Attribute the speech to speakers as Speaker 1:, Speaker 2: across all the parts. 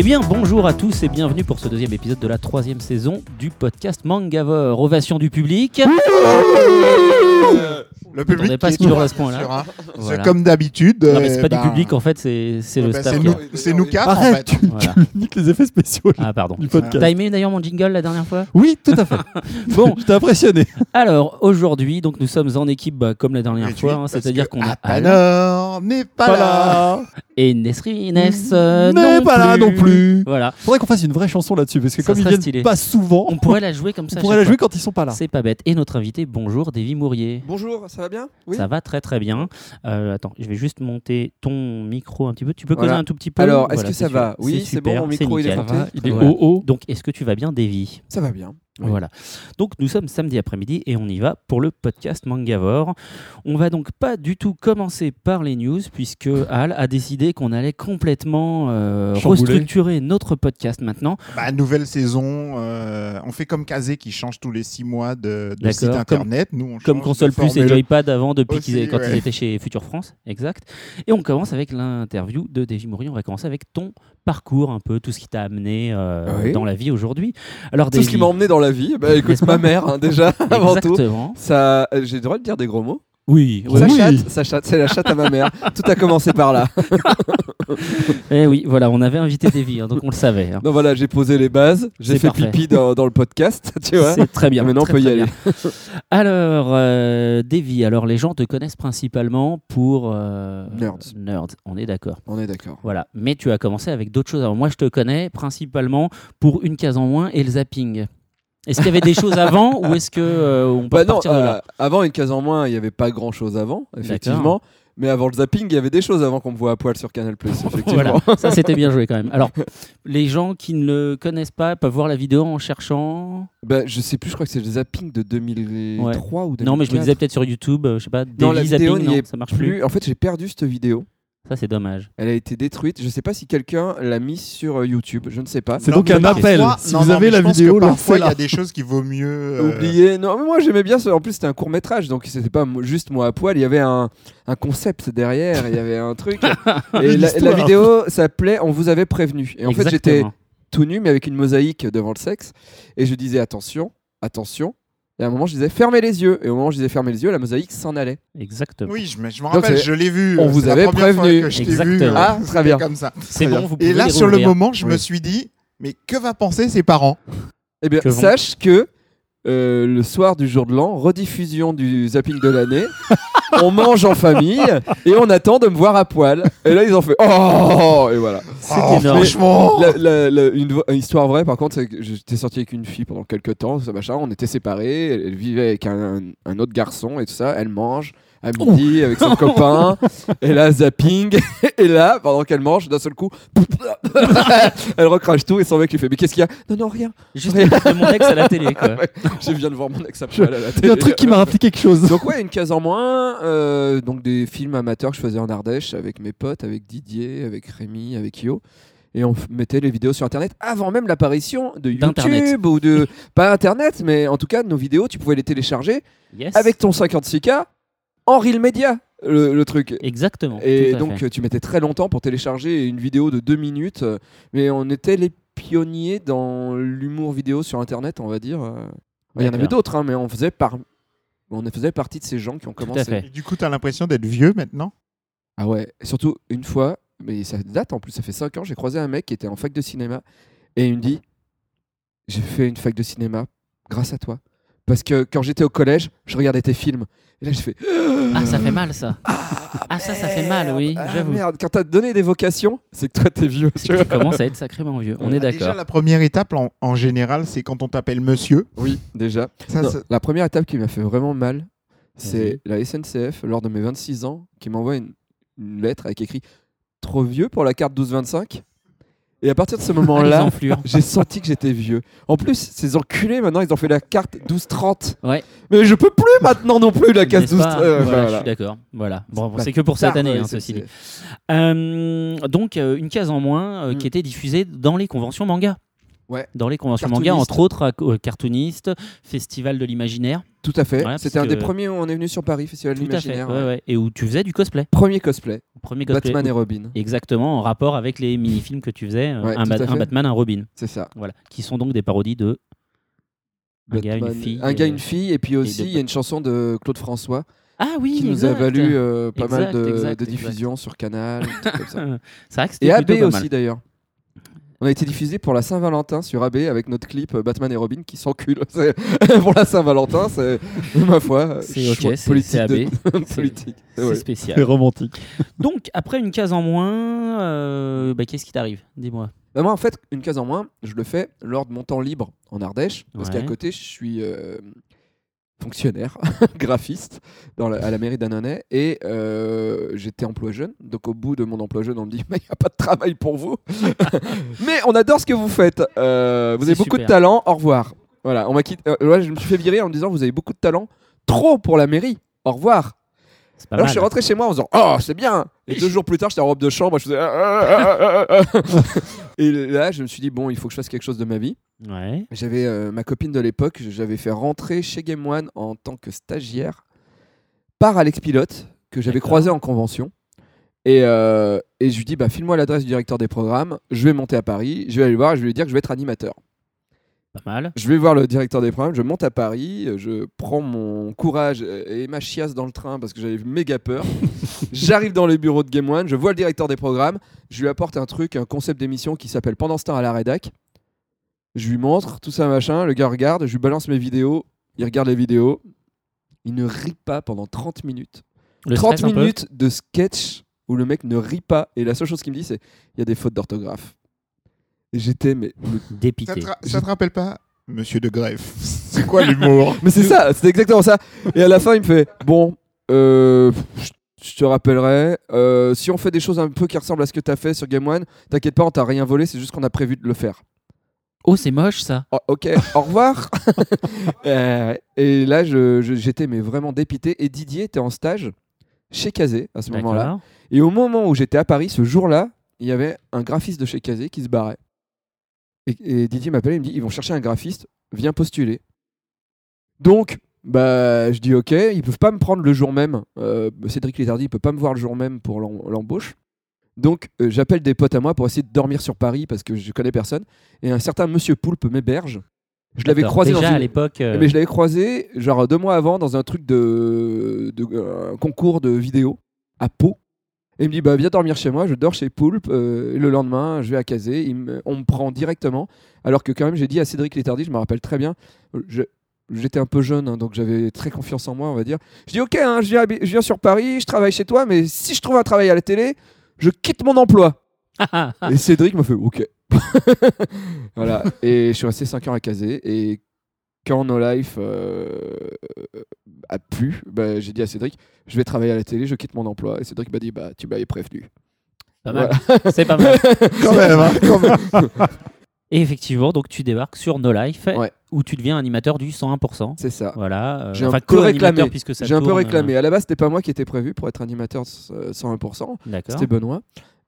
Speaker 1: Eh bien, bonjour à tous et bienvenue pour ce deuxième épisode de la troisième saison du podcast Mangavor. Ovation du public.
Speaker 2: Euh, Le
Speaker 1: On n'est
Speaker 2: public
Speaker 1: pas
Speaker 2: qui
Speaker 1: ce qu'il
Speaker 2: est
Speaker 1: aura à ce
Speaker 2: sur
Speaker 1: point-là.
Speaker 2: un-
Speaker 1: Voilà.
Speaker 2: c'est comme d'habitude.
Speaker 1: Non, mais c'est
Speaker 2: euh,
Speaker 1: pas du
Speaker 2: bah,
Speaker 1: public en fait, c'est c'est le
Speaker 2: bah,
Speaker 1: staff.
Speaker 2: c'est
Speaker 1: qui
Speaker 2: nous,
Speaker 1: a-
Speaker 2: c'est nous quatre en
Speaker 3: Arrête,
Speaker 2: fait.
Speaker 3: tu,
Speaker 1: Voilà.
Speaker 3: tu niques les effets spéciaux là,
Speaker 1: Ah, pardon.
Speaker 3: du podcast.
Speaker 1: T'as aimé d'ailleurs mon jingle la dernière fois
Speaker 3: Oui, tout à fait.
Speaker 1: Bon,
Speaker 3: Je t'ai impressionné.
Speaker 1: alors aujourd'hui, donc nous sommes en équipe bah, comme la dernière fois, hein, c'est-à-dire qu'on a Alain
Speaker 2: Atanor n'est pas, là.
Speaker 1: et Nesri Ness.
Speaker 3: Mais pas là non plus.
Speaker 1: euh, Voilà,
Speaker 3: Faudrait qu'on fasse une vraie chanson là-dessus parce que
Speaker 1: Ça
Speaker 3: comme ils
Speaker 1: serait
Speaker 3: viennent
Speaker 1: stylé.
Speaker 3: pas souvent,
Speaker 1: on pourrait la jouer comme ça.
Speaker 3: on
Speaker 1: à
Speaker 3: pourrait
Speaker 1: chaque
Speaker 3: la
Speaker 1: fois.
Speaker 3: jouer quand ils sont pas là.
Speaker 1: C'est pas bête. Et notre invité, bonjour, Davy Mourier.
Speaker 4: Bonjour, ça va bien Oui.
Speaker 1: Ça va très très bien. Euh, attends, je vais juste monter ton micro un petit peu. Tu peux
Speaker 4: Voilà.
Speaker 1: causer un tout petit peu
Speaker 4: Alors, est-ce
Speaker 1: Voilà,
Speaker 4: que ça
Speaker 1: super.
Speaker 4: va Oui, c'est bon,
Speaker 1: super,
Speaker 4: mon micro, il est
Speaker 1: nickel.
Speaker 4: parfait. Ça va,
Speaker 3: Il est
Speaker 1: Voilà.
Speaker 3: haut haut.
Speaker 1: Donc, est-ce que tu vas bien, Davy
Speaker 4: Ça va bien. Oui.
Speaker 1: Voilà. Donc, nous sommes samedi après-midi et on y va pour le podcast Mangavore. On va donc pas du tout commencer par les news puisque Al a décidé qu'on allait complètement euh,
Speaker 3: Chambouler.
Speaker 1: restructurer notre podcast maintenant.
Speaker 2: Bah, nouvelle saison. euh, on fait comme Kazé qui change tous les six mois de, de
Speaker 1: D'accord,
Speaker 2: site
Speaker 1: comme-
Speaker 2: internet. Nous, on
Speaker 1: Comme
Speaker 2: change
Speaker 1: console
Speaker 2: de
Speaker 1: plus et
Speaker 2: formule.
Speaker 1: Joypad avant depuis
Speaker 2: Aussi,
Speaker 1: qu'ils étaient- quand ils
Speaker 2: ouais.
Speaker 1: étaient chez Future France, exact. Et on commence avec l'interview de Davy Mourier. On va commencer avec ton parcours un peu, tout ce qui t'a amené euh,
Speaker 4: Oui.
Speaker 1: dans la vie aujourd'hui. Alors
Speaker 4: Tout ce
Speaker 1: Davy,
Speaker 4: qui m'a emmené dans la vie, bah, écoute,
Speaker 1: N'est-ce pas
Speaker 4: ma mère hein, déjà, avant tout.
Speaker 1: exactement.
Speaker 4: Ça, euh, j'ai le droit de dire des gros mots.
Speaker 1: Oui,
Speaker 3: Oui.
Speaker 4: Sa chatte, sa chatte, c'est la chatte à ma mère. Tout a commencé par là.
Speaker 1: Eh oui, voilà, on avait invité Davy, hein, donc on le savait. hein.
Speaker 4: Donc voilà, j'ai posé les bases, j'ai
Speaker 1: C'est
Speaker 4: fait
Speaker 1: parfait.
Speaker 4: pipi dans, dans le podcast, tu vois.
Speaker 1: C'est très bien.
Speaker 4: Maintenant, on
Speaker 1: très,
Speaker 4: peut y
Speaker 1: très
Speaker 4: aller.
Speaker 1: bien. Alors, euh, Davy, alors les gens te connaissent principalement pour euh,
Speaker 4: Nerds.
Speaker 1: Nerds, on est d'accord.
Speaker 4: On est d'accord.
Speaker 1: Voilà, mais tu as commencé avec d'autres choses. Alors moi, je te connais principalement pour une case en moins et le zapping. Est-ce qu'il y avait des choses avant ou est-ce que euh, on peut
Speaker 4: Bah non,
Speaker 1: partir de
Speaker 4: euh,
Speaker 1: là
Speaker 4: avant une case en moins, il n'y avait pas grand chose avant, effectivement. Mais avant le zapping, il y avait des choses avant qu'on me voit à poil sur Canal Plus, euh, effectivement.
Speaker 1: Voilà, ça c'était bien joué quand même. Alors, les gens qui ne le connaissent pas peuvent voir la vidéo en cherchant.
Speaker 4: Bah, je sais plus, je crois que c'est le zapping de 2003 ou 2004.
Speaker 1: Non, mais je me disais peut-être sur YouTube, euh, je sais pas,
Speaker 4: Non, la
Speaker 1: Davy
Speaker 4: vidéo
Speaker 1: zapping,
Speaker 4: n'y
Speaker 1: non,
Speaker 4: est
Speaker 1: ça marche plus.
Speaker 4: plus. En fait, j'ai perdu cette vidéo.
Speaker 1: Ça c'est dommage.
Speaker 4: Elle a été détruite. Je sais pas si quelqu'un l'a mise sur euh, YouTube. Je ne sais pas.
Speaker 3: C'est
Speaker 2: Non,
Speaker 3: donc
Speaker 2: mais
Speaker 3: un
Speaker 2: parfois-
Speaker 3: appel. Si
Speaker 2: non,
Speaker 3: vous
Speaker 2: non,
Speaker 3: avez
Speaker 2: mais
Speaker 3: la
Speaker 2: je pense que
Speaker 3: vidéo,
Speaker 2: parfois il y
Speaker 3: lancez-la.
Speaker 2: a des choses qui vaut mieux. euh,
Speaker 4: Oublié. Non, mais moi j'aimais bien. Ce... En plus, c'était un court métrage, donc c'était pas mo- juste moi à poil. Il y avait un, un concept derrière. Il y avait un truc. et
Speaker 3: Une
Speaker 4: la, la
Speaker 3: histoire.
Speaker 4: vidéo s'appelait "On vous avait prévenu". Et en fait, j'étais
Speaker 1: Exactement.
Speaker 4: tout nu, mais avec une mosaïque devant le sexe. Et je disais attention, attention. Et à un moment, je disais fermez les yeux. Et au moment où je disais fermez les yeux, la mosaïque s'en allait.
Speaker 1: Exactement.
Speaker 2: Oui, je me je me
Speaker 4: Donc
Speaker 2: rappelle,
Speaker 4: c'est-
Speaker 2: je l'ai vu.
Speaker 4: on
Speaker 2: euh,
Speaker 4: vous
Speaker 2: c'est la
Speaker 4: avait
Speaker 2: première fois
Speaker 4: prévenu.
Speaker 2: que je t'ai vu,
Speaker 1: Exactement.
Speaker 2: euh,
Speaker 4: Ah, très
Speaker 2: c'était
Speaker 4: bien.
Speaker 2: Comme ça.
Speaker 1: C'est
Speaker 4: Très
Speaker 1: bon,
Speaker 4: bien.
Speaker 1: vous pouvez hein.
Speaker 2: Et là,
Speaker 1: les
Speaker 2: sur le
Speaker 1: rouvrir.
Speaker 2: moment, je me
Speaker 4: Oui.
Speaker 2: suis dit, mais que va penser ses parents
Speaker 4: Eh bien,
Speaker 1: Que vont-
Speaker 4: sache que euh, le soir du jour de l'an, rediffusion du zapping de l'année, on mange en famille et on attend de me voir à poil. Et là, ils ont fait Oh Et voilà.
Speaker 1: C'est
Speaker 2: Oh,
Speaker 1: énorme.
Speaker 2: Franchement.
Speaker 4: La- la- la- une, vo- une histoire vraie, par contre, c'est que j'étais sorti avec une fille pendant quelques temps, ça, machin, on était séparés, elle, elle vivait avec un, un autre garçon et tout ça, elle mange. À midi, avec son copain, et là, zapping, et là, pendant qu'elle mange, d'un seul coup, elle recrache tout, et son mec lui fait Mais qu'est-ce qu'il y a Non, non, rien,
Speaker 1: Juste les têtes de mon ex à la télé, quoi.
Speaker 4: je viens de voir mon ex à
Speaker 3: Je-
Speaker 4: poil à la
Speaker 3: Il y
Speaker 4: télé.
Speaker 3: a un truc qui m'a rappelé quelque chose.
Speaker 4: Donc ouais, une case en moins, euh, donc des films amateurs que je faisais en Ardèche avec mes potes, avec Didier, avec Rémi, avec Yo. Et on f- mettait les vidéos sur Internet avant même l'apparition de
Speaker 1: D'Internet.
Speaker 4: YouTube ou de... Pas Internet, mais en tout cas, nos vidéos, tu pouvais les télécharger
Speaker 1: Yes.
Speaker 4: avec ton 56K en Real Media, le, le truc.
Speaker 1: Exactement.
Speaker 4: Et
Speaker 1: tout à
Speaker 4: donc
Speaker 1: fait.
Speaker 4: euh, tu mettais très longtemps pour télécharger une vidéo de deux minutes. euh, Mais on était les pionniers dans l'humour vidéo sur Internet, on va dire. euh. Il y en
Speaker 1: D'accord.
Speaker 4: avait d'autres, hein, mais on faisait, par... on faisait partie de ces gens qui ont
Speaker 1: tout
Speaker 4: commencé.
Speaker 1: à fait.
Speaker 2: Et Du coup, t'as l'impression d'être vieux maintenant
Speaker 4: Ah ouais, et surtout une fois, mais ça date en plus, ça fait 5 ans, j'ai croisé un mec qui était en fac de cinéma et il me dit J'ai fait une fac de cinéma grâce à toi. Parce que quand j'étais au collège, je regardais tes films. Et là, je fais
Speaker 1: Ah, ça fait mal, ça. Ah, ça, ça fait mal, oui,
Speaker 4: Ah
Speaker 1: j'avoue.
Speaker 4: merde, quand t'as donné des vocations, c'est que toi t'es vieux.
Speaker 1: C'est que tu commences à être sacrément vieux. On est
Speaker 2: Ah, Déjà,
Speaker 1: d'accord.
Speaker 2: la première étape, en, en général, c'est quand on t'appelle monsieur.
Speaker 4: Oui, déjà.
Speaker 2: Ça,
Speaker 4: Non,
Speaker 2: ça-
Speaker 4: La première étape qui m'a fait vraiment mal, C'est la SNCF, lors de mes 26 ans, qui m'envoie une, une lettre avec écrit Trop vieux pour la carte 12-25 Et à partir de ce
Speaker 1: Les
Speaker 4: moment-là,
Speaker 1: enflures.
Speaker 4: j'ai senti que j'étais vieux. En plus, ces enculés, maintenant, ils ont fait la carte 12-30.
Speaker 1: Ouais.
Speaker 4: Mais je peux plus maintenant non plus la carte
Speaker 1: N'est-ce
Speaker 4: 12
Speaker 1: pas
Speaker 4: euh,
Speaker 1: Voilà, je
Speaker 4: voilà.
Speaker 1: suis d'accord. Voilà. Bon,
Speaker 4: Bah,
Speaker 1: c'est que pour cette
Speaker 4: tard,
Speaker 1: année,
Speaker 4: euh,
Speaker 1: hein,
Speaker 4: c'est-
Speaker 1: ceci dit.
Speaker 4: c'est-
Speaker 1: Euh, donc, euh, une case en moins euh,
Speaker 4: Mm.
Speaker 1: qui était diffusée dans les conventions manga.
Speaker 4: Ouais.
Speaker 1: Dans les conventions
Speaker 4: Cartooniste.
Speaker 1: manga, entre autres, à- euh, cartooniste, festival de l'imaginaire.
Speaker 4: Tout à fait.
Speaker 1: Ouais, parce
Speaker 4: C'était un
Speaker 1: que-
Speaker 4: des premiers où on est venu sur Paris, Festival de
Speaker 1: Tout à fait.
Speaker 4: l'Imaginaire.
Speaker 1: ouais,
Speaker 4: ouais.
Speaker 1: ouais. Et où tu faisais du cosplay.
Speaker 4: Premier cosplay,
Speaker 1: Premier cosplay.
Speaker 4: Batman et
Speaker 1: où-
Speaker 4: Robin.
Speaker 1: Exactement, en rapport avec les mini-films que tu faisais, euh,
Speaker 4: Ouais,
Speaker 1: un,
Speaker 4: tout
Speaker 1: Bat-
Speaker 4: à fait.
Speaker 1: un Batman, un Robin.
Speaker 4: C'est ça.
Speaker 1: Voilà. Qui sont donc des parodies de. Un gars, une
Speaker 4: Batman-
Speaker 1: fille.
Speaker 4: Un gars,
Speaker 1: euh,
Speaker 4: une fille. Et puis aussi,
Speaker 1: deux-
Speaker 4: il y a une chanson de Claude François
Speaker 1: Ah oui,
Speaker 4: qui nous a
Speaker 1: exact.
Speaker 4: valu euh, pas mal
Speaker 1: Exact,
Speaker 4: de,
Speaker 1: exact,
Speaker 4: de
Speaker 1: exact.
Speaker 4: diffusions sur Canal. des trucs comme ça.
Speaker 1: C'est vrai que
Speaker 4: Et
Speaker 1: c'était
Speaker 4: AB
Speaker 1: plutôt pas mal.
Speaker 4: aussi d'ailleurs. On a été diffusé pour la Saint-Valentin sur AB avec notre clip euh, Batman et Robin qui s'enculent. C'est- pour la Saint-Valentin, c'est ma foi. euh,
Speaker 1: C'est ok,
Speaker 4: choix
Speaker 1: c'est-
Speaker 4: politique
Speaker 1: c'est AB.
Speaker 4: de-
Speaker 1: C'est-
Speaker 4: politique.
Speaker 1: C'est
Speaker 4: Ouais.
Speaker 3: C'est
Speaker 1: spécial.
Speaker 3: romantique.
Speaker 1: Donc, après une case en moins, euh, bah, qu'est-ce qui t'arrive Dis-moi.
Speaker 4: Bah, moi, en fait, une case en moins, je le fais lors de mon temps libre en Ardèche, parce
Speaker 1: Ouais.
Speaker 4: qu'à côté, je suis euh, fonctionnaire, graphiste dans la- à la mairie d'Annonay, et euh, j'étais emploi jeune. Donc, au bout de mon emploi jeune, on me dit Mais il n'y a pas de travail pour vous. Mais on adore ce que vous faites. Euh, vous
Speaker 1: C'est
Speaker 4: avez beaucoup
Speaker 1: super.
Speaker 4: de talent. Au revoir. Voilà, on m'a quitté. euh, ouais, je me suis fait virer en me disant Vous avez beaucoup de talent. Trop pour la mairie. Au revoir.
Speaker 1: C'est pas
Speaker 4: Alors
Speaker 1: mal.
Speaker 4: je suis rentré chez moi en disant Oh, c'est bien Et deux jours plus tard, j'étais en robe de chambre, je faisais Ah, ah, ah, ah, ah. Et là, je me suis dit Bon, il faut que je fasse quelque chose de ma vie.
Speaker 1: Ouais.
Speaker 4: J'avais euh, ma copine de l'époque, j'avais fait rentrer chez Game One en tant que stagiaire par Alex Pilote, que j'avais
Speaker 1: D'accord.
Speaker 4: croisé en convention. Et, euh, et je lui dis bah, File-moi l'adresse du directeur des programmes, je vais monter à Paris, je vais aller le voir, je vais lui dire que je vais être animateur.
Speaker 1: Pas mal.
Speaker 4: Je vais voir le directeur des programmes, je monte à Paris, euh, je prends mon courage euh, et ma chiasse dans le train parce que j'avais méga peur. J'arrive dans les bureaux de Game One, je vois le directeur des programmes, je lui apporte un truc, un concept d'émission qui s'appelle Pendant ce temps à la rédac. Je lui montre tout ça machin, le gars regarde, je lui balance mes vidéos, il regarde les vidéos, il ne rit pas pendant 30 minutes.
Speaker 1: Le
Speaker 4: 30
Speaker 1: stress un peu.
Speaker 4: minutes de sketch où le mec ne rit pas et la seule chose qu'il me dit c'est il y a des fautes d'orthographe. Et j'étais mais
Speaker 2: Ça
Speaker 1: Dépité.
Speaker 2: te, ra- ça te rappelle pas Monsieur de Greff C'est quoi l'humour
Speaker 4: Mais c'est ça, c'est exactement ça. Et à la fin, il me fait Bon, euh, je- je te rappellerai. euh, si on fait des choses un peu qui ressemblent à ce que t'as fait sur Game One, t'inquiète pas, on t'a rien volé, c'est juste qu'on a prévu de le faire.
Speaker 1: Oh, c'est moche ça.
Speaker 4: Oh, ok, au revoir. Euh, et là, je- je- j'étais mais vraiment dépité. Et Didier était en stage chez Kazé à ce moment-là.
Speaker 1: D'accord.
Speaker 4: Et au moment où j'étais à Paris, ce jour-là, il y avait un graphiste de chez Kazé qui se barrait. Et, et Didier m'appelle et me dit ils vont chercher un graphiste, viens postuler. Donc, bah, je dis ok, ils peuvent pas me prendre le jour même. Euh, Cédric Létardy, il peut pas me voir le jour même pour l'em- l'embauche. Donc, euh, j'appelle des potes à moi pour essayer de dormir sur Paris parce que je connais personne. Et un certain monsieur Poulpe m'héberge. Je l'avais
Speaker 1: D'accord.
Speaker 4: croisé
Speaker 1: Déjà
Speaker 4: dans une-
Speaker 1: à l'époque. euh,
Speaker 4: mais je l'avais croisé, genre deux mois avant, dans un truc de, de- euh, un concours de vidéo à Pau. Et il me dit bah viens dormir chez moi, je dors chez Poulpe. euh, et le lendemain, je vais à Casé. il me- on me prend directement. Alors que quand même, j'ai dit à Cédric Létardy, je me rappelle très bien, euh, je- j'étais un peu jeune, hein, donc j'avais très confiance en moi, on va dire. Je dis ok, hein, je, viens, habi- je viens sur Paris, je travaille chez toi, mais si je trouve un travail à la télé, je quitte mon emploi. et Cédric m'a fait ok. voilà. Et je suis resté 5 heures à Casé. Et quand No Life euh, a plu, bah, j'ai dit à Cédric, je vais travailler à la télé, je quitte mon emploi. Et Cédric m'a dit, bah, tu m'avais prévenu.
Speaker 1: Pas mal. C'est pas mal.
Speaker 2: Quand même, hein, quand même.
Speaker 1: Et effectivement, donc tu débarques sur No Life,
Speaker 4: Ouais.
Speaker 1: où tu deviens animateur du 101%.
Speaker 4: C'est ça.
Speaker 1: Voilà. euh,
Speaker 4: J'ai un
Speaker 1: enfin,
Speaker 4: peu
Speaker 1: co-animateur,
Speaker 4: réclamé.
Speaker 1: puisque ça
Speaker 4: J'ai un peu
Speaker 1: tourne,
Speaker 4: réclamé. À la base, c'était pas moi qui était prévu pour être animateur euh, 101%.
Speaker 1: euh, D'accord.
Speaker 4: C'était Benoît.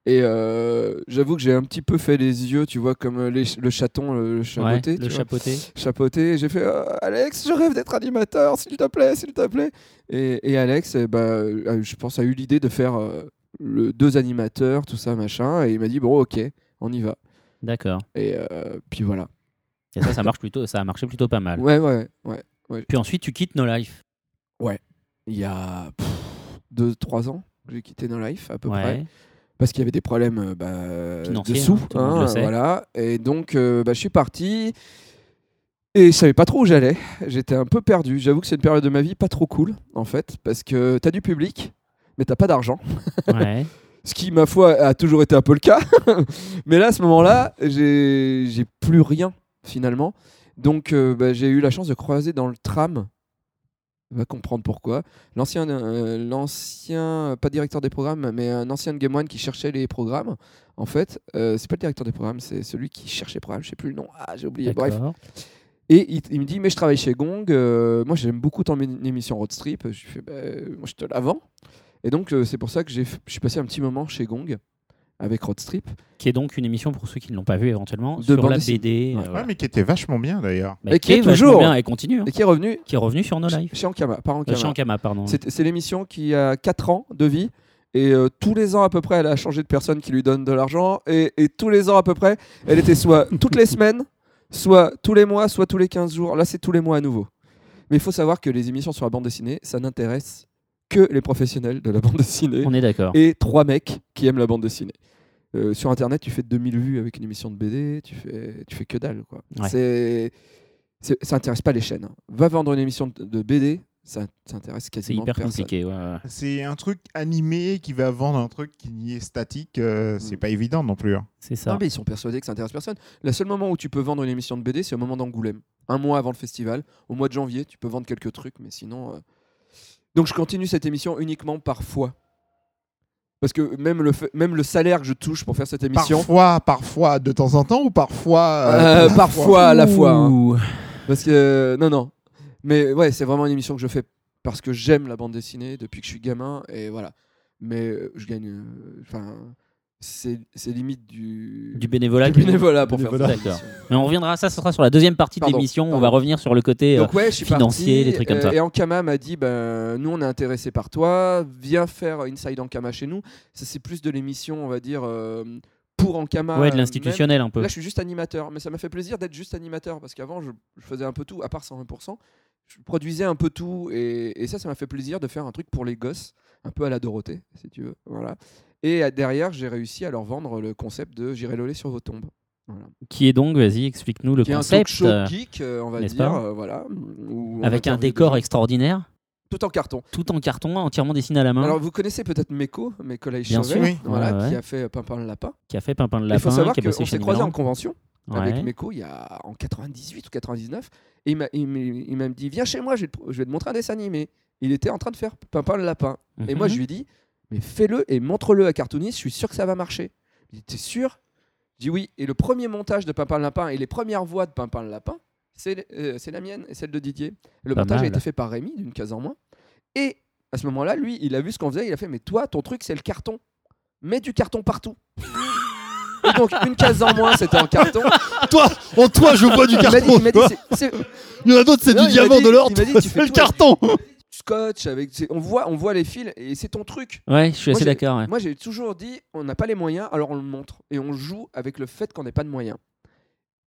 Speaker 4: Et euh, j'avoue que j'ai un petit peu fait les yeux, tu vois, comme euh, les ch- le chaton, euh, le
Speaker 1: Ouais,
Speaker 4: chaboté.
Speaker 1: le chapeauté.
Speaker 4: chapeauté. J'ai fait Euh, Alex, je rêve d'être animateur, s'il te plaît, s'il te plaît. Et, et Alex, eh ben, euh, je pense, a eu l'idée de faire euh, le, deux animateurs, tout ça, machin. Et il m'a dit Bon, ok, on y va.
Speaker 1: D'accord.
Speaker 4: Et euh, puis voilà.
Speaker 1: euh, Et ça, ça marche plutôt. Ça a marché plutôt pas mal.
Speaker 4: Ouais, ouais, ouais.
Speaker 1: Puis ensuite, tu quittes No Life.
Speaker 4: Il y a pff, deux, trois ans que j'ai quitté No Life, à peu près.
Speaker 1: Ouais.
Speaker 4: parce qu'il y avait des problèmes euh, bah,
Speaker 1: Financiers,
Speaker 4: de sous,
Speaker 1: hein, tout le monde le sait.
Speaker 4: voilà. Et donc, euh, bah, je suis parti et je savais pas trop où j'allais. J'étais un peu perdu. J'avoue que c'est une période de ma vie pas trop cool, en fait, parce que t'as du public, mais t'as pas d'argent.
Speaker 1: Ouais.
Speaker 4: Ce qui, ma foi, a toujours été un peu le cas. Mais là, à ce moment-là, j'ai j'ai plus rien, finalement. Donc, euh, bah, j'ai eu la chance de croiser dans le tram va comprendre pourquoi. L'ancien, euh, l'ancien, pas directeur des programmes, mais un ancien de Game One qui cherchait les programmes. En fait, euh, c'est pas le directeur des programmes, c'est celui qui cherchait les programmes. Je sais plus le nom. Ah, j'ai oublié. Bref.
Speaker 1: D'accord.
Speaker 4: Et il, il me dit, mais je travaille chez Gong, euh, moi j'aime beaucoup ton mé- émission Road Strip, je lui fais, Bah, euh, moi je te la vends. Et donc euh, c'est pour ça que j'ai f- je suis passé un petit moment chez Gong avec Road Strip.
Speaker 1: Qui est donc une émission pour ceux qui ne l'ont pas vue éventuellement
Speaker 4: De
Speaker 1: sur
Speaker 4: bande
Speaker 1: la
Speaker 4: dessinée.
Speaker 1: BD. euh,
Speaker 4: Ouais.
Speaker 1: voilà.
Speaker 2: mais qui était vachement bien d'ailleurs.
Speaker 1: Mais
Speaker 4: Et
Speaker 1: qui est toujours bien et continue, hein.
Speaker 4: Et qui est revenu
Speaker 1: qui est revenu sur nos lives.
Speaker 4: ch- chez Ankama, par
Speaker 1: Euh,
Speaker 4: Ankama.
Speaker 1: Chez Ankama, pardon.
Speaker 4: C'est c'est l'émission qui a 4 ans de vie. Et euh, tous les ans à peu près, elle a changé de personne qui lui donne de l'argent. Et, et tous les ans à peu près, elle était soit toutes les semaines, soit tous les mois, soit tous les 15 jours. Là, c'est tous les mois à nouveau. Mais il faut savoir que les émissions sur la bande dessinée, ça n'intéresse que les professionnels de la bande dessinée
Speaker 1: On est d'accord.
Speaker 4: et trois mecs qui aiment la bande dessinée. Euh, sur internet, tu fais 2000 vues avec une émission de BD, tu fais, tu fais que dalle. Quoi.
Speaker 1: Ouais.
Speaker 4: C'est- c'est- ça intéresse pas les chaînes. hein. Va vendre une émission de, de BD, ça, ça intéresse
Speaker 1: C'est
Speaker 4: quasiment
Speaker 1: hyper
Speaker 4: personne.
Speaker 1: compliqué. ouais, ouais.
Speaker 2: C'est un truc animé qui va vendre un truc qui est statique, euh, c'est
Speaker 4: Mm.
Speaker 2: pas évident non plus. hein.
Speaker 1: C'est
Speaker 4: Non,
Speaker 1: ça.
Speaker 4: mais ils sont persuadés que ça intéresse personne. Le seul moment où tu peux vendre une émission de BD, c'est au moment d'Angoulême. Un mois avant le festival. Au mois de janvier, tu peux vendre quelques trucs, mais sinon. euh, Donc je continue cette émission uniquement par fois. Parce que même le, fait- même le salaire que je touche pour faire cette émission,
Speaker 2: Parfois, parfois de temps en temps ou parfois.
Speaker 4: Euh, parfois à la fois. hein.
Speaker 1: Ouh.
Speaker 4: Parce que euh, non, non. Mais ouais, c'est vraiment une émission que je fais parce que j'aime la bande dessinée depuis que je suis gamin et voilà. Mais euh, je gagne. euh, Enfin, c'est c'est limite du
Speaker 1: Du bénévolat.
Speaker 4: du bénévolat pour faire
Speaker 1: Bénévolat.
Speaker 4: cette émission.
Speaker 1: Mais on reviendra, ça, ce sera sur la deuxième partie
Speaker 4: Pardon,
Speaker 1: de l'émission. On
Speaker 4: pardon.
Speaker 1: va revenir sur le côté. euh,
Speaker 4: Donc ouais, je suis
Speaker 1: financier,
Speaker 4: parti,
Speaker 1: des trucs comme
Speaker 4: euh,
Speaker 1: ça.
Speaker 4: Et Ankama m'a dit, ben, nous on est intéressé par toi, viens faire Inside Ankama chez nous. Ça c'est plus de l'émission, on va dire, euh, pour Ankama.
Speaker 1: ouais, de
Speaker 4: euh,
Speaker 1: l'institutionnel un
Speaker 4: même.
Speaker 1: peu.
Speaker 4: Là je suis juste animateur, mais ça m'a fait plaisir d'être juste animateur, parce qu'avant je, je faisais un peu tout, à part 120%, je produisais un peu tout, et, et ça ça m'a fait plaisir de faire un truc pour les gosses, un peu à la Dorothée, si tu veux. Voilà. Et euh, derrière j'ai réussi à leur vendre le concept de J'irai loler sur vos tombes. Voilà.
Speaker 1: Qui est donc, vas-y, explique-nous le
Speaker 4: Qui est un talk
Speaker 1: concept.
Speaker 4: show
Speaker 1: euh,
Speaker 4: geek, euh, on va
Speaker 1: n'est-ce
Speaker 4: dire,
Speaker 1: pas
Speaker 4: euh, voilà. où on
Speaker 1: Avec un
Speaker 4: interviewe des
Speaker 1: décor
Speaker 4: gens.
Speaker 1: extraordinaire,
Speaker 4: tout en carton.
Speaker 1: tout en carton, entièrement dessiné à la main,
Speaker 4: Alors vous connaissez peut-être Meko, Meko Laïch
Speaker 1: Bien
Speaker 4: Chauvet,
Speaker 2: sûr. Oui.
Speaker 4: voilà,
Speaker 1: Ouais, ouais.
Speaker 4: qui a fait euh, Pimpin le Lapin.
Speaker 1: qui a fait Pimpin de
Speaker 4: Il faut
Speaker 1: Lapin,
Speaker 4: savoir
Speaker 1: qui a bossé
Speaker 4: qu'on
Speaker 1: chez
Speaker 4: s'est croisés en
Speaker 1: Milan.
Speaker 4: convention
Speaker 1: Ouais.
Speaker 4: avec Meko il y a en 98 ou 99 et il m'a- il m'a il m'a dit viens chez moi, je vais, te, pro- je vais te montrer un dessin animé. Il était en train de faire Pimpin le Lapin et
Speaker 1: Mhm.
Speaker 4: moi je lui dis mais fais-le et montre-le à cartooniste, je suis sûr que ça va marcher. Il dit t'es sûr Je dis oui et le premier montage de Pimpin le Lapin et les premières voix de Pimpin le Lapin c'est euh, c'est la mienne et celle de Didier. Le
Speaker 1: Pas
Speaker 4: montage
Speaker 1: mal.
Speaker 4: a été fait par Rémi d'une case en moins et à ce moment-là, lui, il a vu ce qu'on faisait, il a fait Mais toi, ton truc, c'est le carton. Mets du carton partout. Et donc, une case en moins, c'était en carton.
Speaker 3: Toi, en toi, je vois du
Speaker 4: Il m'a dit,
Speaker 3: carton.
Speaker 4: il m'a dit,
Speaker 3: toi.
Speaker 4: C'est- c'est-
Speaker 3: Il y en a d'autres, c'est
Speaker 4: Non,
Speaker 3: du
Speaker 4: il
Speaker 3: diamant
Speaker 4: m'a dit-
Speaker 3: de l'or.
Speaker 4: il m'a dit,
Speaker 3: toi,
Speaker 4: tu fais
Speaker 3: C'est le
Speaker 4: tout
Speaker 3: carton.
Speaker 4: scotch, avec, c'est- on, voit, on voit les fils et c'est ton truc.
Speaker 1: Ouais, je suis
Speaker 4: Moi, j'ai-
Speaker 1: assez d'accord. ouais.
Speaker 4: Moi, j'ai toujours dit On n'a pas les moyens, alors on le montre. Et on joue avec le fait qu'on n'ait pas de moyens.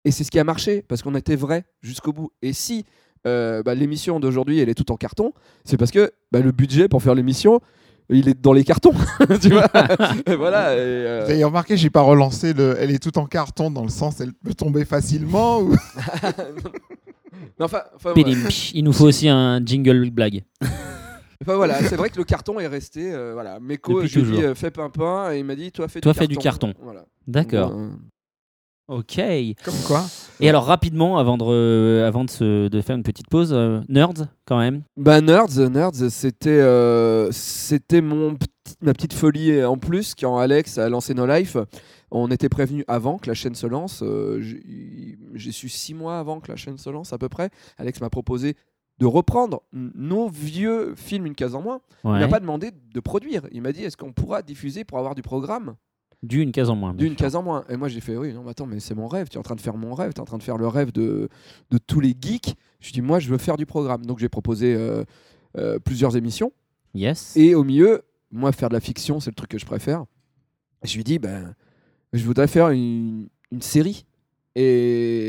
Speaker 4: Et c'est ce qui a marché, parce qu'on était vrai jusqu'au bout. Et si euh, bah, l'émission d'aujourd'hui, elle est tout en carton, c'est parce que bah, le budget pour faire l'émission, il est dans les cartons. tu vois Et voilà. et, euh,
Speaker 2: Vous avez remarqué, j'ai pas relancé le. Elle est tout en carton dans le sens, elle peut tomber facilement. Ou...
Speaker 4: Mais enfin, enfin, voilà.
Speaker 1: Pélim, pch, il nous faut aussi un jingle blague.
Speaker 4: Enfin, voilà, c'est vrai que le carton est resté. euh, voilà, Meko,
Speaker 1: Depuis
Speaker 4: je lui ai dit
Speaker 1: toujours.
Speaker 4: euh, fais pimpin et il m'a dit toi fais
Speaker 1: Toi,
Speaker 4: du
Speaker 1: fais du
Speaker 4: carton.
Speaker 1: carton.
Speaker 4: Voilà.
Speaker 1: D'accord.
Speaker 4: Euh,
Speaker 1: Ok. Et
Speaker 2: Comme quoi
Speaker 1: alors rapidement, avant de, re- avant de, se- de faire une petite pause, euh, nerds quand même.
Speaker 4: Bah Nerds, Nerds, c'était euh, c'était mon petit- ma petite folie en plus quand Alex a lancé No Life. On était prévenu avant que la chaîne se lance. euh, j'ai- J'ai su six mois avant que la chaîne se lance à peu près. Alex m'a proposé de reprendre nos vieux films une case en moins. Il
Speaker 1: Ouais.
Speaker 4: m'a pas demandé de produire. Il m'a dit est-ce qu'on pourra diffuser pour avoir du programme.
Speaker 1: Du une case en moins. bien
Speaker 4: D'une
Speaker 1: sûr.
Speaker 4: case en moins. Et moi, j'ai fait, oui, non, mais attends, mais c'est mon rêve. Tu es en train de faire mon rêve. Tu es en train de faire le rêve de, de tous les geeks. Je dis, moi, je veux faire du programme. Donc, j'ai proposé euh, euh, plusieurs émissions.
Speaker 1: Yes.
Speaker 4: Et au milieu, moi, faire de la fiction, c'est le truc que je préfère. Je lui dis, ben, je voudrais faire une, une série. Et,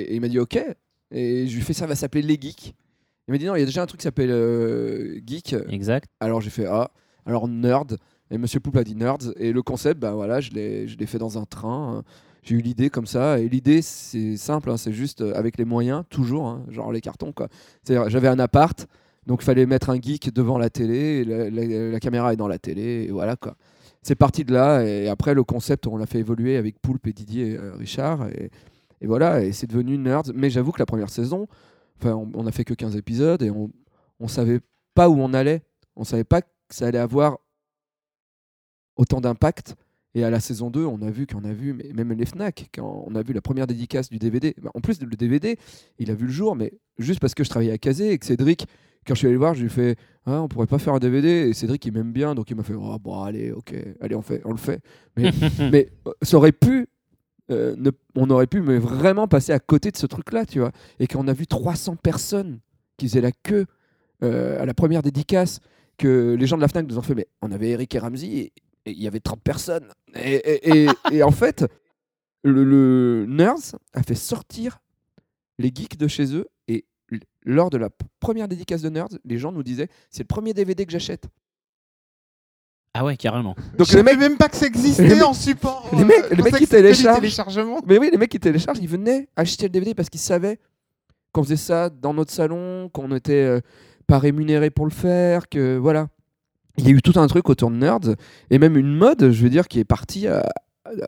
Speaker 4: et il m'a dit, ok. Et je lui fais, ça va s'appeler Les Geeks. Il m'a dit, non, il y a déjà un truc qui s'appelle euh, Geek.
Speaker 1: Exact.
Speaker 4: Alors j'ai fait ah, alors nerd. Et Monsieur Pouple a dit nerds. Et le concept, bah voilà, je l'ai, je l'ai fait dans un train. euh, J'ai eu l'idée comme ça. Et l'idée, c'est simple, hein, c'est juste euh, avec les moyens, toujours, hein, genre les cartons quoi. C'est-à-dire, j'avais un appart, donc fallait mettre un geek devant la télé. et La, la- la caméra est dans la télé, et voilà quoi. C'est parti de là. Et après, le concept, on l'a fait évoluer avec Poulpe et Didier euh, Richard. Et, et voilà, et c'est devenu nerds. Mais j'avoue que la première saison, enfin, on, on a fait que 15 épisodes et on, on savait pas où on allait. On savait pas que ça allait avoir autant d'impact. Et à la saison 2, on a vu qu'on a vu, mais même les Fnac, quand on a vu la première dédicace du DVD. bah, en plus, le DVD, il a vu le jour, mais juste parce que je travaillais à Kazé et que Cédric, quand je suis allé le voir, je lui ai fait Ah, on pourrait pas faire un DVD. Et Cédric, il m'aime bien, donc il m'a fait Oh, bon, allez, ok, allez, on, fait, on le fait. Mais, mais euh, ça aurait pu. euh, ne- on aurait pu mais vraiment passer à côté de ce truc-là, tu vois. Et qu'on a vu 300 personnes qui faisaient la queue euh, à la première dédicace, que les gens de la FNAC nous ont fait, mais on avait Eric et Ramsey, et et il y avait 30 personnes. Et, et- et- et en fait, le, le Nerds a fait sortir les geeks de chez eux, et l- lors de la p- première dédicace de Nerds, les gens nous disaient, c'est le premier DVD que j'achète.
Speaker 1: Ah ouais, carrément.
Speaker 4: Donc
Speaker 2: je
Speaker 4: les
Speaker 2: savais
Speaker 4: mecs,
Speaker 2: même pas que ça existait
Speaker 4: les mecs-
Speaker 2: en support.
Speaker 4: les
Speaker 2: euh,
Speaker 4: mecs-
Speaker 2: je
Speaker 4: les
Speaker 2: pensais
Speaker 4: mecs
Speaker 2: que
Speaker 4: qui
Speaker 2: c'était du
Speaker 4: téléchargent.
Speaker 2: téléchargement.
Speaker 4: mais oui, les mecs qui téléchargent, ils venaient acheter le DVD parce qu'ils savaient qu'on faisait ça dans notre salon, qu'on était euh, pas rémunéré pour le faire, que voilà. Il y a eu tout un truc autour de Nerds, et même une mode, je veux dire, qui est partie à,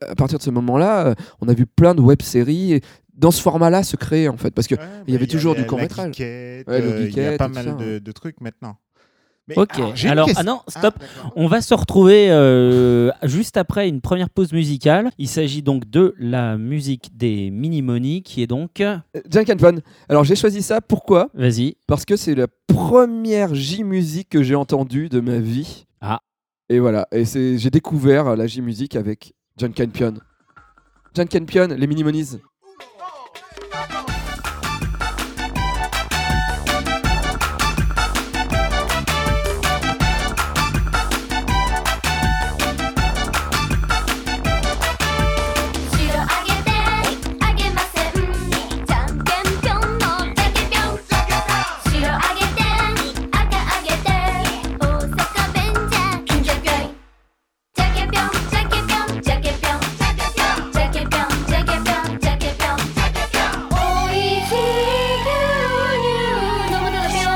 Speaker 4: à partir de ce moment-là. euh, On a vu plein de web-séries et dans ce format-là se créer, en fait. Parce que
Speaker 2: Ouais, bah,
Speaker 4: il y avait toujours du
Speaker 2: la
Speaker 4: court-métrage.
Speaker 2: geekette,
Speaker 4: Ouais, le
Speaker 2: euh, Il y a
Speaker 4: geekette
Speaker 2: pas
Speaker 4: et tout
Speaker 2: mal
Speaker 4: ça. hein.
Speaker 2: de, de trucs maintenant. Mais,
Speaker 1: Ok,
Speaker 2: j'ai une
Speaker 1: alors,
Speaker 2: question.
Speaker 1: ah non,
Speaker 2: Ah,
Speaker 1: stop.
Speaker 2: d'accord.
Speaker 1: On va se retrouver euh, juste après une première pause musicale. Il s'agit donc de la musique des Minimoni qui est donc...
Speaker 4: Euh, Junk and Fun. Alors j'ai choisi ça, pourquoi
Speaker 1: Vas-y.
Speaker 4: Parce que c'est la première J-Musique que j'ai entendue de ma vie.
Speaker 1: Ah.
Speaker 4: Et voilà, et c'est- j'ai découvert la J-Musique avec John Campion. John Campion, les Minimonies.
Speaker 5: 「白あげてあげません」「じゃんけんぴょんのじゃんけんぴょん」「白あげて赤あげて」「大阪弁じゃんじゃんぴょん」「じゃんけんぴょんじゃんけんぴょんじゃんけんぴょん」「じゃんけんぴょんじゃんけんぴょんじゃんけんぴょん」「おいしい牛乳飲むのだぴょん」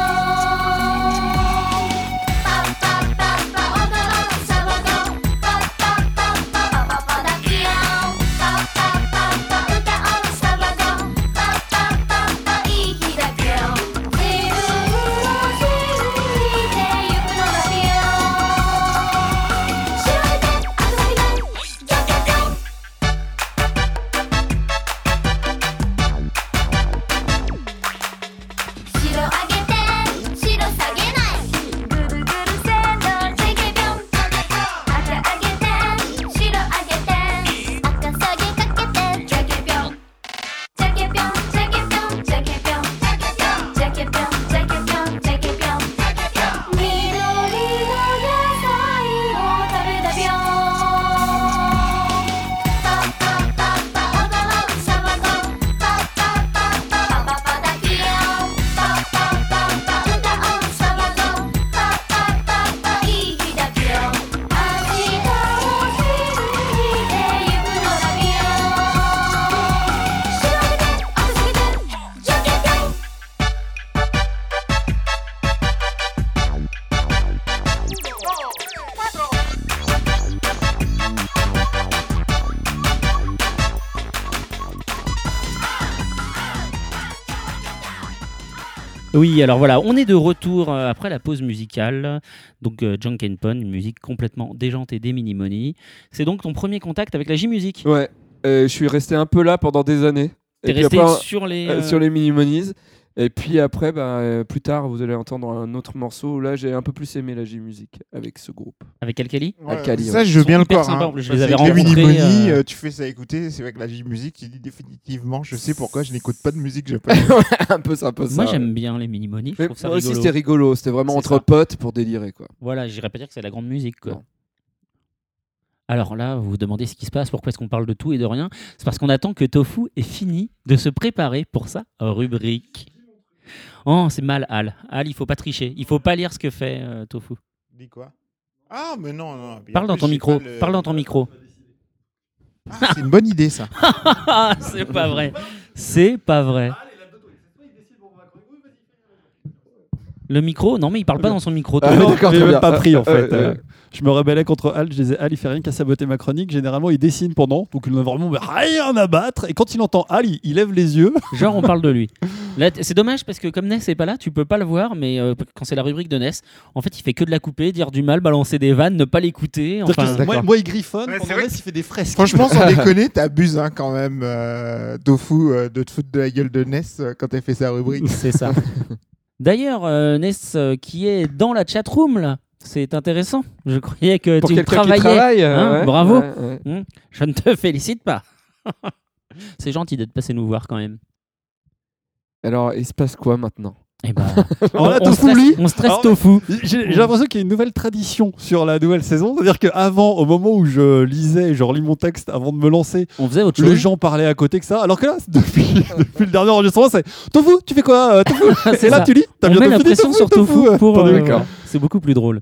Speaker 5: 「パッパッパッパおどろんさわど」「パッパッパッパパパパだぴよん」「パッパッパッパうたおんさわど」「パッパッパッパいいひだぴよん」「じぶんをしんじてゆくのだぴよん」「しろいであそびだい」「ギョギョギョ」「しろあげてしろさげない」「ぐるぐるせんのじゃけぴょん」「あかあげてしろあげて」「あかさげかけてじゃけぴょん」「じゃけぴょんじゃけぴょんじゃけぴょん」「じゃけぴょんじゃけぴょんじゃけぴょん」「みどりのやさいをたべたぴょん」「パッパッパッパおどろうさわご」「パッパッパッパパパパだぴよ」「パッパッパッパうたおうさわご」「パッパッパッパいいひだぴよ」「あしたをひにてゆくのだぴよ」「しろいであそびでじゃけんぴょん」
Speaker 1: Oui, alors voilà, on est de retour euh, après la pause musicale. Donc euh, Junk and Pun, une musique complètement déjantée des Minimoni. C'est donc ton premier contact avec la J-Music.
Speaker 4: Ouais, Euh, je suis resté un peu là pendant des années.
Speaker 1: T'es
Speaker 4: Et puis
Speaker 1: resté
Speaker 4: après,
Speaker 1: sur les...
Speaker 4: euh,
Speaker 1: euh,
Speaker 4: sur les Minimonies. Et puis après, bah, euh, plus tard, vous allez entendre un autre morceau. Là, j'ai un peu plus aimé la J-Musique avec ce groupe.
Speaker 1: Avec Alkali
Speaker 2: Ouais,
Speaker 4: Alcali,
Speaker 2: ça,
Speaker 4: ouais.
Speaker 2: je veux
Speaker 1: Ils
Speaker 2: bien
Speaker 1: sont
Speaker 2: le
Speaker 1: hyper
Speaker 2: corps.
Speaker 1: sympas,
Speaker 2: hein.
Speaker 1: en plus, je
Speaker 2: Parce
Speaker 1: les
Speaker 2: que
Speaker 1: avais
Speaker 2: les
Speaker 1: rencontrés,
Speaker 2: Minimoni,
Speaker 1: euh,
Speaker 2: euh, tu fais ça écouter, c'est vrai que la musique, tu dis définitivement, je sais pourquoi je n'écoute pas de musique japonaise.
Speaker 4: un peu, c'est un peu ça.
Speaker 1: Moi
Speaker 4: ouais.
Speaker 1: j'aime bien les Minimoni, je
Speaker 4: Mais
Speaker 1: trouve ça
Speaker 4: moi aussi,
Speaker 1: rigolo.
Speaker 4: c'était rigolo. C'était vraiment
Speaker 1: C'est
Speaker 4: entre
Speaker 1: ça.
Speaker 4: potes pour délirer, quoi.
Speaker 1: Voilà, j'irais pas dire que c'est de la grande musique. Quoi.
Speaker 4: Non.
Speaker 1: Alors là, vous vous demandez ce qui se passe, pourquoi est-ce qu'on parle de tout et de rien C'est parce qu'on attend que Tofu ait fini de se préparer pour sa rubrique. Oh, c'est mal, Al. Al, il faut pas tricher. Il faut pas lire ce que fait euh, Tofu.
Speaker 2: Dis quoi Ah, mais non, non. non.
Speaker 1: Parle
Speaker 2: En
Speaker 1: dans
Speaker 2: plus,
Speaker 1: ton
Speaker 2: j'ai
Speaker 1: micro.
Speaker 2: pas le-
Speaker 1: Parle dans ton micro.
Speaker 2: Ah, c'est une bonne idée, ça.
Speaker 1: Ah, c'est pas vrai. C'est pas vrai. Le micro Non, mais il parle pas dans son micro.
Speaker 4: Ah,
Speaker 1: Thomas.
Speaker 4: d'accord,
Speaker 6: je l'ai
Speaker 4: très
Speaker 6: même
Speaker 4: bien.
Speaker 6: pas pris en
Speaker 4: Euh,
Speaker 6: fait.
Speaker 4: euh,
Speaker 6: Euh,
Speaker 4: euh.
Speaker 6: Je me rebellais contre Al, je disais Al, il fait rien qu'à saboter ma chronique. Généralement, il dessine pendant, donc il n'a vraiment rien à battre. Et quand il entend Al, il, il lève les yeux.
Speaker 1: Genre, on parle de lui. Là, t- c'est dommage parce que comme Ness n'est pas là, tu peux pas le voir, mais euh, quand c'est la rubrique de Ness, en fait, il fait que de la couper, dire du mal, balancer des vannes, ne pas l'écouter. Enfin,
Speaker 6: C'est-à-dire que moi,
Speaker 4: d'accord.
Speaker 6: moi, il griffonne,
Speaker 2: Ouais,
Speaker 6: pendant
Speaker 2: c'est vrai
Speaker 6: Ness, il fait des fresques.
Speaker 2: Franchement, sans déconner, t'abuses hein, quand même, euh, Dofu, euh, de te foutre de la gueule de Ness euh, quand elle fait sa rubrique.
Speaker 1: c'est ça. D'ailleurs, euh, Ness, euh, qui est dans la chatroom, là, c'est intéressant. Je croyais que
Speaker 4: Pour
Speaker 1: tu
Speaker 4: quelqu'un qui
Speaker 1: travaillais.
Speaker 4: travaille, euh,
Speaker 1: hein,
Speaker 4: ouais,
Speaker 1: bravo. Hum,
Speaker 4: ouais, ouais.
Speaker 1: Je ne te félicite pas. c'est gentil d'être passé nous voir quand même.
Speaker 4: Alors, il se passe quoi maintenant
Speaker 1: Eh ben,
Speaker 6: Alors là,
Speaker 1: on,
Speaker 6: Tofu,
Speaker 1: stresse,
Speaker 6: lui,
Speaker 1: on stresse
Speaker 6: Alors,
Speaker 1: Tofu.
Speaker 6: J'ai j'ai l'impression qu'il y a une nouvelle tradition sur la nouvelle saison. C'est-à-dire qu'avant, au moment où je lisais, je relis mon texte avant de me lancer,
Speaker 1: On faisait autre
Speaker 6: les
Speaker 1: chose.
Speaker 6: gens parlaient à côté que ça. Alors que là, depuis, depuis le dernier enregistrement, c'est Tofu, tu fais quoi euh, Tofu
Speaker 1: C'est
Speaker 6: Et là,
Speaker 1: ça.
Speaker 6: tu lis T'as
Speaker 1: on met
Speaker 6: bientôt
Speaker 1: la
Speaker 6: fini
Speaker 1: pression
Speaker 6: Tofu,
Speaker 1: sur Tofu
Speaker 6: euh,
Speaker 1: pour.
Speaker 6: attendez,
Speaker 1: euh,
Speaker 6: d'accord.
Speaker 1: c'est beaucoup plus drôle.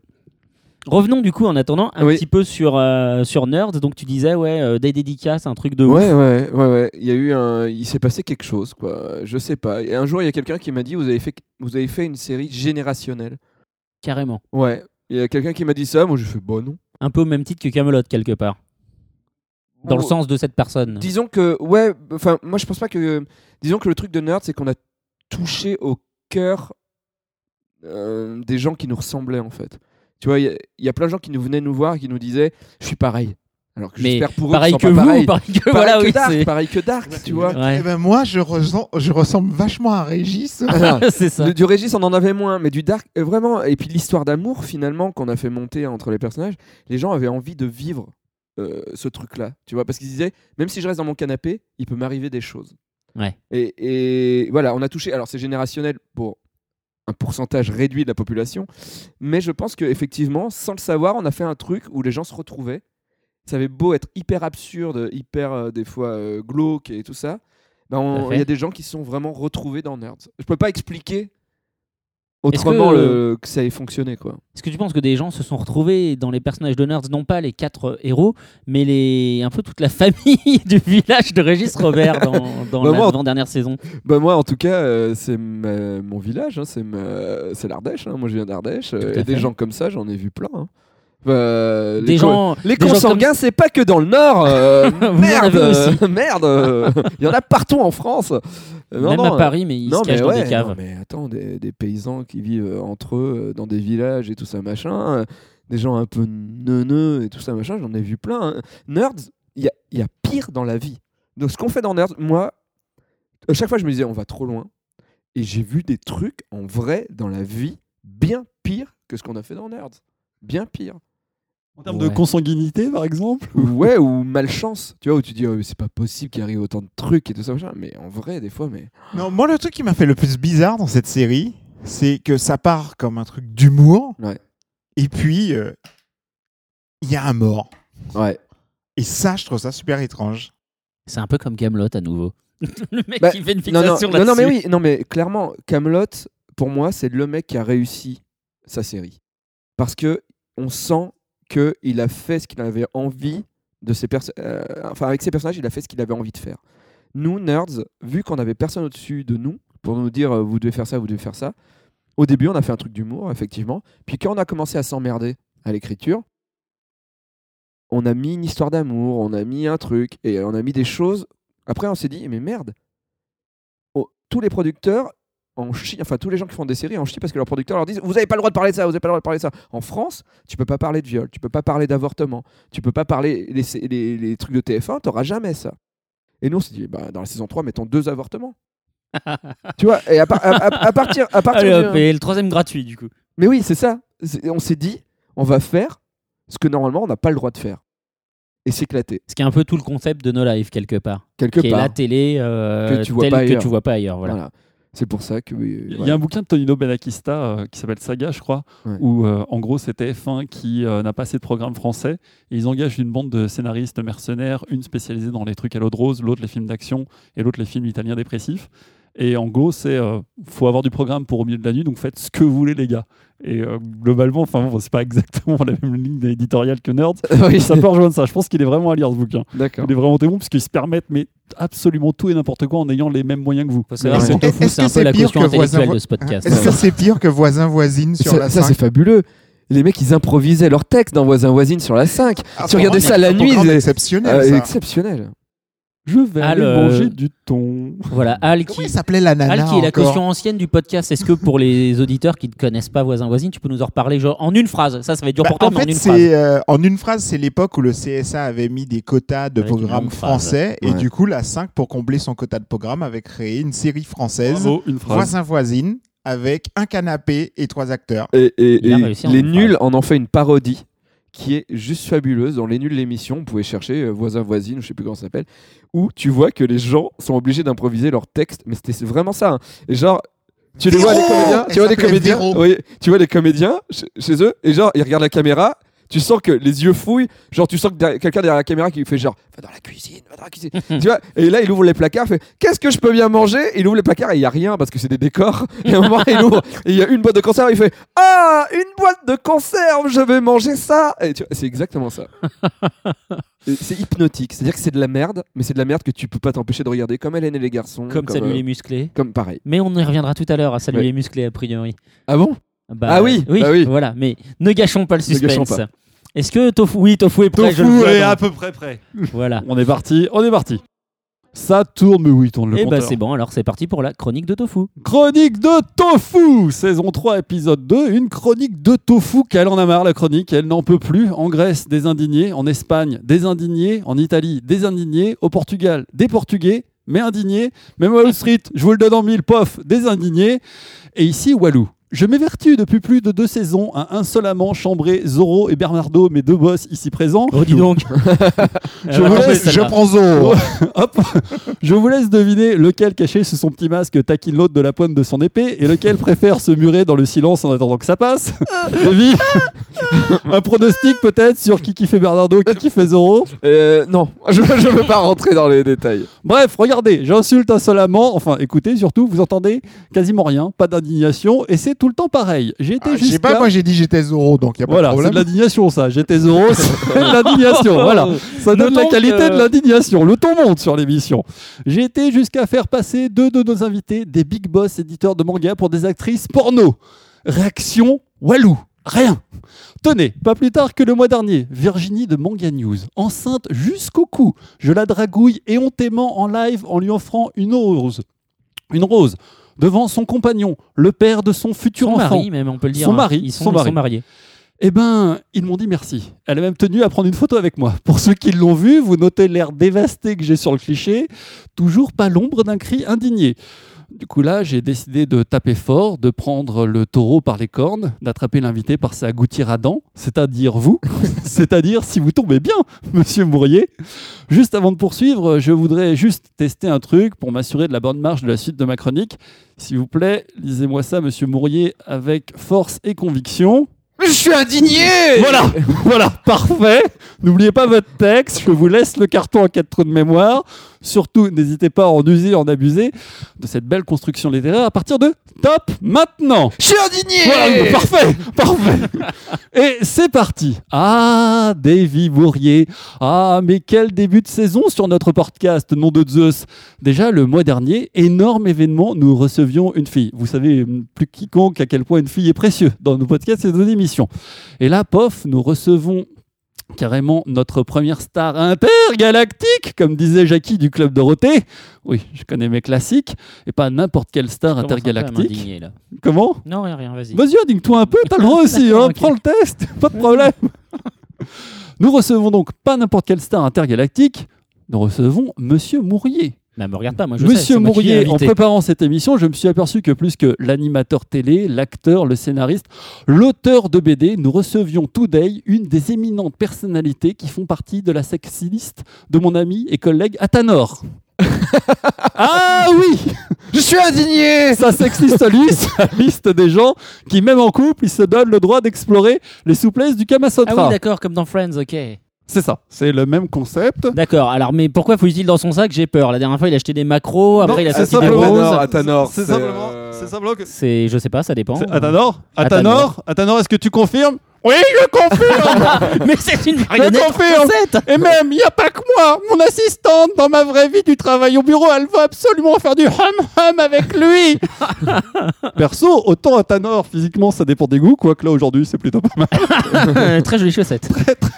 Speaker 1: Revenons du coup en attendant un
Speaker 4: Oui.
Speaker 1: petit peu sur, euh, sur Nerd. Donc tu disais, ouais, euh, des dédicaces, un truc de ouf.
Speaker 4: Ouais, ouais, ouais, ouais. Il y a eu un, il s'est passé quelque chose, quoi. Je sais pas. Et un jour, il y a quelqu'un qui m'a dit, vous avez fait, vous avez fait une série générationnelle.
Speaker 1: Carrément.
Speaker 4: Ouais. Il y a quelqu'un qui m'a dit ça. Moi, j'ai fait, bon non.
Speaker 1: Un peu au même titre que Camelot quelque part. Dans le
Speaker 4: Bon,
Speaker 1: sens de cette personne.
Speaker 4: Disons que, ouais. Enfin, moi, je pense pas que. Disons que le truc de nerd, c'est qu'on a touché au cœur euh, des gens qui nous ressemblaient, en fait. Tu vois, il y a- il y, a plein de gens qui nous venaient nous voir, et qui nous disaient, je suis pareil. Alors que
Speaker 1: Mais
Speaker 4: j'espère pour eux,
Speaker 1: pareil
Speaker 4: qu'ils
Speaker 1: que
Speaker 4: sont pas pareils.
Speaker 1: vous, pareil que
Speaker 4: Pareil
Speaker 1: voilà,
Speaker 4: que
Speaker 1: oui,
Speaker 4: Dark,
Speaker 1: c'est.
Speaker 4: pareil que Dark, tu vois.
Speaker 2: Eh ben moi, je, ressens- je ressemble vachement à Régis.
Speaker 1: Ouais. Ah c'est ça.
Speaker 4: Le- du Régis, on en avait moins, mais du Dark, euh, vraiment. Et puis l'histoire d'amour, finalement, qu'on a fait monter entre les personnages, les gens avaient envie de vivre euh, ce truc-là, tu vois, parce qu'ils disaient, même si je reste dans mon canapé, il peut m'arriver des choses.
Speaker 1: Ouais.
Speaker 4: Et, et voilà, on a touché. Alors c'est générationnel pour un pourcentage réduit de la population, mais je pense que effectivement, sans le savoir, on a fait un truc où les gens se retrouvaient. Ça avait beau être hyper absurde, hyper euh, des fois euh, glauque et tout ça. ben, on-
Speaker 1: Tout à fait.
Speaker 4: Il y a des gens qui se sont vraiment retrouvés dans Nerds. Je peux pas expliquer
Speaker 1: Est-ce que-
Speaker 4: autrement le- que ça ait fonctionné. Quoi.
Speaker 1: Est-ce que tu penses que des gens se sont retrouvés dans les personnages de Nerds, non pas les quatre euh, héros, mais les un peu toute la famille du village de Régis Robert dans, dans
Speaker 4: Bah, moi, en-
Speaker 1: la dernière saison
Speaker 4: Ben, moi, en tout cas, euh, c'est ma- mon village, hein, c'est ma- c'est l'Ardèche. hein. Moi, je viens d'Ardèche. euh,
Speaker 1: à
Speaker 4: et des
Speaker 1: fait.
Speaker 4: gens comme ça, j'en ai vu plein. hein. Euh,
Speaker 1: Des
Speaker 4: les co-
Speaker 1: gens,
Speaker 4: Les
Speaker 1: des gens comme
Speaker 4: consanguins, c'est pas que dans le Nord. euh,
Speaker 1: Vous en
Speaker 4: merde,
Speaker 1: avez aussi.
Speaker 4: euh, merde. euh, Il y en a partout en France. Euh, non,
Speaker 1: Même
Speaker 4: non,
Speaker 1: à
Speaker 4: euh,
Speaker 1: Paris, mais ils
Speaker 4: non,
Speaker 1: se cachent
Speaker 4: mais
Speaker 1: dans
Speaker 4: ouais,
Speaker 1: des caves.
Speaker 4: non, mais attends, des, des paysans qui vivent euh, entre eux euh, dans des villages et tout ça machin, euh, des gens un peu neuneux et tout ça machin, j'en ai vu plein. hein. Nerds, il y a, il y a pire dans la vie. Donc ce qu'on fait dans Nerds, moi, à chaque fois je me disais on va trop loin. Et j'ai vu des trucs en vrai dans la vie bien pire que ce qu'on a fait dans Nerds. Bien pire.
Speaker 6: En termes de
Speaker 1: Ouais.
Speaker 6: consanguinité, par exemple
Speaker 4: Ouais, ou malchance, tu vois, où tu dis, Oh, mais c'est pas possible qu'il arrive autant de trucs et tout ça, machin. Mais en vrai, des fois, mais.
Speaker 2: Non, moi, le truc qui m'a fait le plus bizarre dans cette série, c'est que ça part comme un truc d'humour.
Speaker 4: Ouais.
Speaker 2: Et puis, euh, il y a un mort.
Speaker 4: Ouais.
Speaker 2: Et ça, je trouve ça super étrange.
Speaker 1: C'est un peu comme Gamelot à nouveau. le mec
Speaker 4: Bah,
Speaker 1: qui fait une
Speaker 4: Non, non,
Speaker 1: fixation
Speaker 4: non, non, mais
Speaker 1: là-dessus.
Speaker 4: oui, non, mais clairement, Camelot, pour moi, c'est le mec qui a réussi sa série. Parce que on sent que il a fait ce qu'il avait envie de ses perso- euh, Enfin, avec ses personnages, il a fait ce qu'il avait envie de faire. Nous, nerds, vu qu'on avait personne au-dessus de nous pour nous dire, euh, vous devez faire ça, vous devez faire ça, au début, on a fait un truc d'humour, effectivement. Puis quand on a commencé à s'emmerder à l'écriture, on a mis une histoire d'amour, on a mis un truc, et on a mis des choses. Après, on s'est dit, mais merde, oh, tous les producteurs en chient, enfin tous les gens qui font des séries en chient parce que leurs producteurs leur disent, vous n'avez pas le droit de parler de ça, vous n'avez pas le droit de parler de ça. En France, tu peux pas parler de viol, tu peux pas parler d'avortement, tu peux pas parler les, sé- les- les trucs de TF1, t'auras jamais ça. Et nous, on s'est dit, bah, dans la saison 3, mettons deux avortements. tu vois, et à, par- à- à- à partir, à partir
Speaker 1: Allez,
Speaker 4: du-
Speaker 1: hop, et le troisième gratuit du coup.
Speaker 4: mais oui, c'est ça. C'est- On s'est dit, on va faire ce que normalement on n'a pas le droit de faire. Et s'éclater,
Speaker 1: Ce qui est un peu tout le concept de No Life quelque part.
Speaker 4: quelque
Speaker 1: qui est la
Speaker 4: part.
Speaker 1: télé euh,
Speaker 4: Que tu vois
Speaker 1: telle
Speaker 4: pas
Speaker 1: que
Speaker 4: ailleurs.
Speaker 1: tu vois pas ailleurs. Voilà.
Speaker 4: Voilà. C'est pour ça que. euh,
Speaker 6: Il y a
Speaker 4: voilà.
Speaker 6: un bouquin de Tonino Benakista euh, qui s'appelle Saga, je crois,
Speaker 4: Ouais.
Speaker 6: où euh, en gros c'est TF1 qui euh, n'a pas assez de programmes français et ils engagent une bande de scénaristes mercenaires, une spécialisée dans les trucs à l'eau de rose, l'autre les films d'action et l'autre les films italiens dépressifs. Et en gros, c'est euh, faut avoir du programme pour au milieu de la nuit, donc faites ce que vous voulez, les gars. Et euh, globalement, enfin bon, c'est pas exactement la même ligne éditoriale que Nerd,
Speaker 4: Oui,
Speaker 6: ça peut rejoindre ça. Je pense qu'il est vraiment à lire ce bouquin.
Speaker 4: D'accord.
Speaker 6: Il est vraiment très bon parce qu'ils se permettent mais absolument tout et n'importe quoi en ayant les mêmes moyens que vous.
Speaker 1: Faut savoir
Speaker 2: Est-ce
Speaker 1: que Tofu,
Speaker 2: que
Speaker 1: c'est un
Speaker 2: c'est
Speaker 1: peu la
Speaker 2: pire
Speaker 1: caution
Speaker 2: que voisin
Speaker 1: intellectuelle
Speaker 2: vo-
Speaker 1: de ce podcast.
Speaker 2: Est-ce que c'est pire que voisin-voisine sur
Speaker 4: ça,
Speaker 2: la
Speaker 4: ça,
Speaker 2: 5
Speaker 4: c'est fabuleux. Les mecs, ils improvisaient leurs textes dans Voisin Voisine sur la 5.
Speaker 6: Ah,
Speaker 4: tu regardais ça la nuit.
Speaker 2: C'est
Speaker 4: c'est-
Speaker 2: exceptionnel.
Speaker 4: euh,
Speaker 2: ça.
Speaker 4: exceptionnel.
Speaker 6: Je vais
Speaker 1: Ah,
Speaker 6: aller
Speaker 1: le-
Speaker 6: manger du thon.
Speaker 1: Voilà, Al
Speaker 2: Comment
Speaker 1: qui,
Speaker 2: il s'appelait la nana
Speaker 1: Al qui est la
Speaker 2: encore
Speaker 1: caution ancienne du podcast. Est-ce que pour les auditeurs qui ne connaissent pas Voisin Voisine, tu peux nous en reparler genre, en une phrase Ça, ça va être dur
Speaker 2: Bah,
Speaker 1: pour toi,
Speaker 2: en
Speaker 1: mais en
Speaker 2: fait,
Speaker 1: une phrase.
Speaker 2: c'est euh, en une phrase, c'est l'époque où le CSA avait mis des quotas de
Speaker 1: Avec une
Speaker 2: programmes
Speaker 1: longue phrase.
Speaker 2: français et
Speaker 4: Ouais.
Speaker 2: du coup, la 5 pour combler son quota de programme avait créé une série française
Speaker 6: Bravo, une phrase.
Speaker 2: voisin voisine avec un canapé et trois acteurs.
Speaker 4: Et, et-
Speaker 1: Il a
Speaker 4: et
Speaker 1: réussi en
Speaker 4: les
Speaker 1: une
Speaker 4: nuls en ont fait une parodie qui est juste fabuleuse. Dans les nuls l'émission, vous pouvez chercher euh, voisin voisine, ou je sais plus comment ça s'appelle, où tu vois que les gens sont obligés d'improviser leurs textes. Mais c'était vraiment ça. hein. Et genre. Tu les vois les
Speaker 2: Véro
Speaker 4: comédiens,
Speaker 2: Elle
Speaker 4: tu vois les
Speaker 2: s'appelait
Speaker 4: comédiens,
Speaker 2: Véro.
Speaker 4: oui, tu vois les comédiens chez, chez eux et genre ils regardent la caméra, tu sens que les yeux fouillent, genre tu sens que derrière- quelqu'un derrière la caméra qui fait genre va dans la cuisine, va dans la cuisine, tu vois et là il ouvre les placards, fait qu'est-ce que je peux bien manger, il ouvre les placards et il y a rien parce que c'est des décors et à un moment il ouvre et il y a une boîte de conserve, il fait ah, une boîte de conserve, je vais manger ça. Et tu vois, c'est exactement ça. Et c'est hypnotique, c'est-à-dire que c'est de la merde, mais c'est de la merde que tu peux pas t'empêcher de regarder, comme Hélène et les garçons.
Speaker 1: Comme Salut
Speaker 4: euh,
Speaker 1: les musclés.
Speaker 4: Comme pareil.
Speaker 1: Mais on y reviendra tout à l'heure à Salut
Speaker 4: Ouais.
Speaker 1: les musclés, a priori.
Speaker 4: Ah bon
Speaker 1: Bah,
Speaker 4: Ah oui,
Speaker 1: oui,
Speaker 4: bah oui.
Speaker 1: voilà. Mais ne gâchons pas le
Speaker 4: Ne gâchons
Speaker 1: suspense. Est-ce que Tofu, oui, Tofu est prêt, je le
Speaker 6: Tofu
Speaker 1: vois
Speaker 6: est
Speaker 1: dans-
Speaker 6: à peu près prêt.
Speaker 1: Voilà.
Speaker 6: On est parti, on est parti. Ça tourne, mais oui, tourne le
Speaker 1: Et bah
Speaker 6: compteur.
Speaker 1: c'est bon, alors c'est parti pour la chronique de Tofu.
Speaker 6: Chronique de Tofu, saison 3, épisode 2. Une chronique de Tofu qu'elle en a marre, la chronique. Elle n'en peut plus. En Grèce, des indignés. En Espagne, des indignés. En Italie, des indignés. Au Portugal, des Portugais, mais indignés. Même à Wall Street, je vous le donne en mille, pof, des indignés. Et ici, Walou. Je m'évertue depuis plus de deux saisons à insolemment chambrer Zorro et Bernardo, mes deux boss ici présents.
Speaker 1: Oh, dis donc.
Speaker 6: Je
Speaker 1: Alors,
Speaker 6: vous
Speaker 2: Ouais,
Speaker 6: laisse,
Speaker 1: celle-là.
Speaker 2: je prends Zoro.
Speaker 6: Hop Je vous laisse deviner lequel caché sous son petit masque taquine l'autre de la pointe de son épée et lequel préfère se murer dans le silence en attendant que ça passe. Davy Un pronostic peut-être sur qui kiffait Bernardo, qui kiffait Zoro
Speaker 4: Euh, non, je ne veux pas rentrer dans les détails.
Speaker 6: Bref, regardez, j'insulte insolemment, enfin écoutez surtout, vous entendez quasiment rien, pas d'indignation et c'est tout le temps pareil. J'étais
Speaker 2: Ah, Je sais
Speaker 6: jusqu'à...
Speaker 2: pas, moi j'ai dit j'étais Zoro, donc il n'y a pas
Speaker 6: Voilà, c'est
Speaker 2: de
Speaker 6: de
Speaker 2: problème.
Speaker 6: l'indignation ça. J'étais Zoro, c'est de l'indignation. Voilà, ça donne la
Speaker 1: Notons
Speaker 6: qualité
Speaker 1: que-
Speaker 6: de l'indignation. Le ton monte sur l'émission. J'ai été jusqu'à faire passer deux de nos invités, des big boss éditeurs de manga, pour des actrices porno. Réaction Walou. Rien. Tenez, pas plus tard que le mois dernier, Virginie de Manga News, enceinte jusqu'au cou, je la dragouille éhontément en live en lui offrant une rose. Une rose. Devant son compagnon, le père de son futur
Speaker 1: Son
Speaker 6: enfant.
Speaker 1: mari, même, on peut le dire.
Speaker 6: Son
Speaker 1: hein.
Speaker 6: mari,
Speaker 1: Ils sont,
Speaker 6: son
Speaker 1: ils
Speaker 6: mari.
Speaker 1: sont mariés.
Speaker 6: Eh ben, ils m'ont dit merci. Elle a même tenu à prendre une photo avec moi. Pour ceux qui l'ont vu, vous notez l'air dévasté que j'ai sur le cliché. Toujours pas l'ombre d'un cri indigné. Du coup là, j'ai décidé de taper fort, de prendre le taureau par les cornes, d'attraper l'invité par sa gouttière à dents, c'est-à-dire vous, c'est-à-dire si vous tombez bien, monsieur Mourier. Juste avant de poursuivre, je voudrais juste tester un truc pour m'assurer de la bonne marche de la suite de ma chronique. S'il vous plaît, lisez-moi ça, monsieur Mourier, avec force et conviction.
Speaker 4: Je suis indigné
Speaker 6: Voilà, voilà, parfait. N'oubliez pas votre texte. Je vous laisse le carton en quatre trous de mémoire. Surtout, n'hésitez pas à en user, à en abuser de cette belle construction littéraire à partir de top maintenant.
Speaker 4: Je suis indigné
Speaker 6: Voilà, parfait, parfait. Et c'est parti. Ah, Davy Bourrier. Ah, mais quel début de saison sur notre podcast, nom de Zeus. Déjà, le mois dernier, énorme événement, nous recevions une fille. Vous savez, hum, plus que quiconque, à quel point une fille est précieuse dans nos podcasts et nos émissions. Et là, pof, nous recevons carrément notre première star intergalactique, comme disait Jackie du Club Dorothée. Oui, je connais mes classiques, et pas n'importe quelle star
Speaker 1: Commence un peu à
Speaker 6: intergalactique.
Speaker 1: m'indigner, là.
Speaker 6: Comment
Speaker 1: Non, rien, rien, vas-y.
Speaker 6: Vas-y, indigne-toi un peu, t'as le droit aussi, hein,
Speaker 1: Ok.
Speaker 6: prends le test, pas de problème. Nous recevons donc pas n'importe quelle star intergalactique, nous recevons Monsieur Mourier.
Speaker 1: Mais Bah, me regarde pas, moi je sais,
Speaker 6: Monsieur
Speaker 1: c'est moi qui l'ai
Speaker 6: Mourier, en
Speaker 1: invité.
Speaker 6: préparant cette émission, je me suis aperçu que plus que l'animateur télé, l'acteur, le scénariste, l'auteur de BD, nous recevions today une des éminentes personnalités qui font partie de la sexy list de mon ami et collègue Atanor. ah oui
Speaker 4: Je suis indigné
Speaker 6: ça sexiste lui, sa liste des gens qui, même en couple, ils se donnent le droit d'explorer les souplesses du Kama
Speaker 1: Ah
Speaker 6: Sutra.
Speaker 1: oui, d'accord, comme dans Friends, ok.
Speaker 6: c'est ça, c'est le même concept.
Speaker 1: D'accord, alors mais pourquoi faut-il dans son sac J'ai peur. La dernière fois, il a acheté des macros, après
Speaker 6: Non,
Speaker 1: il a
Speaker 6: c'est
Speaker 1: sorti des
Speaker 6: simplement-
Speaker 1: roses.
Speaker 4: Atanor,
Speaker 6: C'est euh, simplement, c'est simplement que.
Speaker 1: C'est, je sais pas, ça dépend.
Speaker 6: C'est- Atanor
Speaker 1: Atanor.
Speaker 6: Atanor Atanor, est-ce que tu confirmes Oui, je confirme
Speaker 1: Mais c'est une marionnette
Speaker 6: confirme.
Speaker 1: française
Speaker 6: Et même, il n'y a pas que moi Mon assistante, dans ma vraie vie du travail au bureau, elle veut absolument faire du hum-hum avec lui Perso, autant à Tanor, physiquement, ça dépend des goûts, quoique là, aujourd'hui, c'est plutôt pas mal.
Speaker 1: Euh, Très jolie chaussette.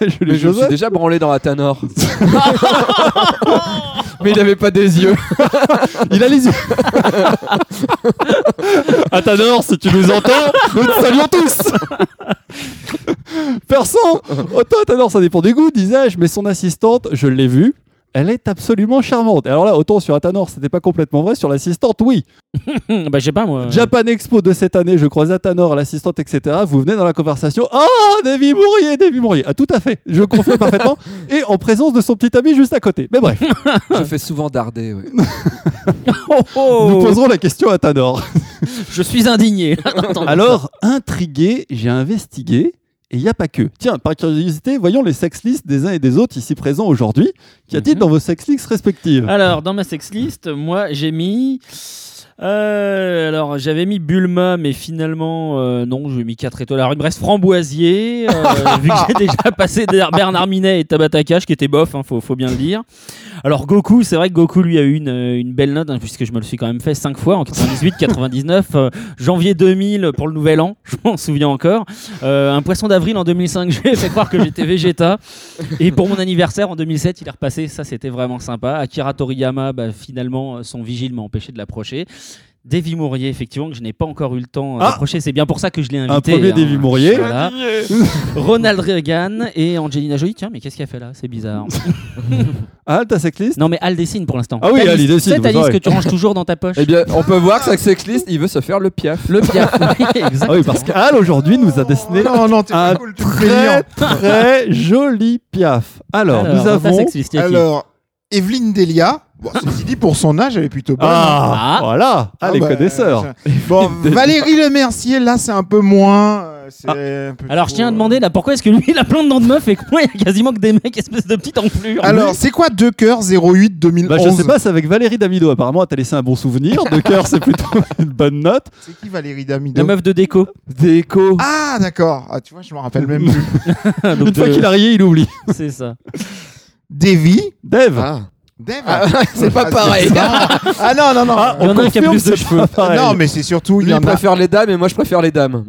Speaker 6: Je
Speaker 4: Mais
Speaker 6: les
Speaker 4: je me suis
Speaker 6: Joseph.
Speaker 4: déjà branlé dans la Tanor. Mais il n'avait pas des yeux.
Speaker 6: Il a les yeux À Tanor, si tu nous entends, nous te saluons tous Perso, autant à Tanor, oh, ça dépend des goûts, disais-je, mais son assistante, je l'ai vue, elle est absolument charmante. Et Alors là, autant sur Atanor, c'était pas complètement vrai, sur l'assistante, oui.
Speaker 1: Hum, bah, je sais pas moi.
Speaker 6: Japan Expo de cette année, je croise Atanor, l'assistante, etc. Vous venez dans la conversation. Ah, Davy Mourier, Davy Mourier. Ah, tout à fait. Je confirme parfaitement. Et en présence de son petit ami juste à côté. Mais bref,
Speaker 4: Je fais souvent darder. ouais.
Speaker 1: Oh, oh.
Speaker 6: nous poserons la question à Atanor.
Speaker 1: Je suis indigné. Attends.
Speaker 6: Alors, intrigué, j'ai investigué. Et il n'y a pas que. Tiens, par curiosité, voyons les sex lists des uns et des autres ici présents aujourd'hui. Qu'y a-t-il
Speaker 1: Mhm.
Speaker 6: dans vos sex lists respectives
Speaker 1: Alors, dans ma sex list, moi, j'ai mis. euh, alors, j'avais mis Bulma, mais finalement, euh, non, j'ai mis 4 étoiles. Alors, il me reste Framboisier, euh, vu que j'ai déjà passé Der- Bernard Minet et Tabata Cash, qui étaient bof, hein, faut, faut bien le dire. Alors, Goku, c'est vrai que Goku, lui, a eu une, euh, une belle note, hein, puisque je me le suis quand même fait 5 fois, en 98, 99, euh, janvier 2000 pour le Nouvel An, je m'en souviens encore. Euh, un poisson d'avril en 2005, j'ai fait croire que j'étais Vegeta. Et pour mon anniversaire en 2007, il est repassé, ça c'était vraiment sympa. Akira Toriyama, bah, finalement, euh, son vigile m'a empêché de l'approcher. Davy Mourier, effectivement, que je n'ai pas encore eu le temps euh,
Speaker 6: Ah
Speaker 1: d'approcher, c'est bien pour ça que je l'ai invité. hein.
Speaker 6: Un premier Davy Mourier.
Speaker 1: voilà. Ronald Reagan et Angelina Jolie. Tiens, mais qu'est-ce qu'elle fait là C'est bizarre.
Speaker 6: Ah, ta sex list
Speaker 1: non, mais Al dessine pour l'instant.
Speaker 6: Ah oui,
Speaker 1: Ta
Speaker 6: Al, il
Speaker 1: liste-
Speaker 6: dessine,
Speaker 1: C'est ta
Speaker 6: vous
Speaker 1: liste
Speaker 6: savez.
Speaker 1: que tu ranges toujours dans ta poche.
Speaker 4: Eh bien, on peut voir que cette list, il veut se faire le piaf.
Speaker 1: Le piaf. Exactement.
Speaker 6: Ah oui, parce qu'Al aujourd'hui nous a dessiné
Speaker 2: Non, non, t'es
Speaker 6: un
Speaker 2: pas cool, tu me fais
Speaker 6: très
Speaker 2: rire.
Speaker 6: très joli piaf. Alors, nous
Speaker 1: dans ta
Speaker 6: avons.
Speaker 1: sex list, il y a qui
Speaker 2: Alors, Evelyne Delia, bon, ceci dit, pour son âge, elle est plutôt bonne.
Speaker 6: Ah,
Speaker 1: Ah.
Speaker 6: voilà, ah,
Speaker 2: Ah,
Speaker 6: les
Speaker 2: bah,
Speaker 6: connaisseurs.
Speaker 2: je- Bon, Valérie Lemercier, là, c'est un peu moins. euh, c'est un peu
Speaker 1: Ah. Alors, je
Speaker 2: trop,
Speaker 1: tiens à
Speaker 2: euh,
Speaker 1: demander là pourquoi est-ce que lui il a plein de noms de meufs et que moi il y a quasiment que des mecs espèce de petite enflure.
Speaker 2: Alors, c'est quoi deux cœurs 08 2011
Speaker 6: Bah, je sais pas, c'est avec Valérie Damido. Apparemment, elle t'a laissé un bon souvenir. De cœur, c'est plutôt une bonne note.
Speaker 2: C'est qui Valérie
Speaker 1: la
Speaker 2: Damido
Speaker 1: meuf de déco.
Speaker 6: Des échos.
Speaker 2: Ah, d'accord. Ah, tu vois, je me rappelle même plus.
Speaker 1: Donc,
Speaker 6: une fois
Speaker 1: euh,
Speaker 6: qu'il a rié, il oublie.
Speaker 1: C'est ça.
Speaker 2: Davy Ah.
Speaker 6: Dev.
Speaker 2: Dev
Speaker 4: c'est pas
Speaker 2: Ah,
Speaker 4: pareil.
Speaker 2: c'est- non. Ah non, non, non.
Speaker 1: Il y en a un qui a
Speaker 6: confirme,
Speaker 1: plus
Speaker 6: c'est
Speaker 1: de cheveux.
Speaker 6: pas pareil.
Speaker 2: non, mais c'est surtout, il
Speaker 4: Lui,
Speaker 2: y
Speaker 4: il
Speaker 2: en a.
Speaker 4: préfère les dames et moi, je préfère les dames.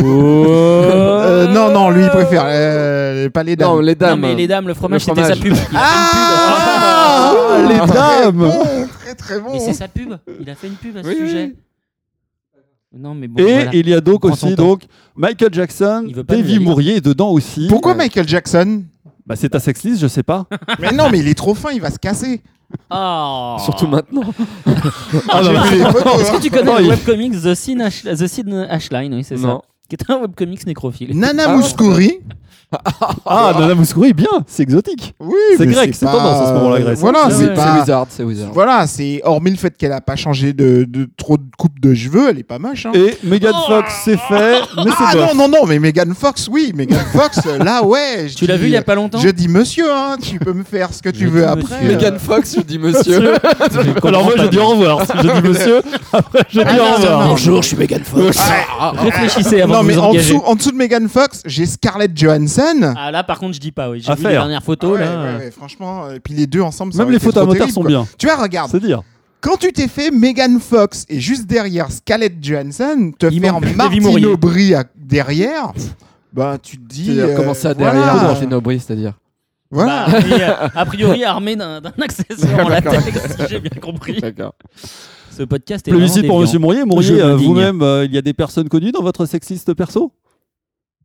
Speaker 1: Oh.
Speaker 2: Euh, non, non, lui, il préfère euh, pas les dames.
Speaker 4: Non, les
Speaker 1: Non,
Speaker 4: dames.
Speaker 1: mais les dames, le fromage,
Speaker 4: Le
Speaker 1: c'était sa
Speaker 4: fromage.
Speaker 1: pub. Il a
Speaker 2: Ah,
Speaker 6: Ah, les dames.
Speaker 2: Bon, très très
Speaker 1: fait une pub. Mais c'est
Speaker 2: bon.
Speaker 1: sa pub. Il a fait une pub à ce
Speaker 4: Oui, oui,
Speaker 1: sujet. Non, mais bon.
Speaker 6: Et
Speaker 1: voilà.
Speaker 6: il y a donc
Speaker 1: Prends son
Speaker 6: aussi
Speaker 1: temps.
Speaker 6: donc Michael Jackson,
Speaker 1: Il veut pas nous la
Speaker 6: Davy
Speaker 1: lire.
Speaker 6: Mourier est dedans aussi.
Speaker 2: Pourquoi Michael Jackson
Speaker 6: Bah, c'est ta sex list, je sais pas.
Speaker 2: Mais non, mais il est trop fin, il va se casser.
Speaker 1: Ah.
Speaker 4: Surtout maintenant.
Speaker 6: Ah,
Speaker 2: J'ai
Speaker 6: non,
Speaker 2: vu les photos,
Speaker 1: Est-ce
Speaker 2: hein.
Speaker 1: que tu connais
Speaker 6: Non,
Speaker 1: le
Speaker 6: il-
Speaker 1: webcomics The Sin Ash- The Sin Ashline Oui, c'est ça.
Speaker 4: Non.
Speaker 1: Qui est un webcomics nécrophile.
Speaker 2: Nana Mouskouri.
Speaker 6: Ah, Nana Mouskouri, bien, c'est exotique.
Speaker 2: Oui,
Speaker 6: C'est
Speaker 2: mais
Speaker 6: grec, c'est
Speaker 2: pas-
Speaker 6: tendance en ce moment, la Grèce. hein.
Speaker 2: Voilà,
Speaker 1: Ouais,
Speaker 2: c'est
Speaker 1: ouais.
Speaker 2: pas.
Speaker 4: Wizard, c'est Wizard.
Speaker 2: Voilà, c'est hormis le fait qu'elle a pas changé de, de trop de coupe de cheveux, elle est pas moche. Hein.
Speaker 6: Et Megan
Speaker 1: Oh
Speaker 6: Fox, c'est fait, mais
Speaker 2: ah
Speaker 6: c'est bon.
Speaker 2: non non non, mais Megan Fox, oui, Megan Fox, euh, là ouais. je
Speaker 1: Tu l'as
Speaker 2: dis-
Speaker 1: vu il y a pas longtemps
Speaker 2: Je dis monsieur, hein, tu peux me faire ce que
Speaker 1: Je
Speaker 2: tu veux
Speaker 1: dis
Speaker 2: après.
Speaker 1: monsieur.
Speaker 4: Megan Fox, je dis monsieur.
Speaker 6: Monsieur. Alors moi, j'ai dit au revoir. J'ai dit monsieur, après j'ai dit
Speaker 2: Ah,
Speaker 6: au
Speaker 2: non, non,
Speaker 6: revoir.
Speaker 2: non.
Speaker 4: Bonjour, je suis Megan Fox.
Speaker 1: Réfléchissez avant
Speaker 2: non
Speaker 1: de
Speaker 2: mais
Speaker 1: vous
Speaker 2: en
Speaker 1: engager.
Speaker 2: dessous, en dessous de Megan Fox, j'ai Scarlett Johansson.
Speaker 1: Ah là, par contre, je dis pas. Oui, j'ai
Speaker 6: À
Speaker 1: vu les
Speaker 6: faire.
Speaker 1: dernières photos
Speaker 2: Ouais,
Speaker 1: là.
Speaker 2: ouais, ouais, franchement,
Speaker 1: euh,
Speaker 2: et puis les deux ensemble. ça
Speaker 6: Même
Speaker 2: aurait
Speaker 6: les
Speaker 2: été
Speaker 6: photos à
Speaker 2: trop
Speaker 6: moteur
Speaker 2: terrible,
Speaker 6: sont
Speaker 2: quoi.
Speaker 6: bien.
Speaker 2: Tu vois, regarde,
Speaker 6: C'est dire.
Speaker 2: quand tu t'es fait Megan Fox et juste derrière Scarlett Johansson, te
Speaker 1: Il
Speaker 2: faire
Speaker 1: manque plus David
Speaker 2: Martine
Speaker 1: Mourier.
Speaker 2: Aubry à- derrière, bah tu te dis euh,
Speaker 4: Comment ça derrière
Speaker 2: voilà.
Speaker 4: Martine Aubry, c'est-à-dire
Speaker 2: Voilà.
Speaker 1: Bah, et, euh, a priori armé d'un d'un accessoire en latex, si j'ai bien compris.
Speaker 4: D'accord.
Speaker 1: Ce podcast est
Speaker 6: Plébiscite
Speaker 1: vraiment
Speaker 6: pour
Speaker 1: déviant.
Speaker 6: Monsieur Mourier. Mourier,
Speaker 1: Je
Speaker 6: euh,
Speaker 1: m'indigne.
Speaker 6: vous-même, euh, il y a des personnes connues dans votre sexiste perso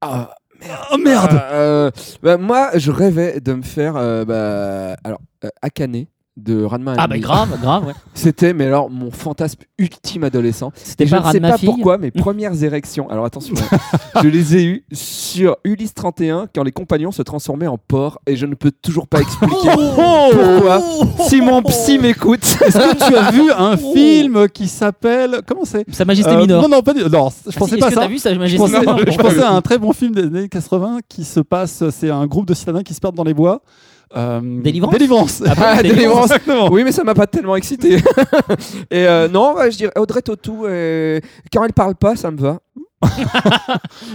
Speaker 4: Ah, merde.
Speaker 6: Oh merde
Speaker 4: Euh, euh, bah, moi, je rêvais de me faire euh, bah, alors euh, Akane de Ranma.
Speaker 1: Ah bah
Speaker 4: Anime.
Speaker 1: grave, grave, ouais.
Speaker 4: C'était mais alors mon fantasme ultime adolescent.
Speaker 1: C'était
Speaker 4: Et je
Speaker 1: pas
Speaker 4: ne
Speaker 1: Ranma
Speaker 4: sais pas
Speaker 1: fille.
Speaker 4: pourquoi, mes premières érections, alors attention, hein, je les ai eues sur Ulysse 31 quand les compagnons se transformaient en porc et je ne peux toujours pas expliquer
Speaker 1: Oh,
Speaker 4: pourquoi. Si mon psy m'écoute, Oh.
Speaker 6: Est-ce que tu as vu un
Speaker 1: Oh.
Speaker 6: film qui s'appelle comment c'est
Speaker 1: Sa Majesté
Speaker 6: Euh,
Speaker 1: Minor. Ah,
Speaker 6: Non non pas du... non, je pensais pas
Speaker 1: Est-ce que t'as
Speaker 6: ça.
Speaker 1: vu Sa
Speaker 6: Je
Speaker 1: Majesté
Speaker 6: pensais,
Speaker 1: Minor
Speaker 6: je pensais à un très bon film des années 80 qui se passe, c'est un groupe de citadins qui se perdent dans les bois. Euh,
Speaker 1: Délivrance
Speaker 6: Délivrance.
Speaker 1: Ah, pardon,
Speaker 4: Ah,
Speaker 1: Délivrance.
Speaker 4: Délivrance.
Speaker 6: Exactement.
Speaker 4: Oui, mais ça m'a pas tellement excité. et euh, non, ouais, je dirais Audrey Tautou, euh, quand elle parle pas, ça me va.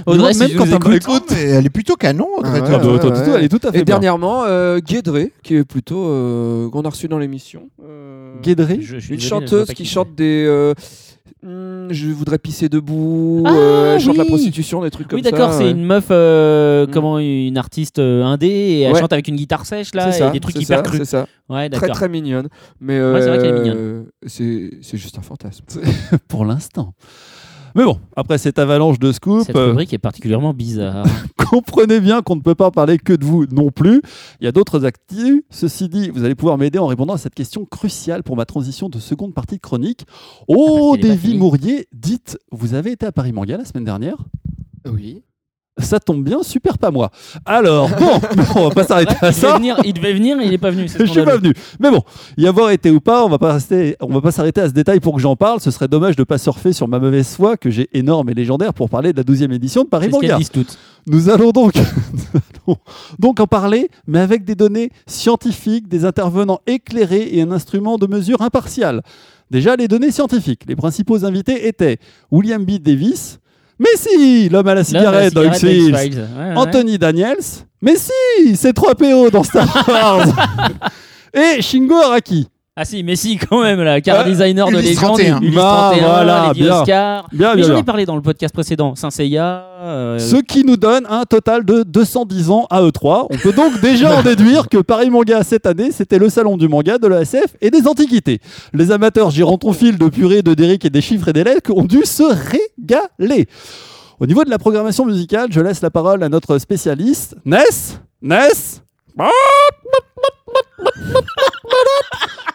Speaker 1: Audrey,
Speaker 6: Même
Speaker 1: si je
Speaker 6: quand
Speaker 1: vous
Speaker 6: un
Speaker 1: écoute-
Speaker 6: écoute.
Speaker 2: Écoute, mais elle est plutôt canon, Audrey.
Speaker 4: Ah
Speaker 6: Ah
Speaker 2: toi.
Speaker 6: bah,
Speaker 4: Ouais,
Speaker 6: toi,
Speaker 4: ouais,
Speaker 6: tout-
Speaker 4: ouais.
Speaker 6: Elle est tout à fait
Speaker 4: Et
Speaker 6: bien.
Speaker 4: dernièrement, euh, Guédré, qui est plutôt euh, qu'on a reçu dans l'émission. Euh,
Speaker 6: Guédré
Speaker 1: Je- je suis
Speaker 4: une
Speaker 1: désolé, je vois
Speaker 4: chanteuse
Speaker 1: pas
Speaker 4: qui
Speaker 1: c'est.
Speaker 4: chante des. euh, Hmm, je voudrais pisser debout.
Speaker 1: Ah,
Speaker 4: euh, elle chante la
Speaker 1: oui.
Speaker 4: prostitution, des trucs comme
Speaker 1: Oui,
Speaker 4: ça.
Speaker 1: d'accord, c'est
Speaker 4: ouais.
Speaker 1: une meuf, euh,
Speaker 4: Mm.
Speaker 1: comment, une artiste euh, indé, et elle
Speaker 4: Ouais.
Speaker 1: chante avec une guitare sèche, là,
Speaker 4: C'est
Speaker 1: et
Speaker 4: ça,
Speaker 1: des trucs
Speaker 4: c'est
Speaker 1: hyper
Speaker 4: ça,
Speaker 1: crus.
Speaker 4: C'est ça.
Speaker 1: Ouais,
Speaker 4: Très
Speaker 1: d'accord.
Speaker 4: très mignonne. Mais
Speaker 1: Ouais, c'est vrai qu'elle est mignonne.
Speaker 4: euh, c'est c'est juste un fantasme.
Speaker 6: pour l'instant. Mais bon, après cette avalanche de scoops,
Speaker 1: Cette
Speaker 6: euh,
Speaker 1: rubrique est particulièrement bizarre.
Speaker 6: comprenez bien qu'on ne peut pas parler que de vous non plus. Il y a d'autres actus. Ceci dit, vous allez pouvoir m'aider en répondant à cette question cruciale pour ma transition de seconde partie de chronique.
Speaker 1: Ah
Speaker 6: Oh,
Speaker 1: parce qu'elle bah, est pas
Speaker 6: Davy
Speaker 1: finie.
Speaker 6: Mourier, dites, vous avez été à Paris Manga la semaine dernière
Speaker 4: Oui.
Speaker 6: Ça tombe bien, super pas moi. Alors, bon, on va pas s'arrêter
Speaker 1: il,
Speaker 6: à
Speaker 1: devait
Speaker 6: ça.
Speaker 1: venir, il devait venir, il est pas venu. c'est
Speaker 6: Je suis pas
Speaker 1: scandaleux.
Speaker 6: venu. Mais bon, y avoir été ou pas, on va pas rester, on va pas s'arrêter à ce détail pour que j'en parle. Ce serait dommage de pas surfer sur ma mauvaise foi que j'ai énorme et légendaire pour parler de la 12e édition de Paris
Speaker 1: C'est ce qu'elles
Speaker 6: Manga.
Speaker 1: disent toutes.
Speaker 6: Nous allons donc, nous allons donc en parler, mais avec des données scientifiques, des intervenants éclairés et un instrument de mesure impartial. Déjà, les données scientifiques. Les principaux invités étaient William B. Davis, mais si, l'homme à la
Speaker 1: Là, la
Speaker 6: cigarette dans
Speaker 1: cigarette
Speaker 6: X-Files.
Speaker 1: X-Files. Ouais, ouais, ouais.
Speaker 6: Anthony Daniels, mais si, c'est 3 PO dans Star Wars. et Shingo Araki.
Speaker 1: Ah si, mais si, quand même, là, car
Speaker 6: Ah,
Speaker 1: designer de
Speaker 2: Ulysse
Speaker 1: légende,
Speaker 2: 31.
Speaker 1: Ulysse
Speaker 6: Bah,
Speaker 1: 31,
Speaker 6: voilà,
Speaker 1: Lady
Speaker 6: bien.
Speaker 1: Oscar.
Speaker 6: Bien,
Speaker 1: Mais
Speaker 6: bien,
Speaker 1: j'en ai
Speaker 6: bien.
Speaker 1: parlé dans le podcast précédent, Saint Seiya. euh,
Speaker 6: Ce qui nous donne un total de 210 ans à E3. On peut donc déjà en déduire que Paris Manga cette année, c'était le salon du manga, de l'ASF et des antiquités. Les amateurs girantonfils de purée, de Derrick et des chiffres et des lettres ont dû se régaler. Au niveau de la programmation musicale, je laisse la parole à notre spécialiste, Ness. Ness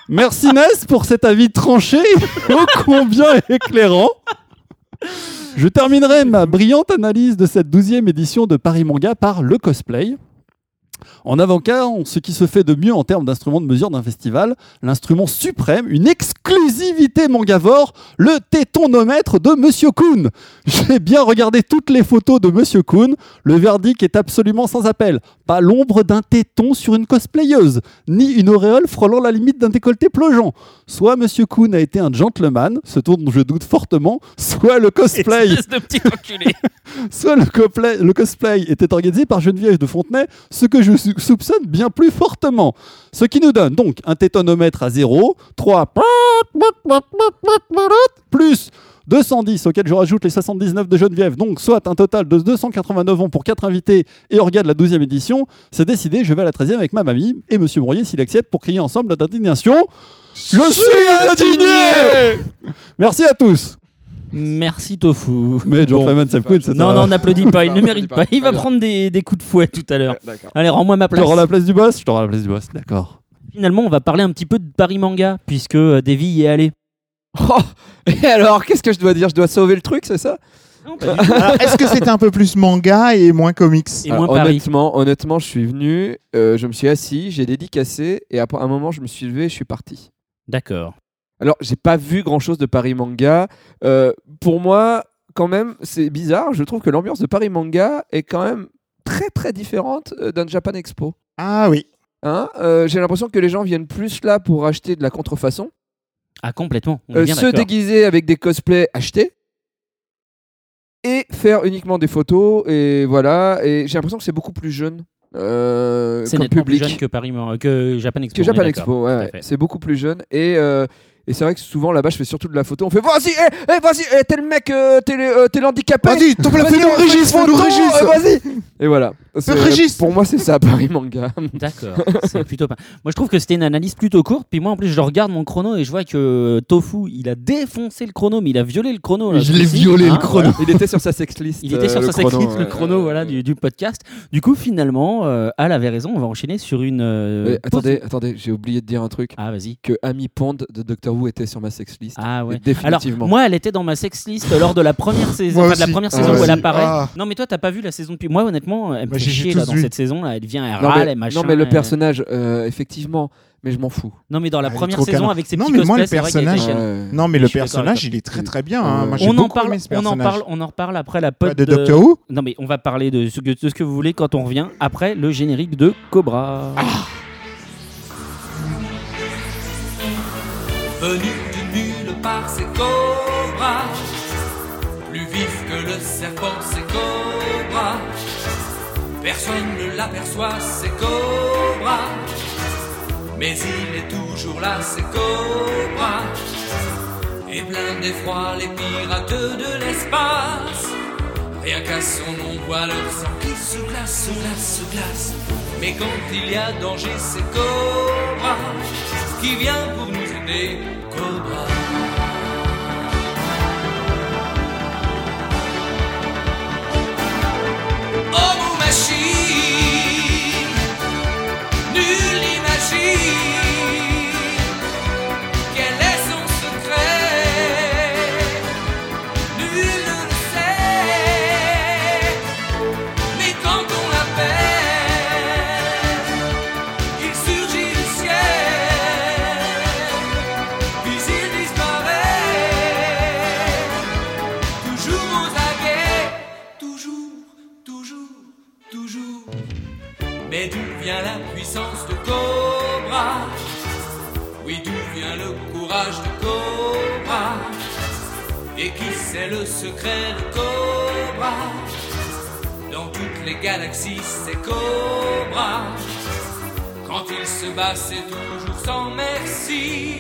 Speaker 6: Merci Ness pour cet avis tranché et ô combien éclairant. Je terminerai ma brillante analyse de cette douzième édition de Paris Manga par le cosplay. En avant-cas, ce qui se fait de mieux en termes d'instrument de mesure d'un festival, l'instrument suprême, une exclusivité mangavore, le tétonomètre de Monsieur Kuhn. J'ai bien regardé toutes les photos de Monsieur Kuhn. Le verdict est absolument sans appel. Pas l'ombre d'un téton sur une cosplayeuse, ni une auréole frôlant la limite d'un décolleté plongeant. Soit Monsieur Kuhn a été un gentleman, ce tour dont je doute fortement, soit le cosplay
Speaker 1: Espèce de petit enculé.
Speaker 6: Soit le cosplay, le cosplay était organisé par Geneviève de Fontenay, ce que je sou- soupçonne bien plus fortement. Ce qui nous donne donc un tétanomètre à 0, 3 plus 210 auquel je rajoute les 79 de Geneviève, donc soit un total de 289 ans pour 4 invités et orga de la 12e édition. C'est décidé, je vais à la 13e avec ma mamie et Monsieur Mourier s'il accepte pour crier ensemble notre indignation. Je suis indigné Merci à tous
Speaker 1: Merci Tofu.
Speaker 6: Mais
Speaker 1: Bon.
Speaker 6: Gentleman Save Queen, c'est
Speaker 1: Non,
Speaker 6: un-
Speaker 1: non, n'applaudis pas, il
Speaker 4: Non,
Speaker 1: ne
Speaker 4: n'applaudis
Speaker 1: mérite
Speaker 4: pas.
Speaker 1: pas. Il va
Speaker 4: Très bien.
Speaker 1: prendre des, des coups de fouet tout à l'heure.
Speaker 4: D'accord.
Speaker 1: Allez, rends-moi ma
Speaker 6: Je te
Speaker 1: place.
Speaker 6: rends la place du boss Je te rends la place du boss, d'accord.
Speaker 1: Finalement, on va parler un petit peu de Paris Manga, puisque euh, Davy y est allé.
Speaker 4: Oh, et alors, qu'est-ce que je dois dire Je dois sauver le truc, c'est ça
Speaker 2: Alors, Est-ce que c'était un peu plus manga et moins comics
Speaker 1: Et
Speaker 4: Alors,
Speaker 1: moins Paris.
Speaker 4: Euh, Ah, Honnêtement, honnêtement, je suis venu, euh, je me suis assis, j'ai dédicacé, et après un moment, je me suis levé et je suis parti.
Speaker 1: D'accord.
Speaker 4: Alors, j'ai pas vu grand chose de Paris Manga. Euh, pour moi, quand même, c'est bizarre. Je trouve que l'ambiance de Paris Manga est quand même très très différente euh, d'un Japan Expo.
Speaker 2: Ah oui.
Speaker 4: Hein Euh, j'ai l'impression que les gens viennent plus là pour acheter de la contrefaçon,
Speaker 1: Ah, complètement. On est
Speaker 4: euh,
Speaker 1: bien
Speaker 4: se
Speaker 1: d'accord.
Speaker 4: déguiser avec des cosplays achetés et faire uniquement des photos. Et voilà. Et j'ai l'impression que c'est beaucoup plus jeune euh,
Speaker 1: C'est
Speaker 4: comme
Speaker 1: nettement plus
Speaker 4: public.
Speaker 1: jeune que, Paris, Man- que Japan Expo.
Speaker 4: Que
Speaker 1: on est
Speaker 4: Japan
Speaker 1: d'accord.
Speaker 4: Expo, ouais,
Speaker 1: à
Speaker 4: ouais.
Speaker 1: fait.
Speaker 4: c'est beaucoup plus jeune. Et, euh, et c'est vrai que souvent là-bas, je fais surtout de la photo. On fait Vas-y, eh, eh, vas-y, eh, t'es le mec, euh, t'es le euh, t'es l'handicapé.
Speaker 2: Vas-y, t'en
Speaker 4: Vas-y, on
Speaker 2: fais-nous
Speaker 4: fait une
Speaker 2: Régis, fais-nous
Speaker 4: photo,
Speaker 2: Régis
Speaker 4: euh, Vas-y Et voilà. C'est-
Speaker 2: Régis.
Speaker 4: Pour moi, c'est ça, Paris Manga.
Speaker 1: D'accord, c'est plutôt pas. Moi, je trouve que c'était une analyse plutôt courte. Puis moi, en plus, je regarde mon chrono et je vois que euh, Tofu, il a défoncé le chrono, mais il a violé le chrono. là,
Speaker 3: Je
Speaker 1: ce
Speaker 3: l'ai
Speaker 1: coup-ci,
Speaker 3: violé, le
Speaker 1: hein,
Speaker 3: chrono.
Speaker 4: Il était sur sa sexlist.
Speaker 1: Il était sur
Speaker 4: euh,
Speaker 1: sa
Speaker 4: le
Speaker 1: sexliste,
Speaker 4: chrono,
Speaker 1: le
Speaker 4: ouais.
Speaker 1: chrono voilà, du, du podcast. Du coup, finalement, euh, Al avait raison. On va enchaîner sur une. euh,
Speaker 4: Mais
Speaker 1: pause.
Speaker 4: attendez, attendez, j'ai oublié de dire un truc.
Speaker 1: Ah, vas-y.
Speaker 4: Que Amy Pond de Doctor Who était sur ma sexlist.
Speaker 1: Ah ouais.
Speaker 4: Et définitivement.
Speaker 1: Alors, moi, elle était dans ma sexlist lors de la première saison,
Speaker 2: Moi
Speaker 1: enfin, de la
Speaker 2: aussi.
Speaker 1: première
Speaker 2: Ah,
Speaker 1: saison où
Speaker 2: moi
Speaker 1: elle
Speaker 2: aussi.
Speaker 1: apparaît.
Speaker 2: Ah.
Speaker 1: Non, mais toi, t'as pas vu la saison depuis. Moi, honnêtement, elle me
Speaker 2: Bah,
Speaker 1: fait
Speaker 2: j'ai- j'ai
Speaker 1: chier
Speaker 2: tous
Speaker 1: là, dans
Speaker 2: vu.
Speaker 1: cette saison. Là, elle devient, elle
Speaker 4: non,
Speaker 1: râle,
Speaker 4: mais,
Speaker 1: elle machin.
Speaker 4: non, mais le
Speaker 1: elle-
Speaker 4: personnage, euh, effectivement. Mais je m'en fous.
Speaker 1: Non, mais dans la
Speaker 2: Elle Ah, est
Speaker 1: première
Speaker 2: trop
Speaker 1: saison
Speaker 2: canon.
Speaker 1: avec ses
Speaker 2: Non,
Speaker 1: petits
Speaker 2: mais moi, le
Speaker 1: cosplays, c'est vrai qu'elle était
Speaker 2: personnage,
Speaker 1: chiante.
Speaker 4: Ouais.
Speaker 2: Non, mais le
Speaker 1: Je suis d'accord avec
Speaker 2: personnage,
Speaker 1: toi.
Speaker 2: il est très très bien. hein.
Speaker 4: Euh,
Speaker 2: Moi, j'ai
Speaker 1: on en
Speaker 2: beaucoup
Speaker 1: parle,
Speaker 2: aimé ce
Speaker 1: on en
Speaker 2: personnage.
Speaker 1: parle, on en parle après la
Speaker 2: Pas
Speaker 1: pote
Speaker 2: de
Speaker 1: de-
Speaker 2: Doctor Who
Speaker 1: Non mais on va parler de ce, que, de ce que vous voulez quand on revient après le générique de Cobra.
Speaker 2: Ah,
Speaker 7: Venu de nulle part, c'est Cobra. Plus vif que le serpent, c'est cobra. Personne ne l'aperçoit, c'est cobra. Mais il est toujours là, c'est cobra. Et plein d'effroi, les pirates de l'espace. Rien qu'à son nom, voit leur sang qui se glace, se glace, se glace. Mais quand il y a danger, c'est Cobra qui vient pour nous aider. Cobra. Oh mon machine, nul n'imagine quel est son secret. Nul ne le sait, mais quand on l'appelle, il surgit du ciel, puis il disparaît. Toujours aux aguets, toujours, toujours, toujours. Mais d'où vient la puissance de Cobra Oui, d'où vient le courage de Cobra et qui sait le secret de Cobra Dans toutes les galaxies, c'est Cobra. Quand il se bat, c'est toujours sans merci.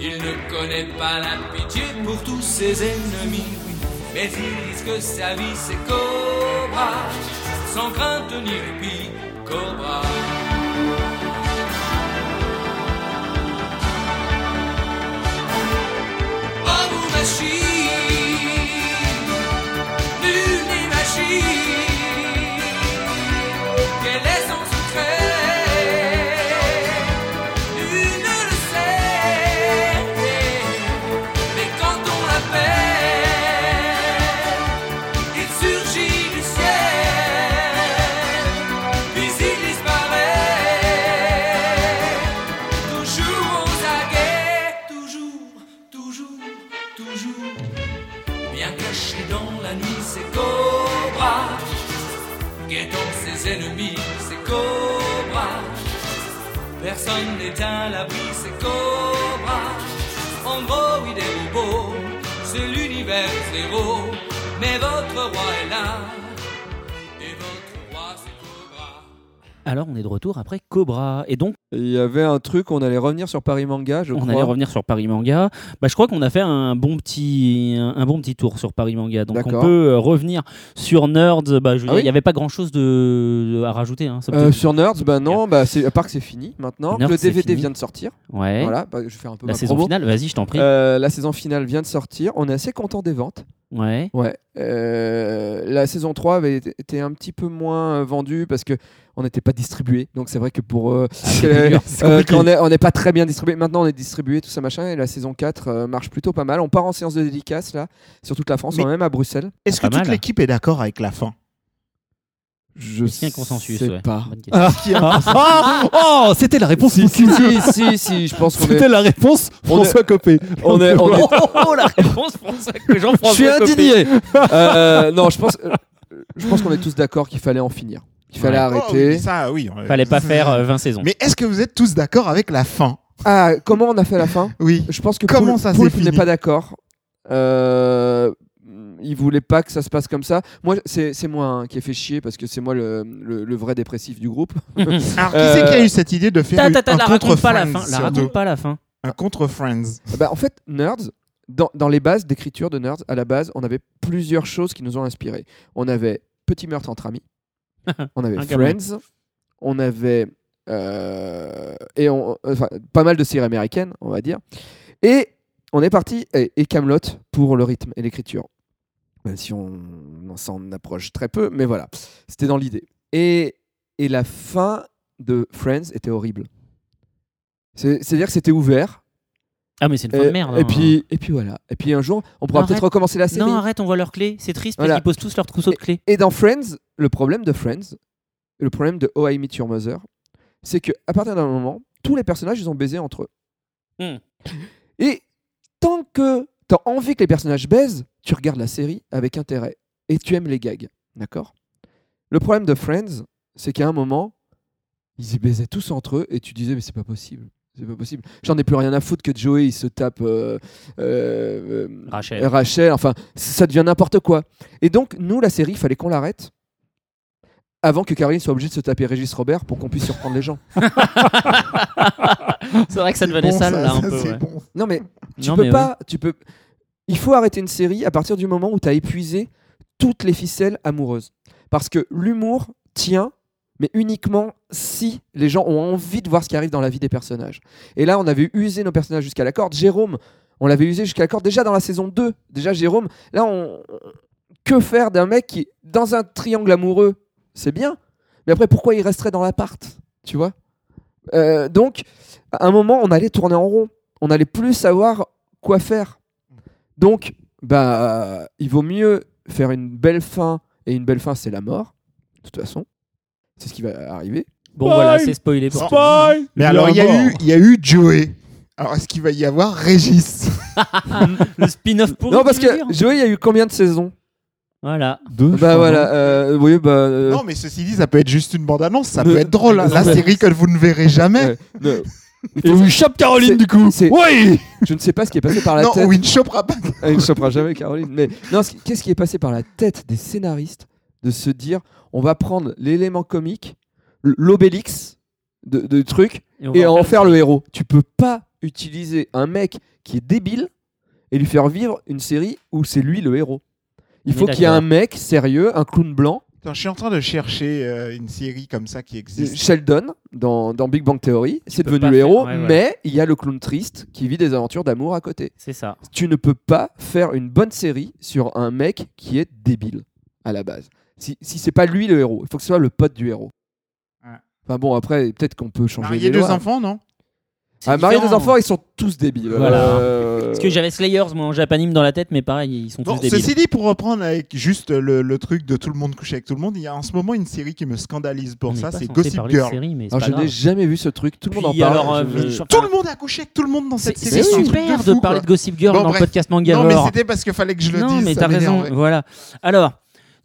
Speaker 7: Il ne connaît pas la pitié pour tous ses ennemis. oui. Mais il risque sa vie, c'est Cobra. Sans crainte ni répit, Cobra. Oh mon machine, nul n'imagine quel est son secret. Nul ne le sait, mais quand on l'appelle, il surgit du ciel, puis il disparaît. Toujours aux aguets, toujours, toujours, toujours. Bien caché dans la nuit, c'est Cobra. Guettant ses ennemis, c'est Cobra. Personne n'est à l'abri, c'est Cobra. En gros, il est robot, c'est l'univers zéro. Mais votre roi est là, et votre roi, c'est Cobra.
Speaker 1: Alors, on est de retour après Cobra. Et donc,
Speaker 4: Il y avait un truc, on allait revenir sur Paris Manga, je
Speaker 1: on
Speaker 4: crois.
Speaker 1: allait revenir sur Paris Manga. Bah, je crois qu'on a fait un bon petit, un, un bon petit tour sur Paris Manga. Donc, on
Speaker 4: D'accord.
Speaker 1: peut euh, revenir sur Nerds. Bah, je veux
Speaker 4: Ah
Speaker 1: dire, il
Speaker 4: oui
Speaker 1: n'y avait pas grand chose de, de- à rajouter. hein. Ça peut-
Speaker 4: Euh, sur Nerds, bah non, bah c'est- à part que c'est fini maintenant.
Speaker 1: Nerds,
Speaker 4: le
Speaker 1: c'est
Speaker 4: DVD
Speaker 1: fini.
Speaker 4: vient de sortir.
Speaker 1: ouais.
Speaker 4: Voilà, bah, je vais faire un peu
Speaker 1: La
Speaker 4: ma
Speaker 1: saison
Speaker 4: promo.
Speaker 1: finale, vas-y, je t'en prie.
Speaker 4: Euh, la saison finale vient de sortir. On est assez content des ventes.
Speaker 1: Ouais.
Speaker 4: Ouais. Euh, la saison 3 avait été- été un petit peu moins euh, vendue parce que on n'était pas distribué. Donc c'est vrai que pour euh, que-
Speaker 1: Ah, dur,
Speaker 4: euh, qu'on est- on n'est pas très bien distribué. Maintenant on est distribué tout ça machin et la saison 4 euh, marche plutôt pas mal. On part en séance de dédicace là sur toute la France,
Speaker 3: Mais-
Speaker 4: on est même à Bruxelles.
Speaker 6: Ah,
Speaker 3: Est-ce que
Speaker 1: Ah, Pas
Speaker 3: toute
Speaker 1: mal.
Speaker 3: l'équipe est d'accord avec la fin
Speaker 4: Je
Speaker 1: Est-ce qu'il y a un consensus
Speaker 4: sais
Speaker 1: ouais.
Speaker 4: pas.
Speaker 1: Bonne question.
Speaker 6: Ah. hein
Speaker 3: Oh, c'était la réponse
Speaker 4: Si, si, si, si, si, je pense qu'on est.
Speaker 3: la réponse
Speaker 4: François
Speaker 3: Copé.
Speaker 4: Euh, On est, on est-
Speaker 1: Oh, la réponse François que
Speaker 4: je
Speaker 1: Jean-François
Speaker 4: suis
Speaker 1: Copé.
Speaker 4: indigné. Euh, non, je pense, euh, je pense qu'on est tous d'accord qu'il fallait en finir. Il fallait
Speaker 1: Ouais.
Speaker 4: arrêter.
Speaker 3: ça, Oh, oui. on-
Speaker 1: Fallait pas faire euh, 20 saisons.
Speaker 3: Mais est-ce que vous êtes tous d'accord avec la fin
Speaker 4: Ah, comment on a fait la fin
Speaker 3: Oui.
Speaker 4: Je pense que
Speaker 3: Comment
Speaker 4: Poulpe-
Speaker 3: ça s'est
Speaker 4: Poulpe
Speaker 3: fini
Speaker 4: n'est pas d'accord. Euh, il voulait pas que ça se passe comme ça. Moi, c'est c'est moi hein, qui ai fait chier parce que c'est moi le, le- le vrai dépressif du groupe.
Speaker 3: Alors, qui
Speaker 4: Euh,
Speaker 3: c'est qui a eu cette idée de faire
Speaker 1: Ta,
Speaker 3: une-
Speaker 1: ta, ta,
Speaker 3: un
Speaker 1: la
Speaker 3: contre
Speaker 1: raconte pas la
Speaker 3: Friends
Speaker 1: fin. La
Speaker 3: sur deux
Speaker 1: raconte pas la fin.
Speaker 3: Un contre Friends.
Speaker 4: bah, Ah. en fait, Nerds, dans, dans les bases d'écriture de Nerds, à la base, on avait plusieurs choses qui nous ont inspirés. On avait Petit meurtre entre amis, on avait
Speaker 1: Un gamin.
Speaker 4: Friends, on avait euh, et on, enfin, pas mal de séries américaines, on va dire. Et on est parti et, Camelot pour le rythme et l'écriture. Même si on, on s'en approche très peu, mais voilà, c'était dans l'idée. Et, et la fin de Friends était horrible. C'est- C'est-à-dire que c'était ouvert.
Speaker 1: Ah, mais c'est une fin de
Speaker 4: Et,
Speaker 1: merde.
Speaker 4: et
Speaker 1: hein.
Speaker 4: puis, et puis voilà. Et puis un jour, on pourra
Speaker 1: Arrête.
Speaker 4: peut-être recommencer la série.
Speaker 1: Non, arrête, on voit leurs clés. C'est triste parce
Speaker 4: Voilà.
Speaker 1: qu'ils posent tous leur trousseau de clés.
Speaker 4: Et dans Friends, le problème de Friends, le problème de Oh I Meet Your Mother, c'est que à partir d'un moment, tous les personnages ils ont baisé entre eux.
Speaker 1: Hmm.
Speaker 4: Et tant que t'as envie que les personnages baisent, tu regardes la série avec intérêt et tu aimes les gags, d'accord Le problème de Friends, c'est qu'à un moment, ils y baisaient tous entre eux et tu disais mais c'est pas possible. C'est pas possible. J'en ai plus rien à foutre que Joey il se tape euh, euh, euh,
Speaker 1: Rachel.
Speaker 4: Rachel. Enfin, ça devient n'importe quoi. Et donc, nous, la série, il fallait qu'on l'arrête avant que Caroline soit obligée de se taper Régis Robert pour qu'on puisse surprendre les gens.
Speaker 1: c'est vrai que ça
Speaker 2: C'est
Speaker 1: devenait
Speaker 2: bon,
Speaker 1: sale là un
Speaker 2: ça,
Speaker 1: peu.
Speaker 2: c'est
Speaker 1: ouais.
Speaker 2: bon.
Speaker 4: Non, mais tu
Speaker 1: Non,
Speaker 4: peux
Speaker 1: mais
Speaker 4: pas. Tu peux... Il faut arrêter une série à partir du moment où tu as épuisé toutes les ficelles amoureuses. Parce que l'humour tient, mais uniquement si les gens ont envie de voir ce qui arrive dans la vie des personnages. Et là, on avait usé nos personnages jusqu'à la corde. Jérôme, on l'avait usé jusqu'à la corde déjà dans la saison 2. Déjà, Jérôme, là, on. Que faire d'un mec qui, dans un triangle amoureux, c'est bien, mais après, pourquoi il resterait dans l'appart Tu vois Euh, Donc, à un moment, on allait tourner en rond. On allait plus savoir quoi faire. Donc, bah, il vaut mieux faire une belle fin. Et une belle fin, c'est la mort. De toute façon, c'est ce qui va arriver.
Speaker 1: Bon voilà, c'est spoilé pour toi.
Speaker 6: Spoil
Speaker 2: Mais alors, il y, a eu, il y a eu Joey. Alors, est-ce qu'il va y avoir Régis
Speaker 1: Le spin-off pour
Speaker 4: non, parce que Joey, il y a eu combien de saisons
Speaker 1: Voilà.
Speaker 6: Deux, je
Speaker 4: Bah
Speaker 6: crois,
Speaker 4: voilà, euh, oui, bah. euh,
Speaker 2: Non, mais ceci dit, ça peut être juste une bande-annonce. Ça
Speaker 4: Le-
Speaker 2: peut être drôle. hein. La
Speaker 4: Ouais.
Speaker 2: série que vous ne verrez jamais.
Speaker 4: ouais, non.
Speaker 6: Et où chope Caroline
Speaker 4: C'est-
Speaker 6: du coup
Speaker 4: c'est-
Speaker 6: Oui
Speaker 4: Je ne sais pas ce qui est passé par la
Speaker 2: non,
Speaker 4: tête.
Speaker 2: ou une chopera pas.
Speaker 4: Elle ne chopera jamais Caroline. Mais non, ce qui- qu'est-ce qui est passé par la tête des scénaristes de se dire on va prendre l'élément comique, l- l'obélix de, de truc,
Speaker 1: on
Speaker 4: et
Speaker 1: va
Speaker 4: en faire le héros. Tu peux pas utiliser un mec qui est débile et lui faire vivre une série où c'est lui le héros. Il
Speaker 1: On
Speaker 4: faut
Speaker 1: est
Speaker 4: qu'il y ait
Speaker 1: d'accord.
Speaker 4: un mec sérieux, un clown blanc,
Speaker 2: Attends, je suis en train de chercher euh, une série comme ça qui existe.
Speaker 4: Sheldon dans, dans Big Bang Theory, c'est
Speaker 1: peux
Speaker 4: devenu
Speaker 1: pas
Speaker 4: le
Speaker 1: faire-
Speaker 4: héros,
Speaker 1: ouais, voilà.
Speaker 4: mais il y a le clown triste qui vit des aventures d'amour à côté.
Speaker 1: C'est ça.
Speaker 4: tu ne peux pas faire une bonne série sur un mec qui est débile à la base. Si, si c'est pas lui le héros, il faut que ce soit le pote du héros.
Speaker 2: Ouais.
Speaker 4: Enfin bon, après, peut-être qu'on peut changer
Speaker 2: Marié
Speaker 4: les
Speaker 2: deux
Speaker 4: lois.
Speaker 2: enfants, non
Speaker 4: Ah, marié deux
Speaker 1: différent.
Speaker 4: enfants, ils sont tous débiles.
Speaker 1: Voilà.
Speaker 4: Euh,
Speaker 1: Parce que j'avais Slayers moi en japanime dans la tête, mais pareil, ils sont
Speaker 2: Bon,
Speaker 1: tous débiles.
Speaker 2: ceci dit, pour reprendre avec juste le, le truc de tout le monde couche avec tout le monde, il y a en ce moment une série qui me scandalise pour
Speaker 1: On
Speaker 2: ça,
Speaker 1: n'est pas
Speaker 2: c'est
Speaker 1: censé
Speaker 2: Gossip
Speaker 1: parler de
Speaker 2: Girl.
Speaker 1: série, mais c'est
Speaker 4: alors,
Speaker 1: pas
Speaker 4: je n'ai
Speaker 1: grave.
Speaker 4: jamais vu ce truc, tout le monde en
Speaker 1: Puis
Speaker 4: parle.
Speaker 1: alors, euh,
Speaker 4: je-
Speaker 1: mais je-
Speaker 2: Tout le monde a couché avec tout le monde dans cette
Speaker 1: C'est
Speaker 2: série.
Speaker 1: c'est
Speaker 2: un truc
Speaker 1: super de
Speaker 2: fou,
Speaker 1: parler
Speaker 2: quoi.
Speaker 1: de Gossip Girl
Speaker 2: Bon,
Speaker 1: dans
Speaker 2: bref.
Speaker 1: le podcast Manga
Speaker 2: Non, mais
Speaker 1: Lore.
Speaker 2: c'était parce qu'il fallait que je le
Speaker 1: non,
Speaker 2: dise.
Speaker 1: mais
Speaker 2: ça
Speaker 1: t'as raison.
Speaker 2: m'énervait.
Speaker 1: Voilà. Alors,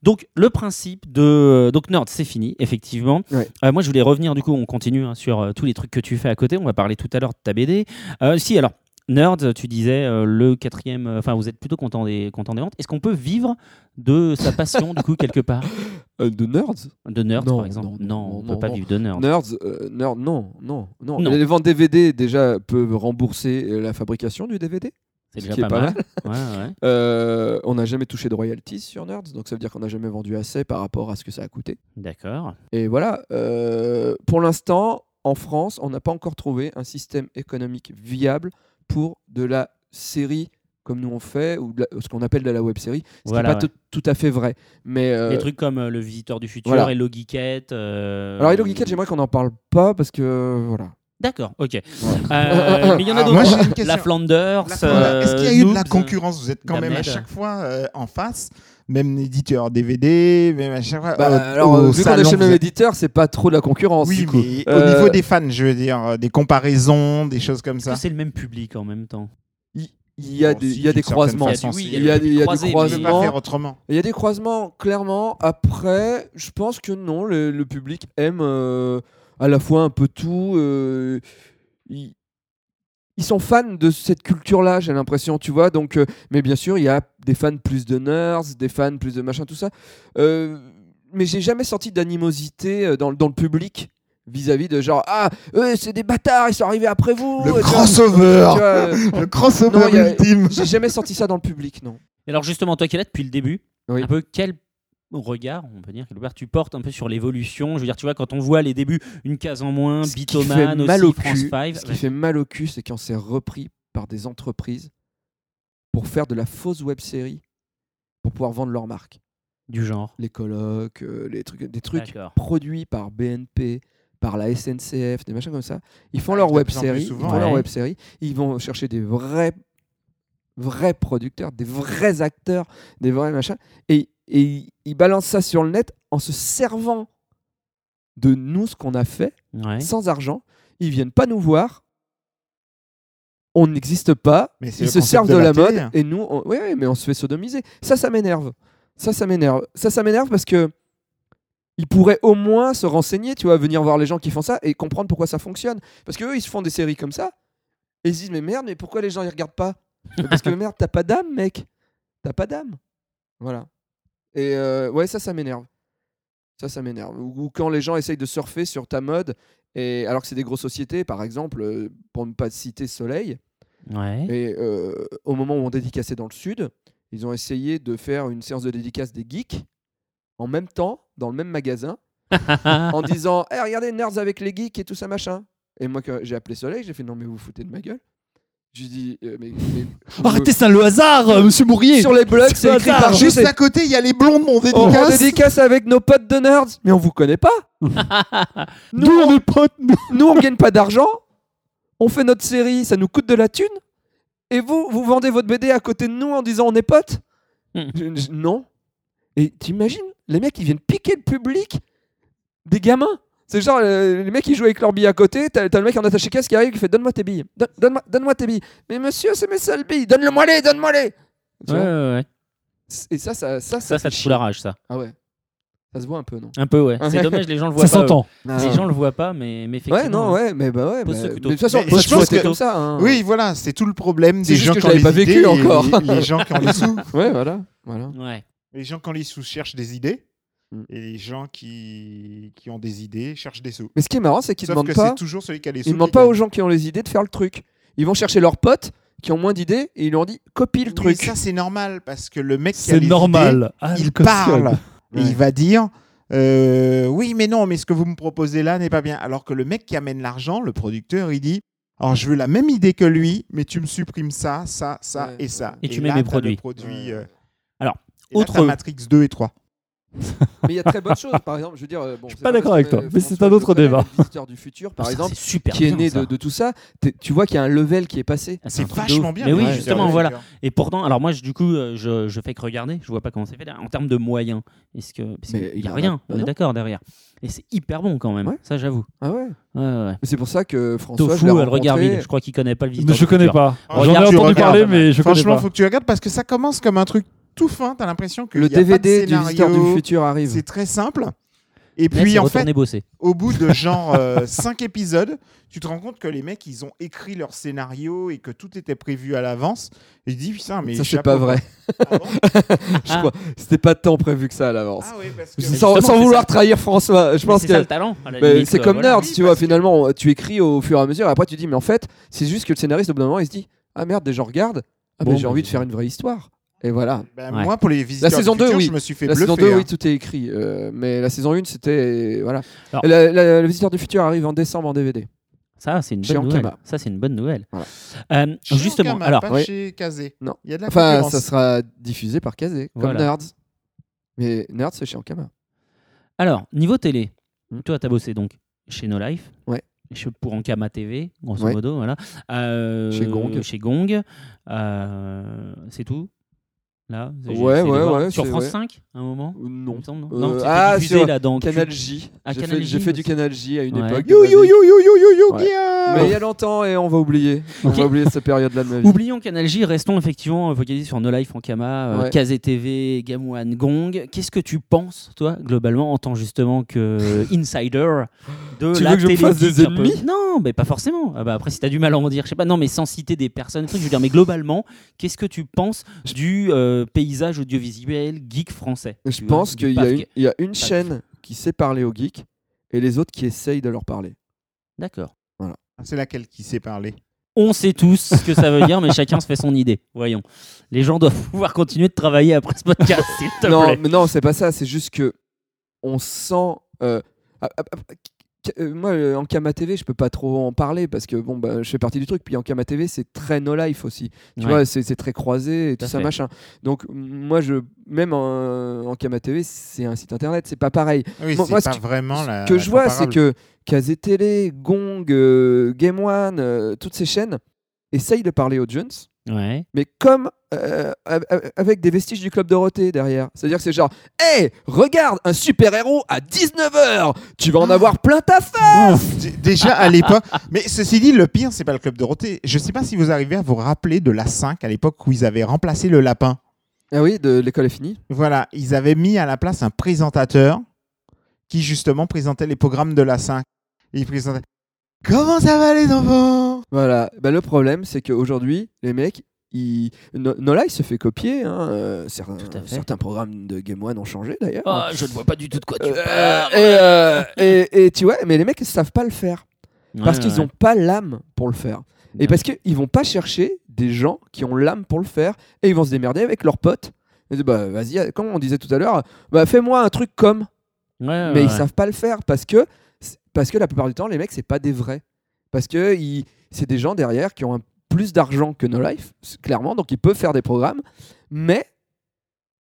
Speaker 1: donc le principe de donc Nord, c'est fini, effectivement.
Speaker 4: Ouais.
Speaker 1: Euh, moi, je voulais revenir. Du coup, on continue hein, sur euh, tous les trucs que tu fais à côté. On va parler tout à l'heure de ta BD. Euh, si alors. Nerd, tu disais euh, le quatrième. euh, Enfin, vous êtes plutôt content des, content des ventes. Est-ce qu'on peut vivre de sa passion, du coup, quelque part
Speaker 4: Euh, de nerds
Speaker 1: De nerd,
Speaker 4: Non,
Speaker 1: par exemple
Speaker 4: non, non,
Speaker 1: Non,
Speaker 4: non,
Speaker 1: on ne peut
Speaker 4: non,
Speaker 1: pas
Speaker 4: non.
Speaker 1: vivre de nerd.
Speaker 4: Nerds, euh, nerds, non, non, non,
Speaker 1: Non.
Speaker 4: Les ventes DVD déjà peuvent rembourser euh, la fabrication du DVD.
Speaker 1: C'est
Speaker 4: ce
Speaker 1: déjà
Speaker 4: qui est
Speaker 1: pas,
Speaker 4: pas
Speaker 1: mal. Ouais, ouais.
Speaker 4: Euh, on n'a jamais touché de royalties sur Nerds, donc ça veut dire qu'on n'a jamais vendu assez par rapport à ce que ça a coûté.
Speaker 1: D'accord.
Speaker 4: Et voilà, euh, pour l'instant, en France, on n'a pas encore trouvé un système économique viable pour de la série comme nous on fait, ou de la- ce qu'on appelle de la web série, ce qui
Speaker 1: Voilà,
Speaker 4: n'est pas
Speaker 1: ouais.
Speaker 4: tout, tout à fait vrai. Mais, euh,
Speaker 1: Des trucs comme euh, le Visiteur du Futur,
Speaker 4: voilà.
Speaker 1: Hello Geekette. euh,
Speaker 4: Alors, Hello Geekette, j'aimerais qu'on n'en parle pas parce que euh, voilà.
Speaker 1: D'accord, ok. Euh, mais il y en a
Speaker 2: Ah, moi, j'ai une
Speaker 1: d'autres.
Speaker 2: question.
Speaker 1: La Flanders. euh,
Speaker 2: La Flanders, Est-ce qu'il y a eu de la
Speaker 1: Noobs.
Speaker 2: concurrence Vous êtes quand même à
Speaker 1: Damned.
Speaker 2: chaque fois euh, en face, même éditeur DVD, même à chaque fois.
Speaker 4: Bah,
Speaker 2: euh,
Speaker 4: alors,
Speaker 2: au
Speaker 4: vu qu'on est
Speaker 2: salon,
Speaker 4: chez le
Speaker 2: vous
Speaker 4: même
Speaker 2: êtes-
Speaker 4: éditeur, c'est pas trop de la concurrence.
Speaker 2: Oui,
Speaker 4: du coup.
Speaker 2: mais au
Speaker 4: Euh,
Speaker 2: niveau des fans, je veux dire, euh, des comparaisons, des choses comme
Speaker 1: Est-ce
Speaker 2: ça.
Speaker 1: que c'est le même public en même temps
Speaker 4: Il y a
Speaker 2: Bon,
Speaker 4: des,
Speaker 2: si,
Speaker 4: il y a des
Speaker 2: d'une certaine
Speaker 4: croisements.
Speaker 2: façon,
Speaker 1: Il y a du- oui,
Speaker 4: Il y a des- il y a des
Speaker 1: croisés, mais-
Speaker 2: On ne peut pas
Speaker 4: croisements.
Speaker 2: faire autrement.
Speaker 4: Il y a des croisements, clairement. Après, je pense que non, le, le public aime euh, à la fois un peu tout. euh, ils, ils sont fans de cette culture-là, j'ai l'impression, tu vois. Donc, euh, mais bien sûr, il y a des fans plus de nerds, des fans plus de machin, tout ça. Euh, mais j'ai jamais senti d'animosité euh, dans, le- dans le public vis-à-vis de genre ah eux c'est des bâtards ils sont arrivés après vous
Speaker 2: Le
Speaker 4: euh, tu vois.
Speaker 2: crossover
Speaker 4: Tu vois, euh,
Speaker 2: Le
Speaker 4: Non,
Speaker 2: crossover
Speaker 4: il y a-
Speaker 2: ultime
Speaker 4: j'ai jamais senti ça dans le public non
Speaker 1: Et Alors justement, toi qui es là depuis le début,
Speaker 4: Oui.
Speaker 1: un peu quel regard, on peut dire, quel regard tu portes un peu sur l'évolution Je veux dire, tu vois, quand on voit les débuts, une case en moins,
Speaker 4: Ce qui
Speaker 1: Bitoman,
Speaker 4: fait
Speaker 1: aussi,
Speaker 4: mal au
Speaker 1: France
Speaker 4: cul,
Speaker 1: 5.
Speaker 4: Ce qui fait mal au cul, c'est qu'on s'est repris par des entreprises pour faire de la fausse web série pour pouvoir vendre leur marque.
Speaker 1: Du genre.
Speaker 4: Les colloques, euh, les trucs, des trucs
Speaker 1: D'accord.
Speaker 4: produits par BNP, par la SNCF, des machins comme ça. Ils font
Speaker 2: Ah,
Speaker 4: leur
Speaker 2: de
Speaker 4: web
Speaker 2: plus en plus
Speaker 4: série, ils
Speaker 2: souvent,
Speaker 4: font leur
Speaker 1: ouais.
Speaker 4: web série, ils vont chercher des vrais vrais producteurs, des vrais acteurs, des vrais machins et, et ils- ils balancent ça sur le net en se servant de nous ce qu'on a fait
Speaker 1: Ouais.
Speaker 4: sans argent, ils viennent pas nous voir, on n'existe pas,
Speaker 2: Mais c'est
Speaker 4: ils
Speaker 2: le
Speaker 4: se
Speaker 2: concept
Speaker 4: servent de,
Speaker 2: de
Speaker 4: la,
Speaker 2: la
Speaker 4: mode
Speaker 2: télé. hein.
Speaker 4: et nous, on- ouais, ouais, mais on se fait sodomiser. Ça, ça m'énerve. Ça, ça m'énerve. Ça, ça m'énerve parce que ils pourraient au moins se renseigner, tu vois, venir voir les gens qui font ça et comprendre pourquoi ça fonctionne. Parce qu'eux, ils se font des séries comme ça et ils se disent, mais merde, mais pourquoi les gens ils regardent pas Mais Parce que merde, t'as pas d'âme, mec. T'as pas d'âme. Voilà. Et euh, ouais, ça, ça m'énerve. Ça, ça m'énerve. Ou, ou quand les gens essayent de surfer sur ta mode, et alors que c'est des grosses sociétés, par exemple, euh, pour ne pas citer Soleil,
Speaker 1: Ouais.
Speaker 4: et euh, au moment où on dédicaçait dans le sud, ils ont essayé de faire une séance de dédicace des geeks en même temps, dans le même magasin, en disant Eh, regardez, nerds avec les geeks et tout ça, machin. Et moi, quand j'ai appelé Soleil, j'ai fait Non, mais vous vous foutez de ma gueule J'ai dit Euh, mais, mais-
Speaker 8: Arrêtez ça, le hasard, euh, monsieur Bourrier
Speaker 4: Sur les blogs, c'est écrit par
Speaker 2: Juste
Speaker 4: juste
Speaker 2: à côté, il y a les blondes, mon
Speaker 4: on
Speaker 2: dédicace.
Speaker 4: dédicace avec nos potes de nerds, mais on vous connaît pas.
Speaker 8: Nous, on est potes, nous
Speaker 4: Nous, on gagne pas d'argent. On fait notre série, ça nous coûte de la thune. Et vous, vous vendez votre BD à côté de nous en disant on est potes
Speaker 1: Hmm.
Speaker 4: Je- je- Non. Et t'imagines, les mecs, ils viennent piquer le public des gamins. C'est genre, euh, les mecs, ils jouent avec leurs billes à côté. T'as t'as le mec en attaché caisse qui arrive, qui fait Donne-moi tes billes. Don- Donne-moi donne tes billes. Mais monsieur, c'est mes seules billes. Donne-le-moi les, donne-moi les. Tu
Speaker 1: Ouais, ouais,
Speaker 4: vois
Speaker 1: ouais.
Speaker 4: Et ça, ça, ça,
Speaker 1: Ça, ça
Speaker 4: fait
Speaker 1: te
Speaker 4: chier.
Speaker 1: fout la rage, ça.
Speaker 4: Ah ouais. Ça se voit un peu, non Ah
Speaker 1: Un peu, ouais. C'est
Speaker 4: Ouais. Ah.
Speaker 1: dommage, les gens le voient
Speaker 8: Ça
Speaker 1: pas.
Speaker 8: s'entend.
Speaker 1: eux. Les gens le voient pas, mais, mais effectivement.
Speaker 4: Ouais, non, ouais, mais bah ouais.
Speaker 1: Pose
Speaker 4: bah-
Speaker 1: ce
Speaker 4: mais
Speaker 1: couteau.
Speaker 4: de toute façon,
Speaker 1: Hein. Mais
Speaker 4: moi,
Speaker 1: pose
Speaker 4: je
Speaker 1: ce
Speaker 4: trouve que c'est
Speaker 1: couteau.
Speaker 4: comme ça. hein.
Speaker 2: Oui, voilà, c'est tout le problème
Speaker 4: C'est
Speaker 2: des
Speaker 4: juste
Speaker 2: gens
Speaker 4: que je
Speaker 2: qui ont
Speaker 4: l'avais
Speaker 2: les
Speaker 4: pas vécu
Speaker 2: idées et
Speaker 4: encore.
Speaker 2: les- les gens qui ont les sous.
Speaker 4: Ouais, voilà. voilà.
Speaker 1: Ouais.
Speaker 2: Les gens qui ont les sous cherchent des idées
Speaker 4: Mm.
Speaker 2: et les gens qui, qui ont des idées cherchent des sous.
Speaker 4: Mais ce qui est marrant, c'est qu'ils
Speaker 2: Sauf
Speaker 4: demandent
Speaker 2: que
Speaker 4: pas,
Speaker 2: c'est toujours celui qui a les sous.
Speaker 4: ils demandent
Speaker 2: qui
Speaker 4: pas
Speaker 2: gagne.
Speaker 4: aux gens qui ont les idées de faire le truc. Ils vont chercher leurs potes qui ont moins d'idées et ils leur disent copie le
Speaker 2: Mais
Speaker 4: truc.
Speaker 2: ça, c'est normal parce que le mec qui a
Speaker 8: C'est
Speaker 2: les
Speaker 8: normal.
Speaker 2: idées,
Speaker 8: Ah,
Speaker 2: il
Speaker 8: le cautionne.
Speaker 2: parle et
Speaker 4: Ouais.
Speaker 2: il va dire euh, oui, mais non, mais ce que vous me proposez là n'est pas bien. Alors que le mec qui amène l'argent, le producteur, il dit alors je veux la même idée que lui, mais tu me supprimes ça, ça, ça
Speaker 4: Ouais.
Speaker 2: et ça.
Speaker 1: Et tu mets mes
Speaker 2: t'as le
Speaker 1: produits.
Speaker 2: produit, euh,
Speaker 1: Alors,
Speaker 2: et là,
Speaker 1: autre-
Speaker 2: t'as Matrix 2 et 3.
Speaker 4: Mais il y a de très bonnes choses, par exemple. Je veux dire, euh, bon,
Speaker 8: Je suis
Speaker 4: c'est
Speaker 8: pas d'accord
Speaker 4: parce
Speaker 8: avec
Speaker 4: que
Speaker 8: toi, mais c'est
Speaker 4: François
Speaker 8: un autre
Speaker 4: Leclerc,
Speaker 8: débat.
Speaker 4: le Visiteur du futur, par
Speaker 1: Putain,
Speaker 4: exemple,
Speaker 1: Oh, c'est super
Speaker 4: qui est
Speaker 1: bien,
Speaker 4: né
Speaker 1: ça.
Speaker 4: de, de tout ça, t'es- tu vois qu'il y a un level qui est passé.
Speaker 1: Ah, un
Speaker 2: C'est
Speaker 1: truc de
Speaker 2: vachement
Speaker 1: ouf.
Speaker 2: bien.
Speaker 1: Mais oui,
Speaker 4: Ouais,
Speaker 1: justement,
Speaker 4: c'est
Speaker 1: voilà. Et pourtant, alors moi, je- du coup, euh, je, je fais que regarder, je vois pas comment c'est fait. En termes de moyens, est-ce que. Parce
Speaker 4: Mais
Speaker 1: qu'il n'y
Speaker 4: il
Speaker 1: a
Speaker 4: en a-
Speaker 1: rien,
Speaker 4: bah
Speaker 1: on est
Speaker 4: non.
Speaker 1: d'accord derrière. Et c'est hyper bon quand même,
Speaker 4: Ouais.
Speaker 1: ça j'avoue.
Speaker 4: Ah ouais.
Speaker 1: Ouais, ouais, ouais.
Speaker 4: Mais c'est pour ça que François,
Speaker 1: Tofu,
Speaker 4: je l'ai
Speaker 1: elle
Speaker 4: rencontré-
Speaker 1: regarde, il- je crois qu'il connaît pas le
Speaker 6: Je
Speaker 1: visiteur.
Speaker 6: je
Speaker 1: du
Speaker 6: connais
Speaker 1: futur.
Speaker 6: pas.
Speaker 2: Ah,
Speaker 6: J'en ai
Speaker 1: regarde,
Speaker 6: entendu
Speaker 1: tu regardes.
Speaker 6: parler, mais je connais
Speaker 2: Franchement,
Speaker 6: pas.
Speaker 2: faut que tu regardes parce que ça commence comme un truc tout fin. T'as l'impression que
Speaker 4: Le DVD du visiteur du futur arrive.
Speaker 2: C'est très simple. Et
Speaker 1: Là,
Speaker 2: puis
Speaker 1: c'est
Speaker 2: en fait,
Speaker 1: retourner bosser.
Speaker 2: au bout de genre euh, 5 épisodes, tu te rends compte que les mecs, ils ont écrit leur scénario et que tout était prévu à l'avance. Et tu dis, putain, mais.
Speaker 4: Ça c'est
Speaker 2: chapeau.
Speaker 4: pas vrai.
Speaker 2: Ah, bon
Speaker 4: Je crois. C'était pas tant prévu que ça à l'avance.
Speaker 2: Ah oui, parce que.
Speaker 4: Sans sans
Speaker 1: justement, c'est
Speaker 4: vouloir trahir François, je
Speaker 1: Mais
Speaker 4: pense
Speaker 1: C'est ça
Speaker 4: que
Speaker 1: le talent. à la
Speaker 4: Mais
Speaker 1: limite,
Speaker 4: c'est
Speaker 1: euh,
Speaker 4: comme
Speaker 1: voilà.
Speaker 4: Nerds,
Speaker 2: Oui,
Speaker 4: tu vois,
Speaker 2: parce que-
Speaker 4: finalement, tu écris au fur et à mesure, et après tu dis, mais en fait, c'est juste que le scénariste, au bout d'un moment, il se dit, ah merde, des gens regardent, ah mais
Speaker 1: Bon,
Speaker 4: j'ai
Speaker 1: bah,
Speaker 4: envie de faire une vraie histoire. Et voilà.
Speaker 2: Ben,
Speaker 1: Ouais.
Speaker 2: Moi, pour les visiteurs
Speaker 4: saison
Speaker 2: du
Speaker 4: deux,
Speaker 2: futur,
Speaker 4: oui.
Speaker 2: je me suis fait
Speaker 4: La
Speaker 2: bluffer.
Speaker 4: saison 2,
Speaker 2: hein.
Speaker 4: oui, tout est écrit, euh, mais la saison 1, c'était. Voilà.
Speaker 1: Alors-
Speaker 4: La- la- le Visiteur du Futur arrive en décembre en DVD.
Speaker 1: Ça, c'est une
Speaker 4: Chez
Speaker 1: bonne nouvelle.
Speaker 4: Ankama.
Speaker 1: Ça, c'est une bonne nouvelle.
Speaker 4: Voilà.
Speaker 1: Euh,
Speaker 2: Chez
Speaker 1: Justement,
Speaker 2: Ankama,
Speaker 1: alors,
Speaker 2: Pas
Speaker 4: oui.
Speaker 2: chez Kazé.
Speaker 4: Non.
Speaker 2: Il y a de la
Speaker 4: Enfin,
Speaker 2: concurrence.
Speaker 4: ça sera diffusé par Kazé, comme
Speaker 1: Voilà.
Speaker 4: Nerds. Mais Nerds, c'est chez Ankama.
Speaker 1: alors, niveau télé,
Speaker 4: Hmm.
Speaker 1: toi, t'as bossé donc chez No Life.
Speaker 4: Ouais.
Speaker 1: chez- Pour Ankama TV, grosso
Speaker 4: Ouais.
Speaker 1: modo, voilà. Euh,
Speaker 4: Chez Gong.
Speaker 1: Chez Gong. Euh, c'est tout Là j'ai-
Speaker 4: Ouais,
Speaker 1: j'essaie de
Speaker 4: ouais,
Speaker 1: voir.
Speaker 4: ouais,
Speaker 1: Sur
Speaker 4: c'est-
Speaker 1: France
Speaker 4: ouais.
Speaker 1: 5, à un moment il
Speaker 4: Non.
Speaker 1: me semble, non
Speaker 4: Euh,
Speaker 1: Non, c'était
Speaker 4: ah,
Speaker 1: diffusé,
Speaker 4: sur
Speaker 1: là, dans
Speaker 4: Canal J.
Speaker 1: Ah,
Speaker 4: J'ai
Speaker 1: Canal
Speaker 4: fait,
Speaker 1: J
Speaker 4: j'ai fait du
Speaker 1: aussi.
Speaker 4: Canal J à une
Speaker 1: Ouais.
Speaker 4: époque. de
Speaker 2: Yo,
Speaker 4: ma
Speaker 2: yo,
Speaker 4: vie.
Speaker 2: yo, yo, yo, yo, yo,
Speaker 4: Ouais.
Speaker 2: Guillaume
Speaker 4: Mais il y a longtemps, et on va oublier. On
Speaker 1: Ok.
Speaker 4: va oublier cette période-là de ma vie.
Speaker 1: Oublions Canal J, restons effectivement focalisés sur No Life, Ankama,
Speaker 4: Ouais.
Speaker 1: KZTV, TV, Game One, Gong. Qu'est-ce que tu penses, toi, globalement, en tant justement que euh, insider de
Speaker 4: Tu
Speaker 1: la
Speaker 4: veux que je me
Speaker 1: télé
Speaker 4: fasse des
Speaker 1: geek un peu
Speaker 4: ennemis
Speaker 1: Non, mais pas forcément. Ah bah après, si t'as du mal à en dire, je sais pas. Non, mais sans citer des personnes, trucs, je veux dire, mais globalement, qu'est-ce que tu penses du euh, paysage audiovisuel geek français
Speaker 4: Je
Speaker 1: Tu vois,
Speaker 4: pense
Speaker 1: du
Speaker 4: qu'il y, a
Speaker 1: paf-
Speaker 4: une- il y a une
Speaker 1: paf.
Speaker 4: chaîne qui sait parler aux geeks et les autres qui essayent de leur parler.
Speaker 1: D'accord.
Speaker 2: C'est laquelle qui s'est parlé
Speaker 1: On sait tous ce que ça veut dire, mais chacun se fait son idée. Voyons. Les gens doivent pouvoir continuer de travailler après ce podcast, s'il te
Speaker 4: non,
Speaker 1: plaît.
Speaker 4: mais non, c'est pas ça. C'est juste que on sent. euh, ah, ah, ah, qu- euh, moi, euh, en Kama TV, je peux pas trop en parler parce que bon, bah, je fais partie du truc. Puis en Kama TV, c'est très no life aussi. Tu
Speaker 1: Ouais.
Speaker 4: vois, c'est c'est très croisé et tout
Speaker 1: à
Speaker 4: ça,
Speaker 1: fait.
Speaker 4: machin. Donc, m- moi, je même en, en Kama TV, c'est un site internet, c'est pas pareil.
Speaker 2: Oui,
Speaker 4: Moi-
Speaker 2: c'est
Speaker 4: moi, ce
Speaker 2: pas
Speaker 4: que-
Speaker 2: vraiment la.
Speaker 4: Ce que
Speaker 2: la
Speaker 4: je vois, c'est
Speaker 2: comparable.
Speaker 4: que Kazé Télé, Gong, euh, Game One, euh, toutes ces chaînes essayent de parler aux jeunes.
Speaker 1: Ouais.
Speaker 4: mais comme euh, av- av- avec des vestiges du club Dorothée derrière. C'est-à-dire que c'est genre, hé, regarde un super-héros à 19h, tu vas en
Speaker 1: Ah.
Speaker 4: avoir plein ta face.
Speaker 2: D- Déjà à l'époque. Mais ceci dit, le pire, c'est pas le club Dorothée. Je sais pas si vous arrivez à vous rappeler de la 5 à l'époque où ils avaient remplacé le lapin.
Speaker 4: Ah oui, de l'école est finie.
Speaker 2: Voilà, ils avaient mis à la place un présentateur qui justement présentait les programmes de la 5. Et il présentait Comment ça va les enfants
Speaker 4: Voilà. Bah, le problème, c'est qu'aujourd'hui, les mecs, ils... No- Nola, il se fait copier. hein, euh, certains,
Speaker 1: Tout à fait.
Speaker 4: certains programmes de Game One ont changé d'ailleurs.
Speaker 1: Ah, je ne vois pas du tout de quoi tu
Speaker 4: Euh,
Speaker 1: parles.
Speaker 4: et, euh, et- et tu vois, mais les mecs, ils savent pas le faire. Parce
Speaker 1: Ouais,
Speaker 4: qu'ils
Speaker 1: ouais.
Speaker 4: n'ont pas l'âme pour le faire.
Speaker 1: Ouais.
Speaker 4: Et parce qu'ils vont pas chercher des gens qui ont l'âme pour le faire. Et ils vont se démerder avec leurs potes. Ils disent, bah, vas-y, comme on disait tout à l'heure, bah, fais-moi un truc comme
Speaker 1: Ouais, ouais,
Speaker 4: mais ils
Speaker 1: ouais.
Speaker 4: savent pas le faire parce que parce que la plupart du temps les mecs c'est pas des vrais parce que ils- c'est des gens derrière qui ont un- plus d'argent que No Life c'est- clairement donc ils peuvent faire des programmes mais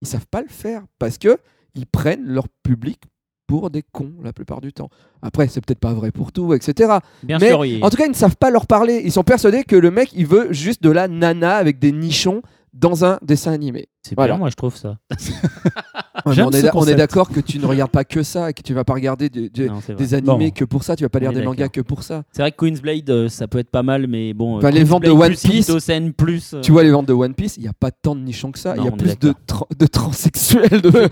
Speaker 4: ils savent pas le faire parce que ils prennent leur public pour des cons la plupart du temps après c'est peut-être pas vrai pour tout etc
Speaker 1: Bien
Speaker 4: mais
Speaker 1: sûr, oui.
Speaker 4: en tout cas ils ne savent pas leur parler ils sont persuadés que le mec il veut juste de la nana avec des nichons dans un dessin animé
Speaker 1: C'est
Speaker 4: voilà.
Speaker 1: bien, moi, je trouve ça.
Speaker 4: Ouais, mais
Speaker 6: J'aime
Speaker 4: on,
Speaker 6: ce
Speaker 4: est d'a- on est
Speaker 6: concept.
Speaker 4: d'accord que tu ne regardes pas que ça et que tu vas pas regarder des- des-
Speaker 1: Non, c'est vrai.
Speaker 4: des animés
Speaker 6: Non.
Speaker 4: que pour ça, tu vas pas
Speaker 1: On
Speaker 4: lire
Speaker 1: est
Speaker 4: des
Speaker 1: d'accord.
Speaker 4: mangas que pour ça.
Speaker 1: C'est vrai que Queensblade, euh, ça peut être pas mal, mais bon. euh,
Speaker 4: Enfin, les ventes de
Speaker 1: Queensblade
Speaker 4: One
Speaker 1: plus
Speaker 4: Piece,
Speaker 1: Itosen plus. euh,
Speaker 4: Tu vois les ventes de One Piece, il y a pas tant de nichons que ça, il
Speaker 1: Non,
Speaker 4: y a
Speaker 1: on est
Speaker 4: plus de, tra- de transsexuels de-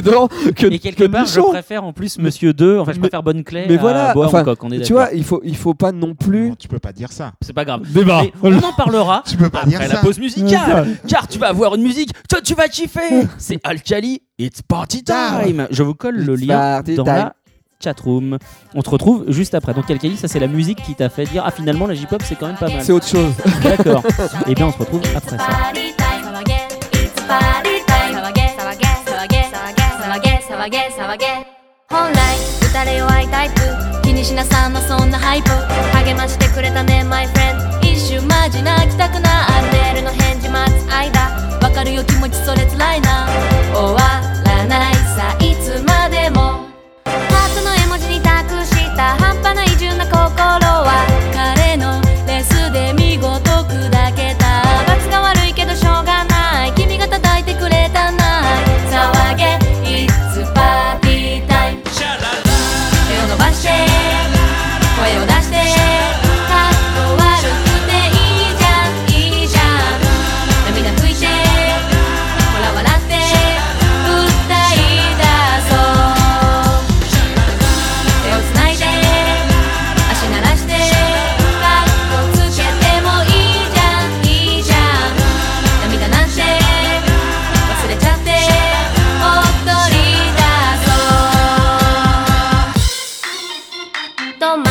Speaker 4: dedans que
Speaker 1: Et
Speaker 4: que
Speaker 1: quelque
Speaker 4: de
Speaker 1: part, je
Speaker 4: nichons.
Speaker 1: préfère en plus Monsieur 2, enfin, je
Speaker 4: Mais-
Speaker 1: préfère Bonne Clay.
Speaker 4: mais
Speaker 1: à
Speaker 4: voilà,
Speaker 1: Boa
Speaker 4: enfin,
Speaker 1: Hancock, on est
Speaker 4: Tu vois,
Speaker 1: d'accord.
Speaker 4: il faut il faut pas non plus
Speaker 2: Non, Tu peux pas dire ça.
Speaker 1: C'est pas grave.
Speaker 8: Débat.
Speaker 1: Mais on en parlera
Speaker 2: Tu peux pas dire
Speaker 1: après la
Speaker 2: ça.
Speaker 1: pause musicale, car tu vas avoir une musique, toi tu vas kiffer. C'est Alkali, it's party time. Je vous colle le
Speaker 4: It's
Speaker 1: lien
Speaker 4: party
Speaker 1: dans
Speaker 4: time.
Speaker 1: la chatroom. On se retrouve juste après. Donc Alkali, ça c'est la musique qui t'a fait dire ah finalement la J-pop c'est quand même pas mal.
Speaker 4: c'est autre chose.
Speaker 1: D'accord. Et bien on se retrouve après ça.
Speaker 9: Party time, Savage. It's party time, Savage, Savage, Savage, Savage, Savage, Savage. 本来打たれ弱いタイプ気にしなさんなそんなハイプ励ましてくれたね my friend 一瞬マジ泣きたくなるメールの返事待つ間わかるよ気持ちそれ辛いな終わらないさいつまでもハートの絵文字に託した半端ない純な心は彼のレスで見事砕けた罰が悪いけどしょうがない君が叩いてくれたな騒げ It's party time 手を伸ばして声を出してかっこ悪くていいじゃんいいじゃん涙拭いてほら笑って歌い出そう手をつないで足鳴らしてカッコつけてもいいじゃんいいじゃん涙なんて忘れちゃって踊り出そうドンマイ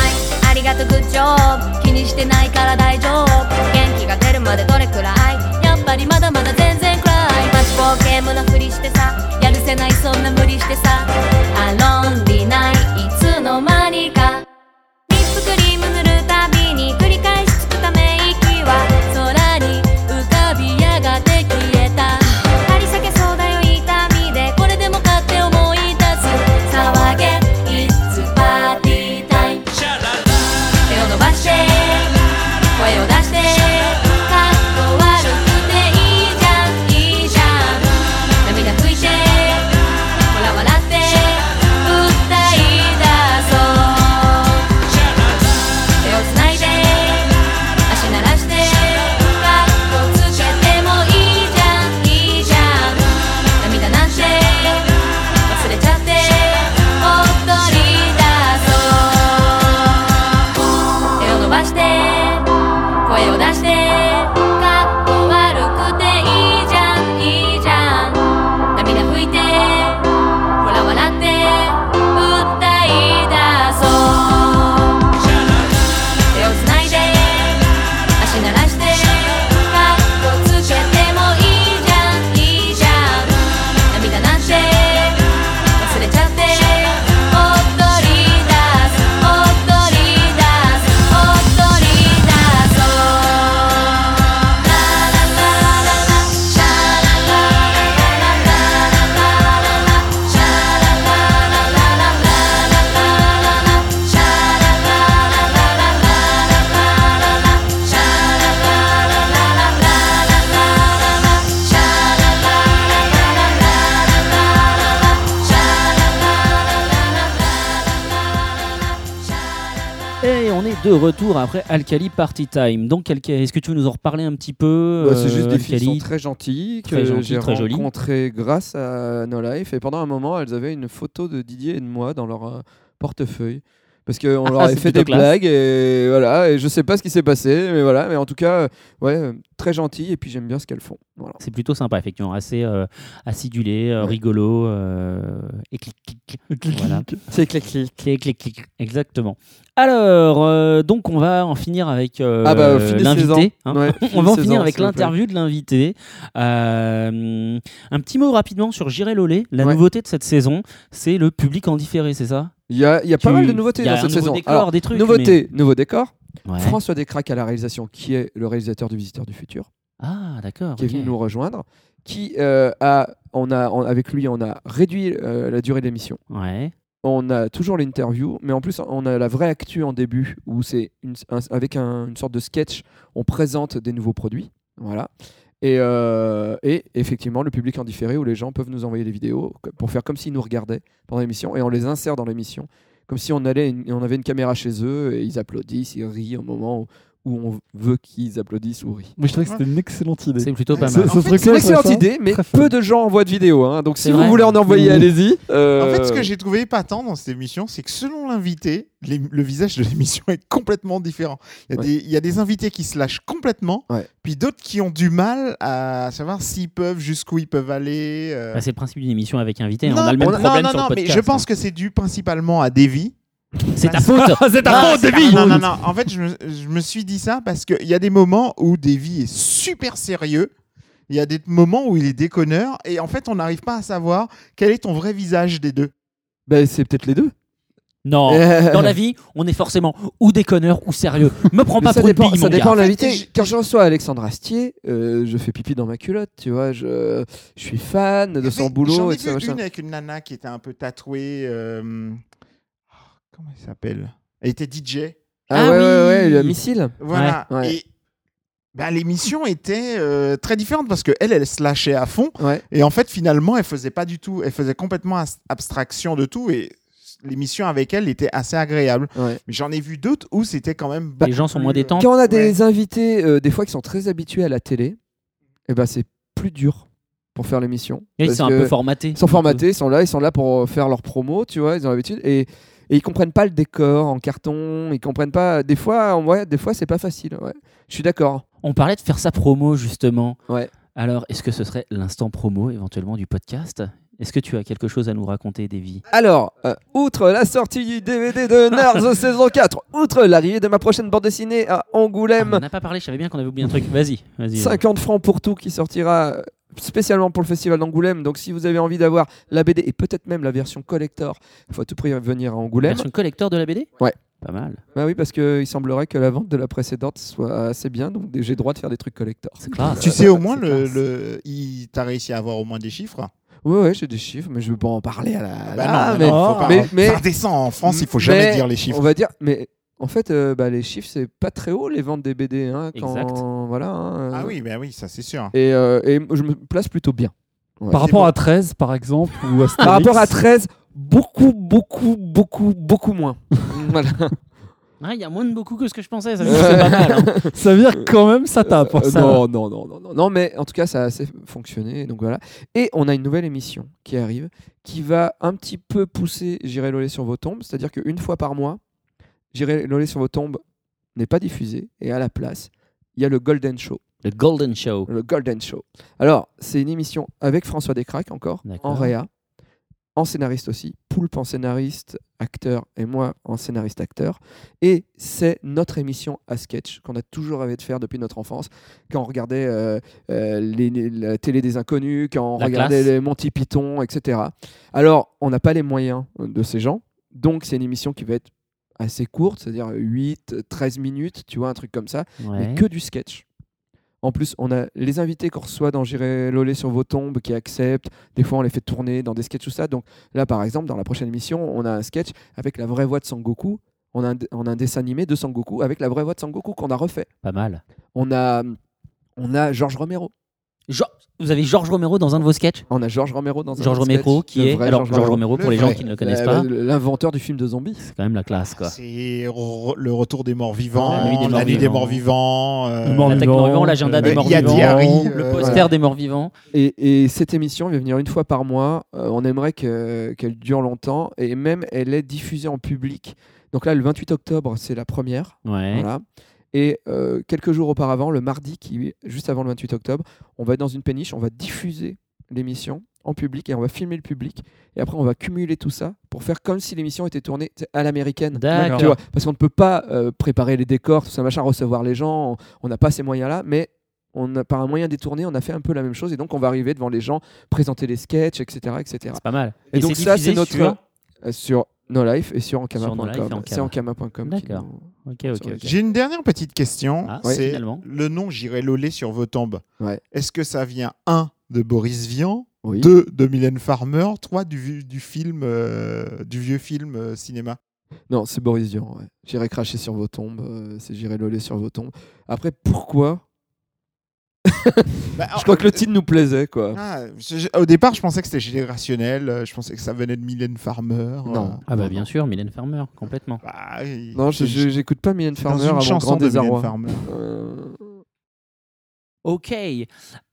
Speaker 9: ありがとうグッジョブ気にしてないから大丈夫元気が出るまでどれくらいやっぱりまだまだ全然暗いマジボーゲームのふりしてさやるせないそんな無理してさアロンリないいつの間にかリップクリーム塗るたびに繰り返しつくため息は空に浮かびやがて消えた張り裂けそうだよ痛みでこれでもかって思い出す騒げ It's party time 手を伸ばして声を出してかっこ悪くていいじゃんいいじゃん涙拭いてほら笑って歌い出そう手をつないで足鳴らしてカッコつけてもいいじゃんいいじゃん涙なんて忘れちゃって踊り出そう手を伸ばして声を出してカッコ悪くていいじゃんいいじゃん涙拭いてほら笑って歌い出そう手をつないで足鳴らしてカッコつけてもいいじゃんいいじゃん涙なんて忘れちゃって踊り出す踊り出す踊り出そう
Speaker 1: de retour après Alkali Party Time. Donc, Alka- est-ce que tu veux nous en reparler un petit peu
Speaker 4: Bah, c'est juste
Speaker 1: euh,
Speaker 4: des filles qui sont
Speaker 1: Alkali
Speaker 4: très gentilles que
Speaker 1: Très gentilles,
Speaker 4: j'ai
Speaker 1: très jolies.
Speaker 4: rencontrées grâce à No Life et pendant un moment elles avaient une photo de Didier et de moi dans leur euh, portefeuille parce qu'on
Speaker 1: Ah,
Speaker 4: leur avait
Speaker 1: c'est
Speaker 4: fait
Speaker 1: plutôt
Speaker 4: des
Speaker 1: classe.
Speaker 4: blagues et voilà et je sais pas ce qui s'est passé mais voilà mais en tout cas euh, ouais euh, très gentilles et puis j'aime bien ce qu'elles font voilà.
Speaker 1: C'est plutôt sympa, effectivement. Assez euh, acidulé, euh,
Speaker 4: Ouais.
Speaker 1: rigolo. euh, et clic, clic, clic. Voilà.
Speaker 10: C'est clic clic.
Speaker 1: Clic, clic, clic. Exactement. Alors, euh, donc, on va en finir avec euh,
Speaker 4: Ah bah, finissez-en.
Speaker 1: l'invité. hein.
Speaker 4: Ouais,
Speaker 1: on va en
Speaker 4: finissez-en,
Speaker 1: finir avec
Speaker 4: s'il vous plaît.
Speaker 1: l'interview de l'invité. Euh, un petit mot rapidement sur Jiré Lolé. La
Speaker 4: Ouais.
Speaker 1: nouveauté de cette saison, c'est le public en différé, c'est ça
Speaker 4: Il y a, il y a pas
Speaker 1: Tu-
Speaker 4: mal de nouveautés
Speaker 1: il y a
Speaker 4: dans
Speaker 1: un
Speaker 4: cette saison.
Speaker 1: nouveau décor, des trucs,
Speaker 4: nouveauté, nouveau décor.
Speaker 1: Ouais.
Speaker 4: François Descraques à la réalisation, qui est le réalisateur du Visiteur du Futur.
Speaker 1: Ah, d'accord.
Speaker 4: qui est venu
Speaker 1: ok.
Speaker 4: nous rejoindre, qui euh, a, on a, on- avec lui, on a réduit euh, la durée de l'émission.
Speaker 1: Ouais.
Speaker 4: On a toujours l'interview, mais en plus, on a la vraie actu en début, où c'est une- un- avec un- une sorte de sketch, on présente des nouveaux produits. Voilà. Et, euh, et effectivement, le public en différé, où les gens peuvent nous envoyer des vidéos co- pour faire comme s'ils nous regardaient pendant l'émission, et on les insère dans l'émission, comme si on, allait une- on avait une caméra chez eux, et ils applaudissent, ils rient au moment où, où on veut qu'ils applaudissent ou rient.
Speaker 6: Moi, je trouvais que c'était une excellente idée.
Speaker 1: C'est plutôt pas
Speaker 6: Ce-
Speaker 1: mal.
Speaker 6: ce truc-là,
Speaker 4: C'est une
Speaker 6: je trouve
Speaker 4: excellente
Speaker 6: ça
Speaker 4: idée, mais
Speaker 6: très fun.
Speaker 4: peu de gens envoient de vidéos. hein. Donc
Speaker 1: C'est
Speaker 4: si vous
Speaker 1: vrai.
Speaker 4: voulez en envoyer,
Speaker 6: Mmh.
Speaker 4: allez-y.
Speaker 2: En fait, ce
Speaker 4: Euh,
Speaker 2: que j'ai trouvé épatant dans cette émission, c'est que selon l'invité, les- le visage de l'émission est complètement différent. Il y, a
Speaker 4: Ouais.
Speaker 2: des, il y a des invités qui se lâchent complètement,
Speaker 4: Ouais.
Speaker 2: puis d'autres qui ont du mal à savoir s'ils peuvent, jusqu'où ils peuvent aller. euh.
Speaker 1: Bah, c'est le principe d'une émission avec invité. hein.
Speaker 2: Non,
Speaker 1: on a le même
Speaker 2: non,
Speaker 1: problème
Speaker 2: non,
Speaker 1: sur
Speaker 2: non,
Speaker 1: le
Speaker 2: mais
Speaker 1: podcast.
Speaker 2: je
Speaker 1: hein.
Speaker 2: pense que c'est dû principalement à Davy.
Speaker 1: C'est ta faute.
Speaker 11: C'est ta
Speaker 2: Non,
Speaker 11: faute,
Speaker 2: c'est-
Speaker 11: Davy
Speaker 2: Non, non, non. En fait, je me, je me suis dit ça parce qu'il y a des moments où Davy est super sérieux. Il y a des moments où il est déconneur. Et en fait, on n'arrive pas à savoir quel est ton vrai visage des deux.
Speaker 4: ben, c'est peut-être les deux.
Speaker 1: Non.
Speaker 4: Euh,
Speaker 1: Oh, Dans la vie, on est forcément ou déconneur ou sérieux. Me prends
Speaker 4: mais
Speaker 1: pas
Speaker 4: ça
Speaker 1: pour une
Speaker 4: dépend,
Speaker 1: bille,
Speaker 4: ça
Speaker 1: mon
Speaker 4: dépend
Speaker 1: gars.
Speaker 4: de
Speaker 2: En fait,
Speaker 4: l'invité.
Speaker 2: j'ai-
Speaker 4: Quand je reçois Alexandre Astier, euh, je fais pipi dans ma culotte, tu vois. Je, je suis fan de son
Speaker 2: Mais
Speaker 4: boulot
Speaker 2: J'en
Speaker 4: et
Speaker 2: ai
Speaker 4: de ça.
Speaker 2: vu une avec une nana qui était un peu tatouée. euh, oh, Comment elle s'appelle Elle était DJ.
Speaker 4: Ah,
Speaker 1: Ah
Speaker 4: ouais,
Speaker 1: oui.
Speaker 4: ouais, ouais, le missile.
Speaker 2: Voilà.
Speaker 4: Ouais, ouais.
Speaker 2: Et bah, l'émission était euh, très différente parce que elle, elle se lâchait à fond.
Speaker 4: Ouais.
Speaker 2: Et en fait, finalement, elle faisait pas du tout. Elle faisait complètement as- abstraction de tout. Et l'émission avec elle était assez agréable.
Speaker 4: Ouais.
Speaker 2: Mais j'en ai vu d'autres où c'était quand même.
Speaker 1: Les gens sont moins détendus.
Speaker 4: Bah, Quand on a des invités, euh, des fois, qui sont très habitués à la télé, eh ben, c'est plus dur pour faire l'émission.
Speaker 1: Et Ils
Speaker 4: Parce
Speaker 1: sont un
Speaker 4: que-
Speaker 1: peu formatés. Mmh.
Speaker 4: Ils sont formatés, ils sont là, ils sont là pour euh, faire leur promo, tu vois, ils ont l'habitude. Et, et ils comprennent pas le décor en carton, ils comprennent pas. Des fois, en vrai, des fois, c'est pas facile. Ouais. Je suis d'accord.
Speaker 1: On parlait de faire sa promo justement.
Speaker 4: Ouais.
Speaker 1: Alors, est-ce que ce serait l'instant promo éventuellement du podcast Est-ce que tu as quelque chose à nous raconter, Davy
Speaker 4: Alors, euh, outre la sortie du DVD de Nerds saison 4, outre l'arrivée de ma prochaine bande dessinée à
Speaker 1: Ah, mais On
Speaker 4: Angoulême,
Speaker 1: n'a pas parlé. Je savais bien qu'on avait oublié un truc. Vas-y, vas-y.
Speaker 4: 50 francs pour tout qui sortira euh, spécialement pour le festival d'Angoulême. Donc, si vous avez envie d'avoir la BD et peut-être même la version collector, il faut à tout prix venir à Angoulême.
Speaker 1: Version collector de la BD
Speaker 4: Ouais.
Speaker 1: Pas mal.
Speaker 4: Bah oui, parce qu'il semblerait que la vente de la précédente soit assez bien, donc j'ai le droit de faire des trucs collector.
Speaker 1: C'est classe.
Speaker 2: Tu sais au moins le,
Speaker 4: classe.
Speaker 2: le- il- t'as réussi à avoir au moins des chiffres.
Speaker 4: Ah. Ouais, ouais, j'ai des chiffres, mais je veux pas en parler à la.
Speaker 2: Bah
Speaker 4: là,
Speaker 2: non,
Speaker 4: mais,
Speaker 2: non, faut pas.
Speaker 4: mais- mais-
Speaker 2: ça descend en France, il faut jamais
Speaker 4: mais
Speaker 2: dire les chiffres.
Speaker 4: On va dire, mais en fait, euh, bah, les chiffres, c'est pas très haut les ventes des BD. Hein, quand,
Speaker 1: Exact.
Speaker 4: Voilà. hein,
Speaker 2: Ah
Speaker 4: euh,
Speaker 2: oui, bah oui, ça c'est sûr.
Speaker 4: Et, euh, et je me place plutôt bien. Ouais.
Speaker 6: Par
Speaker 2: C'est
Speaker 6: rapport
Speaker 2: bon.
Speaker 6: à 13, par exemple, ou Astérix.
Speaker 4: Par rapport à 13, beaucoup, beaucoup, beaucoup, beaucoup moins. voilà.
Speaker 1: Ah, il y a moins de beaucoup que ce que je pensais. Ça veut dire que c'est pas mal. hein.
Speaker 6: Ça veut dire que quand même, ça tape. hein,
Speaker 4: Euh,
Speaker 6: ça.
Speaker 4: non, non, non, non, non, non, mais en tout cas, ça a assez fonctionné. Donc voilà. Et on a une nouvelle émission qui arrive, qui va un petit peu pousser J'irai Lolé sur vos tombes. C'est-à-dire qu'une fois par mois, J'irai Lolé sur vos tombes n'est pas diffusé. Et à la place, il y a le Golden Show.
Speaker 1: Le Golden Show.
Speaker 4: Le Golden Show. Alors, c'est une émission avec François Descraques encore,
Speaker 1: D'accord.
Speaker 4: en réa, en scénariste aussi, Poulpe en scénariste, acteur, et moi en scénariste, acteur. Et c'est notre émission à sketch qu'on a toujours rêvé de faire depuis notre enfance, quand on regardait euh, euh, les- les- la télé des inconnus, quand on
Speaker 1: La
Speaker 4: regardait
Speaker 1: classe.
Speaker 4: les Monty Python, etc. Alors, on n'a pas les moyens euh, de ces gens, donc c'est une émission qui va être assez courte, c'est-à-dire 8, 13 minutes, tu vois, un truc comme ça
Speaker 1: Ouais.
Speaker 4: mais que du sketch. En plus, on a les invités qu'on reçoit dans J'irai Lolé sur vos tombes qui acceptent. Des fois, on les fait tourner dans des sketchs ou ça. Donc là, par exemple, dans la prochaine émission, on a un sketch avec la vraie voix de Sangoku. On a un, on a un dessin animé de Sangoku avec la vraie voix de Sangoku qu'on a refait.
Speaker 1: Pas mal.
Speaker 4: On a, on a Georges Romero.
Speaker 1: Jo- Vous avez Georges Romero dans un de vos sketchs
Speaker 4: On a Georges Romero dans un
Speaker 1: Georges
Speaker 4: sketch,
Speaker 1: Romero qui
Speaker 4: le
Speaker 1: est.
Speaker 4: vrai
Speaker 1: Alors, Georges Romero, pour
Speaker 2: Le
Speaker 1: les gens
Speaker 2: vrai.
Speaker 1: qui ne le connaissent pas,
Speaker 4: La- L'inventeur du film de zombies.
Speaker 1: c'est quand même la classe, quoi.
Speaker 2: C'est re- le retour des morts vivants,
Speaker 1: La nuit des morts
Speaker 2: la nuit des
Speaker 1: vivants.
Speaker 2: morts vivants. euh,
Speaker 6: Le mort
Speaker 1: L'attaque
Speaker 6: vivant,
Speaker 1: mort-vivant, l'agenda
Speaker 6: euh,
Speaker 1: des
Speaker 2: il
Speaker 1: morts
Speaker 2: y a
Speaker 1: vivants,
Speaker 2: Diary,
Speaker 1: le
Speaker 2: euh,
Speaker 1: poster
Speaker 2: voilà.
Speaker 1: des morts vivants.
Speaker 4: Et, et cette émission elle va venir une fois par mois. Euh, on aimerait que- qu'elle dure longtemps et même elle est diffusée en public. Donc là, le 28 octobre, c'est la première.
Speaker 1: Ouais.
Speaker 4: Voilà. Et euh, quelques jours auparavant, le mardi, qui, juste avant le 28 octobre, on va être dans une péniche, on va diffuser l'émission en public et on va filmer le public. Et après, on va cumuler tout ça pour faire comme si l'émission était tournée tu sais, à l'américaine.
Speaker 1: D'accord.
Speaker 4: Tu vois, parce qu'on ne peut pas euh, préparer les décors, tout ça, machin, recevoir les gens. on- On n'a pas ces moyens-là, mais on a, par un moyen détourné, on a fait un peu la même chose. Et donc, on va arriver devant les gens, présenter les sketchs, etc. etc.
Speaker 1: C'est pas mal.
Speaker 4: Et, donc, ça, c'est
Speaker 1: diffusé
Speaker 4: notre.
Speaker 1: sur-
Speaker 4: euh, Sur No Life et sur
Speaker 1: No Life et
Speaker 4: Ankama.com.
Speaker 1: Ankama.
Speaker 4: C'est Ankama.com. qui
Speaker 1: D'accord.
Speaker 4: nous-
Speaker 1: Ok, ok, ok.
Speaker 2: J'ai une dernière petite question.
Speaker 1: Ah,
Speaker 2: c'est
Speaker 1: finalement.
Speaker 2: le nom J'irai loler sur vos tombes.
Speaker 4: Ouais.
Speaker 2: Est-ce que ça vient 1 de Boris Vian,
Speaker 4: Oui.
Speaker 2: 2 de Mylène Farmer, 3 du, vieux- du film euh, du vieux film euh, cinéma
Speaker 4: Non, c'est Boris Vian. ouais. J'irai cracher sur vos tombes. euh, c'est J'irai loler sur vos tombes. Après, pourquoi
Speaker 2: Bah,
Speaker 4: Je crois que le titre nous plaisait, quoi.
Speaker 2: ah, je- je- au départ, je pensais que c'était générationnel, euh, je pensais que ça venait de Mylène Farmer. euh.
Speaker 4: Non.
Speaker 1: Ah bah bien sûr, Mylène Farmer, complètement.
Speaker 2: Bah, il-
Speaker 4: Non, je- je- j'écoute pas Mylène
Speaker 2: dans
Speaker 4: Farmer à
Speaker 2: une
Speaker 4: mon
Speaker 2: chanson
Speaker 4: grand
Speaker 2: de Mylène
Speaker 4: désarroi.
Speaker 2: Farmer.
Speaker 4: Euh,
Speaker 1: Ok.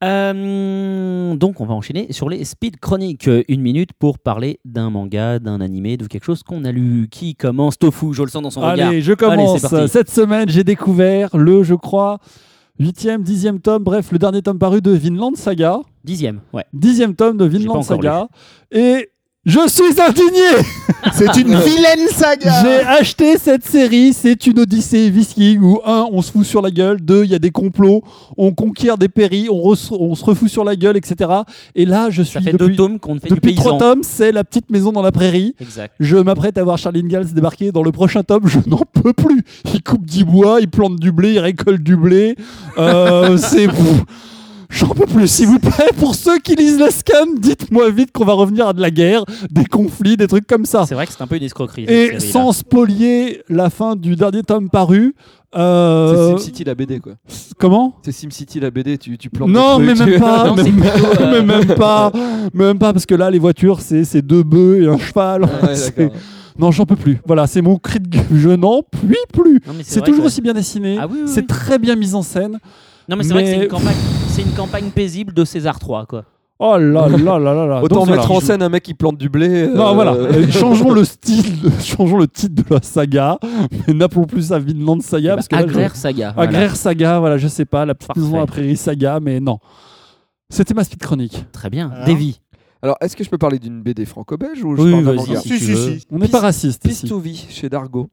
Speaker 1: Euh, donc on va enchaîner sur les speed chroniques. Euh, Une minute pour parler d'un manga, d'un animé, de quelque chose qu'on a lu. Qui commence Tofu, je le sens dans son regard.
Speaker 6: Allez, je commence.
Speaker 1: Allez, c'est parti.
Speaker 6: Cette semaine, j'ai découvert le, je crois, 8e, 10e tome, bref, le dernier tome paru de Vinland Saga.
Speaker 1: Dixième, ouais.
Speaker 6: Dixième tome de Vinland
Speaker 1: J'ai pas
Speaker 6: Saga.
Speaker 1: encore
Speaker 6: Et je suis indigné
Speaker 2: C'est une vilaine
Speaker 6: J'ai
Speaker 2: saga
Speaker 6: acheté cette série, c'est une odyssée viking où, un, on se fout sur la gueule, deux, il y a des complots, on conquiert des péris, on, re- on se refout sur la gueule, etc. Et là, je suis
Speaker 1: Ça fait deux
Speaker 6: depuis,
Speaker 1: tomes qu'on ne fait du
Speaker 6: depuis trois
Speaker 1: paysan.
Speaker 6: tomes, c'est la petite maison dans la prairie.
Speaker 1: Exact.
Speaker 6: Je m'apprête à voir Charline Galls débarquer dans le prochain tome, je n'en peux plus. Il coupe du bois, il plante du blé, il récolte du blé. Euh, c'est fou. J'en peux plus, s'il vous plaît. Pour ceux qui lisent la scan, dites-moi vite qu'on va revenir à de la guerre, des conflits, des trucs comme ça.
Speaker 1: C'est vrai que c'est un peu une escroquerie.
Speaker 6: Et
Speaker 1: cette série-là.
Speaker 6: sans spolier la fin du dernier tome paru. euh,
Speaker 4: C'est SimCity la BD, quoi.
Speaker 6: comment
Speaker 4: C'est SimCity la BD, tu, tu plantes
Speaker 6: non,
Speaker 4: des
Speaker 6: mais
Speaker 4: trucs,
Speaker 6: même
Speaker 4: tu-
Speaker 6: pas,
Speaker 1: Non,
Speaker 6: mais,
Speaker 1: c'est plutôt, euh,
Speaker 6: mais même pas, mais même pas, parce que là, les voitures, c'est c'est deux bœufs et un cheval.
Speaker 1: Ah
Speaker 4: Ouais,
Speaker 6: C'est-
Speaker 4: d'accord.
Speaker 6: non, j'en peux plus. Voilà, c'est mon cri de gueule. Je n'en puis plus.
Speaker 1: Non, mais
Speaker 6: C'est
Speaker 1: vrai
Speaker 6: toujours
Speaker 1: que-
Speaker 6: aussi bien dessiné.
Speaker 1: Ah oui, oui,
Speaker 6: c'est
Speaker 1: oui.
Speaker 6: très bien mis en scène.
Speaker 1: Non, mais c'est vrai que c'est
Speaker 6: mais-
Speaker 1: une campagne, c'est une campagne paisible de César III, quoi.
Speaker 6: Oh là là là là là.
Speaker 4: Autant
Speaker 6: Donc, voilà.
Speaker 4: mettre en scène un mec qui plante du blé.
Speaker 6: Non,
Speaker 4: euh,
Speaker 6: voilà. Euh, changeons le style, de- changeons le titre de la saga. Mais n'appelons plus ça Vinland Saga. parce que là, je-
Speaker 1: Eh ben, Agraire Saga. voilà.
Speaker 6: Agraire Saga, voilà, je sais pas, la petite maison à la
Speaker 1: Parfait.
Speaker 6: prairie Saga, mais non. C'était ma speed chronique.
Speaker 1: Très bien.
Speaker 2: Alors
Speaker 1: Davy.
Speaker 4: Alors, est-ce que je peux parler d'une BD franco-belge ou je
Speaker 6: Oui,
Speaker 4: parle d'un
Speaker 6: vas-y.
Speaker 4: manga
Speaker 1: si tu veux.
Speaker 6: On n'est
Speaker 4: Piste-
Speaker 6: pas raciste ici.
Speaker 4: Pistovie chez Dargo,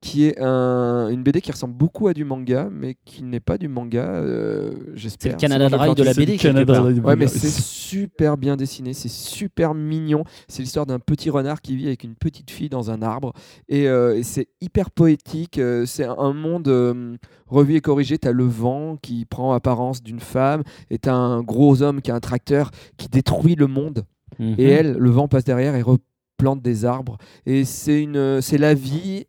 Speaker 4: qui est un- une BD qui ressemble beaucoup à du manga, mais qui n'est pas du manga, euh,
Speaker 1: C'est
Speaker 4: j'espère.
Speaker 1: le Canada
Speaker 4: C'est moi qui
Speaker 1: Dry de la
Speaker 6: C'est du
Speaker 1: BD.
Speaker 6: Canada
Speaker 1: quelque part.
Speaker 6: Dry.
Speaker 4: Ouais, mais c'est super bien dessiné, c'est super mignon. C'est l'histoire d'un petit renard qui vit avec une petite fille dans un arbre. Et, euh, et c'est hyper poétique. euh, c'est un- un monde euh, revu et corrigé. T'as le vent qui prend apparence d'une femme, et t'as un gros homme qui a un tracteur qui détruit le monde.
Speaker 1: Mhm.
Speaker 4: Et elle, le vent passe derrière et replante des arbres. Et c'est une, euh, c'est la vie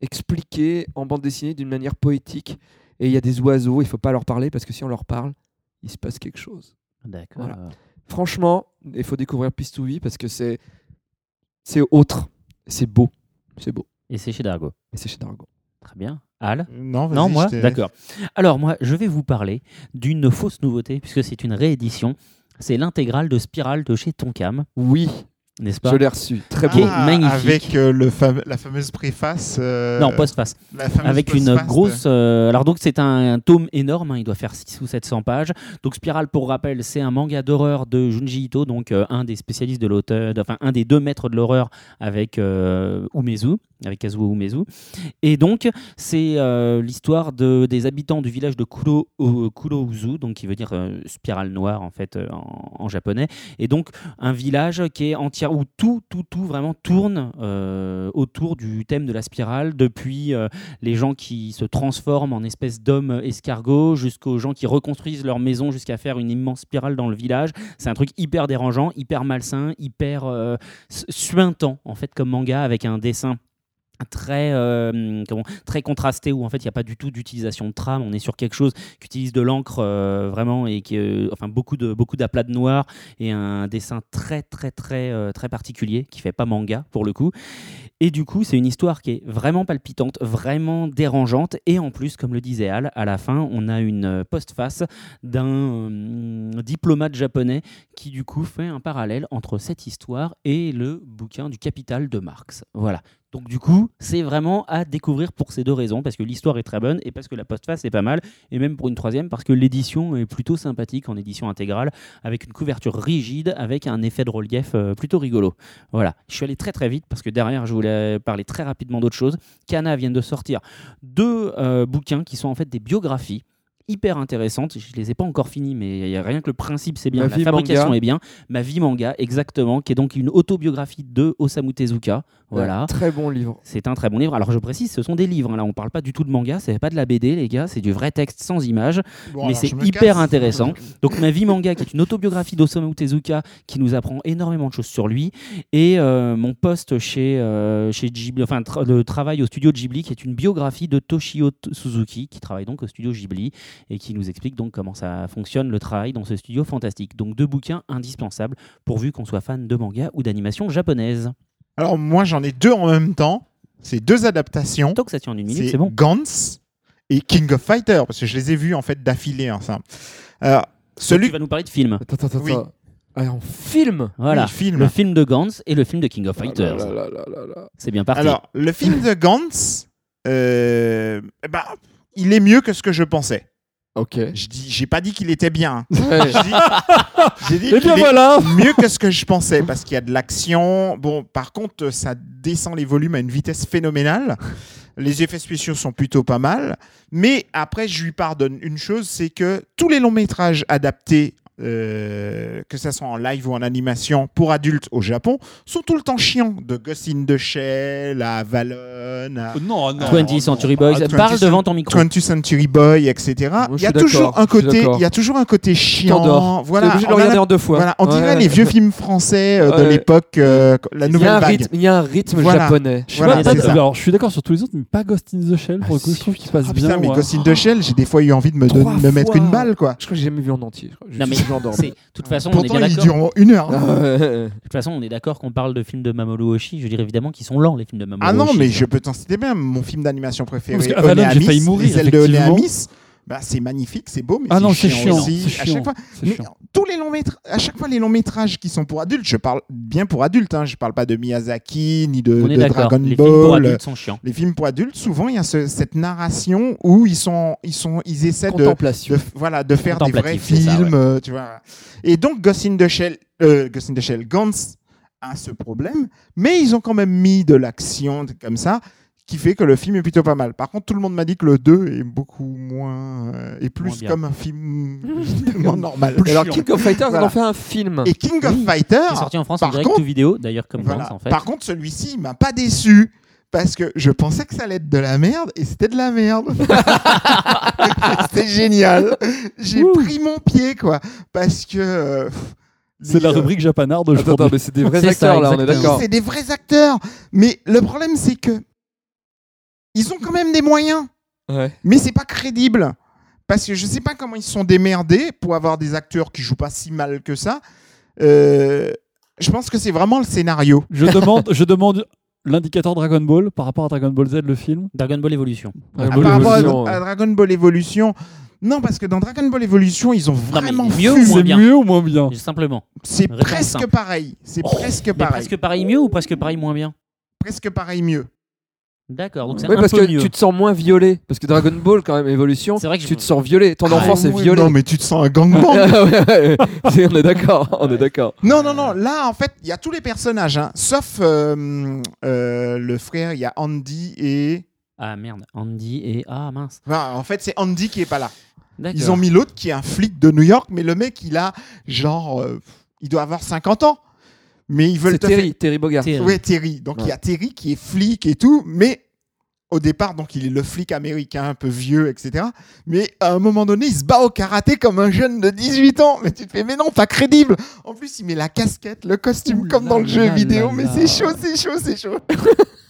Speaker 4: expliquée en bande dessinée d'une manière poétique. Et il y a des oiseaux, il faut pas leur parler parce que si on leur parle, il se passe quelque chose.
Speaker 1: D'accord.
Speaker 4: Voilà. Franchement, il faut découvrir Pistouvi parce que c'est, c'est autre, c'est beau, c'est beau.
Speaker 1: Et c'est chez Dargo.
Speaker 4: Et c'est chez Dargo.
Speaker 1: Très bien. Al
Speaker 2: Non, vas-y,
Speaker 1: Non,
Speaker 2: je
Speaker 1: moi
Speaker 2: t'ai-
Speaker 1: D'accord. Alors, moi, je vais vous parler d'une fausse nouveauté, puisque c'est une réédition. C'est l'intégrale de Spirale de chez Tonkam,
Speaker 4: Oui,
Speaker 1: n'est-ce pas
Speaker 4: je l'ai reçu. Très
Speaker 1: Qui
Speaker 4: beau.
Speaker 1: est magnifique.
Speaker 2: Avec euh, le fame- la fameuse préface. euh,
Speaker 1: Non, postface.
Speaker 2: la fameuse
Speaker 1: Avec une
Speaker 2: postface de-
Speaker 1: grosse. euh, alors, donc, c'est un, un tome énorme. hein, il doit faire 6 ou 700 pages. Donc, Spirale, pour rappel, c'est un manga d'horreur de Junji Ito, donc euh, un des spécialistes de l'auteur, enfin, un des deux maîtres de l'horreur avec euh, Umezu, avec Kazuo Umezu. Et donc, c'est euh, l'histoire de, des habitants du village de Kuro, euh, Kurouzu, donc qui veut dire euh, spirale noire en fait euh, en, en japonais. Et donc, un village qui est entier, où tout, tout, tout vraiment tourne euh, autour du thème de la spirale, depuis euh, les gens qui se transforment en espèces d'hommes escargots jusqu'aux gens qui reconstruisent leur maison jusqu'à faire une immense spirale dans le village. C'est un truc hyper dérangeant, hyper malsain, hyper euh, s- suintant en fait comme manga avec un dessin très euh, comment- très contrasté où en fait il n'y a pas du tout d'utilisation de trame on est sur quelque chose qui utilise de l'encre euh, vraiment et qui euh, enfin beaucoup de beaucoup d'aplats de noir et un dessin très très très euh, très particulier qui fait pas manga pour le coup et du coup c'est une histoire qui est vraiment palpitante vraiment dérangeante et en plus comme le disait Al à la fin on a une euh, postface d'un euh, diplomate japonais qui du coup fait un parallèle entre cette histoire et le bouquin du Capital de Marx voilà donc du coup, c'est vraiment à découvrir pour ces deux raisons, parce que l'histoire est très bonne et parce que la postface est pas mal, et même pour une troisième, parce que l'édition est plutôt sympathique en édition intégrale, avec une couverture rigide, avec un effet de relief euh, plutôt rigolo. Voilà, je suis allé très très vite, parce que derrière, je voulais parler très rapidement d'autre chose. Kana vient de sortir deux euh, bouquins qui sont en fait des biographies hyper intéressantes, je les ai pas encore finis, mais y a rien que le principe c'est bien,
Speaker 4: Ma
Speaker 1: la
Speaker 4: vie
Speaker 1: fabrication
Speaker 4: manga.
Speaker 1: est bien, Ma vie manga exactement, qui est donc une autobiographie de Osamu Tezuka, voilà.
Speaker 4: Un Très bon livre.
Speaker 1: C'est un très bon livre. Alors je précise, ce sont des livres. hein. Là, on parle pas du tout de manga, c'est pas de la BD, les gars. C'est du vrai texte sans images,
Speaker 2: Bon,
Speaker 1: mais
Speaker 2: alors,
Speaker 1: c'est
Speaker 2: je me
Speaker 1: hyper
Speaker 2: casse.
Speaker 1: intéressant. Donc ma vie manga, qui est une autobiographie d'Osamu Tezuka, qui nous apprend énormément de choses sur lui, et euh, mon poste chez euh, chez Ghibli, enfin tra- le travail au studio Ghibli, qui est une biographie de Toshio T- Suzuki, qui travaille donc au studio Ghibli et qui nous explique donc comment ça fonctionne le travail dans ce studio fantastique. Donc deux bouquins indispensables pourvu qu'on soit fan de manga ou d'animation japonaise.
Speaker 2: Alors moi j'en ai deux en même temps. C'est deux adaptations.
Speaker 1: Tant que ça tient en une minute,
Speaker 2: C'est
Speaker 1: c'est bon.
Speaker 2: Gantz et King of Fighter parce que je les ai vus en fait d'affilée ensemble. Alors, celui
Speaker 1: Tu vas nous parler de films.
Speaker 4: Attends, attends, attends.
Speaker 2: Oui.
Speaker 4: Ah, en film
Speaker 1: Voilà.
Speaker 2: Oui, film.
Speaker 1: Le film de Gantz et le film de King of Fighters.
Speaker 4: Ah là là là là là.
Speaker 1: C'est bien parti.
Speaker 2: Alors, le film de Gantz, euh, bah, il est mieux que ce que je pensais.
Speaker 4: Ok.
Speaker 2: Je dis, j'ai pas dit qu'il était bien. hein.
Speaker 4: Ouais.
Speaker 2: Je dis- J'ai dit,
Speaker 4: Et Eh
Speaker 2: qu'il
Speaker 4: bien
Speaker 2: est
Speaker 4: voilà
Speaker 2: mieux que ce que je pensais parce qu'il y a de l'action. Bon, par contre, ça descend les volumes à une vitesse phénoménale. Les effets spéciaux sont plutôt pas mal. Mais après, je lui pardonne une chose, c'est que tous les longs métrages adaptés, euh, que ça soit en live ou en animation pour adultes au Japon, sont tout le temps chiants. De Ghost in the Shell à Avalon, à
Speaker 6: Non, non.
Speaker 1: 20th Century Boys,
Speaker 2: Ah,
Speaker 1: parle
Speaker 2: 20th
Speaker 1: devant ton micro.
Speaker 2: 20th Century Boy, etc.
Speaker 4: je
Speaker 2: il y a
Speaker 4: suis d'accord,
Speaker 2: toujours un
Speaker 4: je suis
Speaker 2: côté,
Speaker 4: d'accord.
Speaker 2: il y a toujours un côté chiant.
Speaker 4: T'endors. T'es
Speaker 2: Voilà,
Speaker 4: obligé de le
Speaker 2: on a
Speaker 4: regarder en deux fois.
Speaker 2: voilà, on
Speaker 4: Ouais,
Speaker 2: dirait
Speaker 4: ouais.
Speaker 2: les vieux films français euh, de
Speaker 4: Ouais.
Speaker 2: l'époque, euh, la
Speaker 4: Il y a
Speaker 2: nouvelle
Speaker 4: un
Speaker 2: vague.
Speaker 4: rythme, il y a un rythme
Speaker 2: Voilà.
Speaker 4: japonais.
Speaker 6: Je suis
Speaker 2: Voilà,
Speaker 6: pas-
Speaker 2: c'est ça.
Speaker 6: alors, je suis d'accord sur tous les autres, mais pas Ghost in the Shell. Pour le coup, je trouve qu'il passe
Speaker 2: Ah,
Speaker 6: bien.
Speaker 2: putain, mais
Speaker 6: moi.
Speaker 2: Ghost in the Shell, j'ai des fois eu envie de me,
Speaker 4: Trois
Speaker 2: donner- me mettre
Speaker 4: fois.
Speaker 2: une balle, quoi.
Speaker 4: Ah. Je crois que j'ai jamais vu en entier. je crois. Je
Speaker 1: Non, mais
Speaker 4: suis endormi.
Speaker 1: c'est- De toute façon, on est
Speaker 2: Pourtant,
Speaker 1: bien
Speaker 2: ils
Speaker 1: d'accord.
Speaker 2: durent une heure. hein.
Speaker 4: Ah, ouais, ouais.
Speaker 1: De toute façon, on est d'accord qu'on parle de films de Mamoru Oshii. Je dirais évidemment qu'ils sont lents les films de Mamoru
Speaker 2: Ah non,
Speaker 1: Oshii.
Speaker 2: mais je peux t'en citer bien. Mon film d'animation
Speaker 6: Parce
Speaker 2: préféré,
Speaker 6: que Avalon,
Speaker 2: Oné
Speaker 6: j'ai
Speaker 2: Amis,
Speaker 6: failli mourir,
Speaker 2: les ailes de Oné
Speaker 6: effectivement.
Speaker 2: Amis, bah, c'est magnifique, c'est beau, mais
Speaker 6: Ah non, c'est chiant.
Speaker 2: aussi.
Speaker 6: c'est
Speaker 2: À
Speaker 6: chiant,
Speaker 2: chaque fois,
Speaker 6: c'est
Speaker 2: Mais
Speaker 6: chiant.
Speaker 2: tous les longs métrages, à chaque fois les longs métrages qui sont pour adultes, je parle bien pour adultes, hein, je parle pas de Miyazaki ni de,
Speaker 1: on est
Speaker 2: de
Speaker 1: d'accord.
Speaker 2: Dragon
Speaker 1: Les films pour
Speaker 2: Ball.
Speaker 1: adultes sont chiants.
Speaker 2: Les films pour adultes, souvent il y a ce- cette narration où ils sont, ils sont, ils essaient de,
Speaker 4: Contemplation.
Speaker 2: de- voilà, de faire des vrais
Speaker 1: Contemplatif, c'est
Speaker 2: films,
Speaker 1: ça, ouais.
Speaker 2: euh, tu vois. Et donc Ghost in the Shell, euh, Ghost in the Shell, Gantz a ce problème, mais ils ont quand même mis de l'action des- comme ça, qui fait que le film est plutôt pas mal. Par contre, tout le monde m'a dit que le 2 est beaucoup moins, euh, est
Speaker 1: Moins
Speaker 2: plus
Speaker 1: bien.
Speaker 2: comme un film tellement normal.
Speaker 4: Alors, King of Fighters,
Speaker 2: Voilà.
Speaker 4: on en fait un film.
Speaker 2: Et King
Speaker 1: Oui.
Speaker 2: of
Speaker 1: C'est
Speaker 2: Fighters,
Speaker 1: sorti en France en
Speaker 2: par
Speaker 1: direct
Speaker 2: contre-
Speaker 1: ou vidéo, d'ailleurs comme
Speaker 2: voilà.
Speaker 1: Gantz, en fait.
Speaker 2: Par contre, celui-ci, il m'a pas déçu. Parce que je pensais que ça allait être de la merde et c'était de la merde. c'était génial. J'ai pris mon pied, quoi. Parce que. euh, pff,
Speaker 6: C'est
Speaker 2: les,
Speaker 6: la
Speaker 2: euh,
Speaker 6: rubrique japanarde
Speaker 4: Attends, attends,
Speaker 6: aujourd'hui.
Speaker 4: mais c'est des vrais
Speaker 1: C'est ça,
Speaker 4: acteurs là, on est
Speaker 1: exactement.
Speaker 4: d'accord.
Speaker 2: C'est des vrais acteurs. Mais le problème, c'est que. Ils ont quand même des moyens.
Speaker 4: Ouais.
Speaker 2: Mais c'est pas crédible. Parce que je sais pas comment ils se sont démerdés pour avoir des acteurs qui jouent pas si mal que ça. Euh, je pense que c'est vraiment le scénario.
Speaker 6: Je demande, je demande l'indicateur Dragon Ball par rapport à Dragon Ball Z, le film.
Speaker 1: Dragon Ball Evolution.
Speaker 4: Dragon
Speaker 2: Ah,
Speaker 4: Ball
Speaker 2: par rapport
Speaker 4: Evolution,
Speaker 2: à, à Dragon Ball Evolution. Non, parce que dans Dragon Ball Evolution, ils ont
Speaker 1: mais
Speaker 2: vraiment
Speaker 1: il est mieux
Speaker 2: fumé.
Speaker 1: ou moins
Speaker 6: C'est
Speaker 1: bien
Speaker 6: mieux ou moins bien
Speaker 1: Simplement.
Speaker 2: C'est
Speaker 1: Réponse
Speaker 2: presque
Speaker 1: simple. Oh,
Speaker 2: pareil. C'est presque
Speaker 1: Mais
Speaker 2: pareil.
Speaker 1: presque pareil mieux ou presque pareil moins bien
Speaker 2: Presque pareil mieux.
Speaker 1: D'accord. Donc c'est
Speaker 4: Oui,
Speaker 1: un
Speaker 4: parce
Speaker 1: peu
Speaker 4: que
Speaker 1: mieux.
Speaker 4: tu te sens moins violé. Parce que Dragon Ball, quand même, évolution,
Speaker 1: C'est vrai que je-
Speaker 4: tu te sens violé. Ton enfant, c'est
Speaker 2: oui,
Speaker 4: violé.
Speaker 2: Ah Non, mais tu te sens un gangbang.
Speaker 4: Ah, ouais, ouais, ouais. on est d'accord, on est d'accord.
Speaker 2: non, non, non. Là, en fait, il y a tous les personnages, hein, sauf euh, euh, le frère. Il y a Andy et.
Speaker 1: Ah merde. Andy et ah mince.
Speaker 2: Enfin, en fait, c'est Andy qui est pas là.
Speaker 1: D'accord.
Speaker 2: Ils ont mis l'autre qui est un flic de New York, mais le mec, il a genre, euh, il doit avoir 50 ans. Mais ils veulent
Speaker 4: C'est
Speaker 2: te faire-
Speaker 4: Terry, Terry Bogard.
Speaker 1: Terry.
Speaker 2: Ouais, Terry. Donc il y a Terry qui est flic et tout, mais au départ, donc il est le flic américain, un peu vieux, etc. Mais à un moment donné, il se bat au karaté comme un jeune de 18 ans. Mais tu te fais, mais non, pas crédible. En plus, il met la casquette, le costume,
Speaker 6: Ouh
Speaker 2: comme
Speaker 6: là
Speaker 2: dans le jeu
Speaker 6: là
Speaker 2: vidéo.
Speaker 6: là
Speaker 2: mais
Speaker 6: là.
Speaker 2: c'est chaud, c'est chaud, c'est chaud.
Speaker 1: Ok.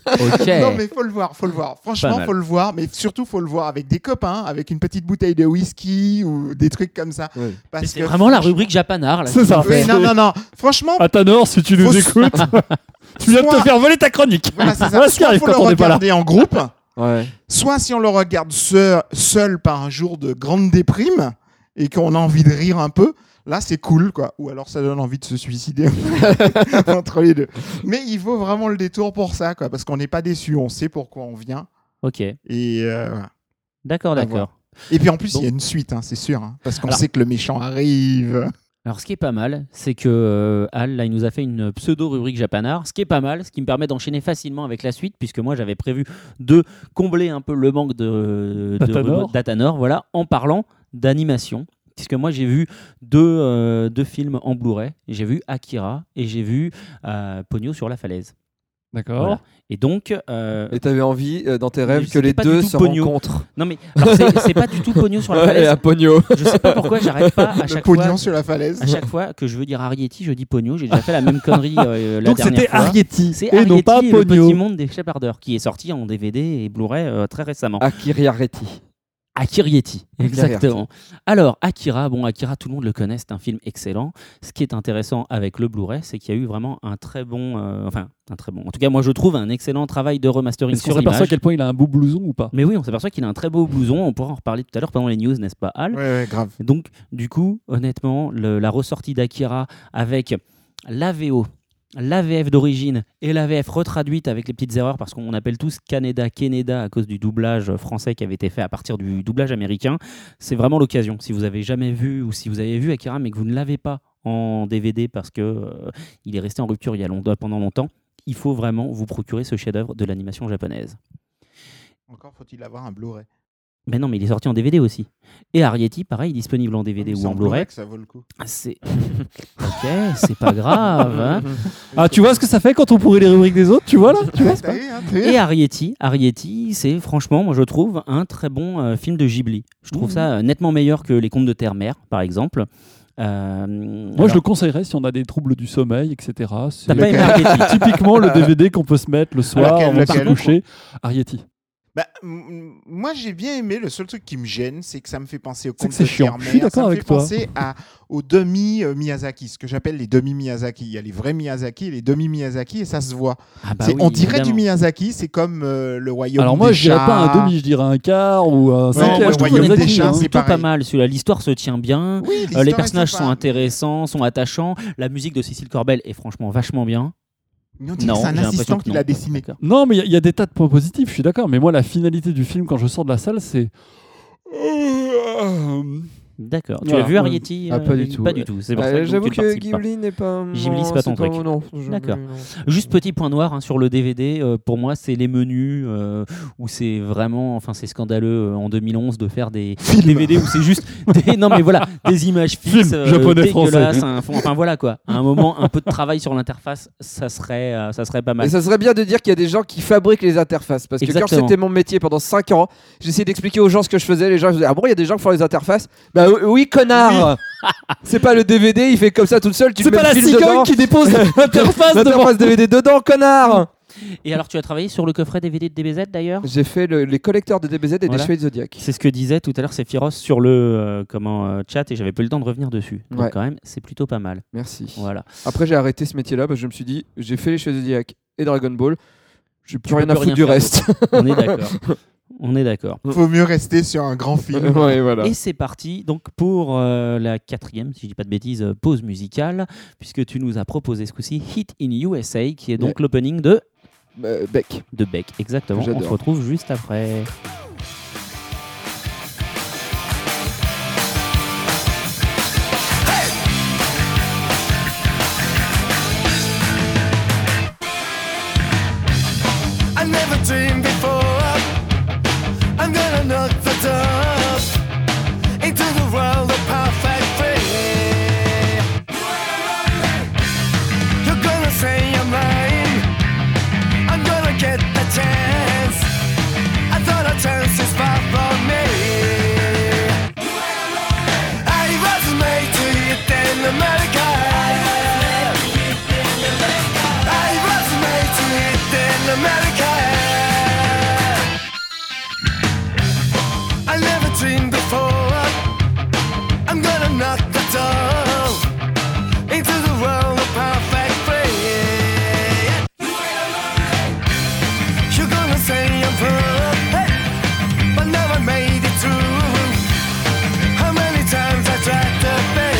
Speaker 2: Non, mais faut le voir, faut le voir. Franchement,
Speaker 1: mal.
Speaker 2: faut le voir, mais surtout faut le voir avec des copains, avec une petite bouteille de whisky ou des trucs comme ça.
Speaker 4: Ouais.
Speaker 2: Parce
Speaker 1: Mais C'est
Speaker 2: que-
Speaker 1: vraiment la rubrique Japanard. Là.
Speaker 6: C'est ça.
Speaker 2: Oui, non, non, Ah, non. Franchement,
Speaker 6: Athanor, si tu nous
Speaker 2: Faut-
Speaker 6: écoutes, tu viens de te
Speaker 2: Soit-
Speaker 6: faire voler ta chronique.
Speaker 2: voilà, c'est
Speaker 6: Voilà
Speaker 2: ça.
Speaker 6: ce qui arrive
Speaker 2: Soit faut
Speaker 6: quand
Speaker 2: le
Speaker 6: on n'est pas là.
Speaker 2: regarder en groupe,
Speaker 4: Ouais.
Speaker 2: soit si on le regarde seul, seul par un jour de grande déprime et qu'on a envie de rire un peu. Là, c'est cool, quoi. Ou alors, ça donne envie de se suicider entre les deux. Mais il vaut vraiment le détour pour ça, quoi, parce qu'on n'est pas déçu. On sait pourquoi on vient.
Speaker 1: Ok.
Speaker 2: Et euh, voilà.
Speaker 1: D'accord,
Speaker 2: À
Speaker 1: d'accord.
Speaker 2: Et puis en plus,
Speaker 1: Donc-
Speaker 2: il y a une suite, hein, c'est sûr. hein, parce qu'on
Speaker 1: Alors-
Speaker 2: sait que le méchant arrive.
Speaker 1: Alors, ce qui est pas mal, c'est que euh, Al, là, il nous a fait une pseudo-rubrique Japanard. Ce qui est pas mal, ce qui me permet d'enchaîner facilement avec la suite, puisque moi, j'avais prévu de combler un peu le manque de de-
Speaker 6: Datanor.
Speaker 1: Datanor, voilà, en parlant d'animation. Puisque moi, j'ai vu deux, euh, deux films en Blu-ray. J'ai vu Akira et j'ai vu euh, Pogno sur la falaise.
Speaker 6: D'accord.
Speaker 1: Voilà. Et donc. euh,
Speaker 4: Et t'avais envie euh, dans tes rêves que
Speaker 1: c'était
Speaker 4: les
Speaker 1: pas du
Speaker 4: deux
Speaker 1: tout
Speaker 4: se
Speaker 1: pogno.
Speaker 4: rencontrent.
Speaker 1: Non, mais alors, c'est c'est pas du tout Pogno sur la
Speaker 4: Ouais, et à
Speaker 1: falaise.
Speaker 4: Pogno.
Speaker 1: Je sais pas pourquoi, j'arrête pas à
Speaker 2: Le
Speaker 1: chaque
Speaker 2: pognon
Speaker 1: fois.
Speaker 2: sur la falaise.
Speaker 1: À chaque fois que je veux dire Arietti, je dis Pogno. J'ai déjà fait la même connerie euh, la
Speaker 6: Donc
Speaker 1: dernière
Speaker 6: c'était
Speaker 1: fois.
Speaker 6: Arietti
Speaker 1: C'est
Speaker 6: et non pas
Speaker 1: Arietti et le petit
Speaker 6: Pogno.
Speaker 1: monde des Shepherders qui est sorti en DVD et Blu-ray euh, très récemment.
Speaker 4: Akiri Areti.
Speaker 1: Akirietti, exactement.
Speaker 4: Akirietti.
Speaker 1: Alors Akira, bon Akira, tout le monde le connaît, c'est un film excellent. Ce qui est intéressant avec le Blu-ray, c'est qu'il y a eu vraiment un très bon, euh, enfin un très bon. En tout cas, moi je trouve un excellent travail de remastering
Speaker 6: Est-ce qu'on
Speaker 1: sur
Speaker 6: s'aperçoit à
Speaker 1: image.
Speaker 6: quel point il a un beau blouson ou pas
Speaker 1: Mais oui, on s'aperçoit qu'il a un très beau blouson. On pourra en reparler tout à l'heure pendant les news, n'est-ce pas, Al
Speaker 2: Ouais, ouais, grave.
Speaker 1: donc, du coup, honnêtement, le- la ressortie d'Akira avec l'AVO, l'AVF d'origine et l'AVF retraduite avec les petites erreurs, parce qu'on appelle tous Canada, Canada à cause du doublage français qui avait été fait à partir du doublage américain, c'est vraiment l'occasion. Si vous avez jamais vu ou si vous avez vu Akira mais que vous ne l'avez pas en DVD parce que euh, il est resté en rupture il y a longtemps, pendant longtemps, il faut vraiment vous procurer ce chef-d'œuvre de l'animation japonaise.
Speaker 2: Encore faut-il avoir un Blu-ray.
Speaker 1: Mais non, mais il est sorti en DVD aussi. Et Arietti, pareil, disponible en DVD
Speaker 2: C'est
Speaker 1: ou en Blu-ray. Ah,
Speaker 2: que Ça vaut le coup.
Speaker 1: C'est. ok, c'est pas grave. hein.
Speaker 6: Ah, tu vois ce que ça fait quand on pourrit les rubriques des autres, tu vois là
Speaker 2: Ouais, t'as vu, hein, t'as vu
Speaker 1: Et Arietti, Arietti, c'est franchement, moi je trouve, un très bon euh, film de Ghibli. Je trouve
Speaker 6: Mmh.
Speaker 1: ça euh, nettement meilleur que Les Contes de Terre-Mer, par exemple. Euh,
Speaker 6: Moi, je
Speaker 1: alors,
Speaker 6: le conseillerais si on a des troubles du sommeil, etc. C'est
Speaker 1: T'as pas aimé Arietti
Speaker 6: typiquement le DVD qu'on peut se mettre le soir
Speaker 2: Lequel,
Speaker 6: avant de se
Speaker 2: lequel
Speaker 6: coucher. Arietti.
Speaker 2: Bah, m- m- moi j'ai bien aimé. Le seul truc qui me gêne, c'est que ça me fait penser au
Speaker 6: C'est
Speaker 2: conte
Speaker 6: que c'est
Speaker 2: de
Speaker 6: chiant.
Speaker 2: Terre-Mère.
Speaker 6: Je suis d'accord
Speaker 2: ça me
Speaker 6: avec
Speaker 2: fait
Speaker 6: toi.
Speaker 2: penser à, aux demi euh, Miyazaki, ce que j'appelle les demi Miyazaki. Il y a les vrais Miyazaki et les demi Miyazaki et ça se voit.
Speaker 1: Ah bah
Speaker 2: C'est-
Speaker 1: oui,
Speaker 2: on dirait du
Speaker 1: évidemment.
Speaker 2: Miyazaki, c'est comme euh, le royaume
Speaker 6: Alors moi,
Speaker 2: des
Speaker 6: je dirais
Speaker 2: chats.
Speaker 6: pas un demi, je dirais un quart ou un
Speaker 2: Non,
Speaker 6: cinquième.
Speaker 2: moi,
Speaker 6: je
Speaker 2: je
Speaker 6: trouve
Speaker 2: voyais
Speaker 6: qu'il y a
Speaker 2: des
Speaker 6: des
Speaker 2: chats,
Speaker 6: hein.
Speaker 2: c'est
Speaker 1: plutôt
Speaker 2: pareil.
Speaker 1: pas mal. celui-là. L'histoire se tient bien.
Speaker 2: Oui,
Speaker 1: Euh,
Speaker 2: l'histoire
Speaker 1: les
Speaker 2: est
Speaker 1: personnages
Speaker 2: sympa.
Speaker 1: sont intéressants, sont attachants. La musique de Cécile Corbel est franchement vachement bien.
Speaker 2: Mais on dirait
Speaker 1: Non,
Speaker 2: que c'est
Speaker 1: j'ai
Speaker 2: un
Speaker 1: l'impression
Speaker 2: assistant
Speaker 1: que
Speaker 2: qui
Speaker 1: non.
Speaker 2: l'a dessiné.
Speaker 1: D'accord.
Speaker 6: Non, mais il y a- il y, a des tas de points positifs, je suis d'accord. Mais moi, la finalité du film, quand je sors de la salle, c'est.
Speaker 1: D'accord. Tu
Speaker 6: Voilà.
Speaker 1: as vu Arietti
Speaker 4: Ah,
Speaker 1: euh,
Speaker 4: pas du
Speaker 1: Denis
Speaker 4: tout,
Speaker 1: Pas
Speaker 4: ouais.
Speaker 1: du tout. C'est pour ça
Speaker 4: Euh,
Speaker 1: donc, tu
Speaker 4: J'avoue
Speaker 1: ne
Speaker 4: que
Speaker 1: participes pas.
Speaker 4: Ghibli n'est pas. mon-
Speaker 1: Ghibli, c'est pas ton truc.
Speaker 4: mon- non, je-
Speaker 1: D'accord.
Speaker 4: non.
Speaker 1: Juste petit point noir hein, sur le DVD, euh, pour moi c'est les menus euh, où c'est vraiment, enfin c'est scandaleux euh, en 2011 de faire des DVD où c'est juste des, non mais voilà, des images fixes, euh,
Speaker 6: Film japonais,
Speaker 1: dégueulasses,
Speaker 6: français.
Speaker 1: un fond- enfin voilà quoi, à un moment un peu de travail sur l'interface, ça serait, euh, ça serait pas
Speaker 4: Et
Speaker 1: mal.
Speaker 4: ça serait bien de dire qu'il y a des gens qui fabriquent les interfaces. Parce que
Speaker 1: Exactement.
Speaker 4: quand c'était mon métier pendant 5 ans, j'essayais d'expliquer aux gens ce que je faisais. Les gens ils disaient Ah bon, il y a des gens qui font les interfaces Bah oui, oui, connard C'est pas le DVD, il fait comme ça tout seul. tu
Speaker 8: C'est
Speaker 4: mets
Speaker 8: pas
Speaker 4: le
Speaker 8: la
Speaker 4: fil
Speaker 8: cigogne
Speaker 4: dedans.
Speaker 8: qui dépose l'interface devant.
Speaker 4: L'interface DVD dedans, connard
Speaker 1: Et alors tu as travaillé sur le coffret DVD de DBZ d'ailleurs
Speaker 4: J'ai fait le- les collecteurs de DBZ et
Speaker 1: Voilà.
Speaker 4: des Chevaliers Zodiac.
Speaker 1: c'est ce que disait tout à l'heure Sephiroth sur le euh, comment euh, chat et j'avais pas eu le temps de revenir dessus. Donc
Speaker 4: Ouais.
Speaker 1: quand même, c'est plutôt pas mal.
Speaker 4: Merci.
Speaker 1: Voilà.
Speaker 4: Après, j'ai arrêté ce métier-là parce que je me suis dit J'ai fait les Chevaliers Zodiac et Dragon Ball. J'ai plus
Speaker 1: peux
Speaker 4: rien à foutre
Speaker 1: plus rien
Speaker 4: du
Speaker 1: faire.
Speaker 4: reste.
Speaker 1: On est d'accord. On est d'accord.
Speaker 2: Faut mieux rester sur un grand film.
Speaker 4: ouais, voilà.
Speaker 1: Et c'est parti donc pour euh, la quatrième, si je dis pas de bêtises, euh, pause musicale, puisque tu nous as proposé ce coup-ci Hit in USA, qui est donc l'opening de,
Speaker 4: Euh, Beck.
Speaker 1: de Beck. Exactement, on
Speaker 4: J'adore.
Speaker 1: se retrouve juste après.
Speaker 12: I never dreamed before. I'm gonna knock the door into the world of perfect free. You're gonna say I'm lying. I'm gonna get the chance. I thought a chance is dreamed before. I'm gonna knock the door into the world of perfect free. You're gonna say I'm full, hey, but never made it through. How many times I tried to be?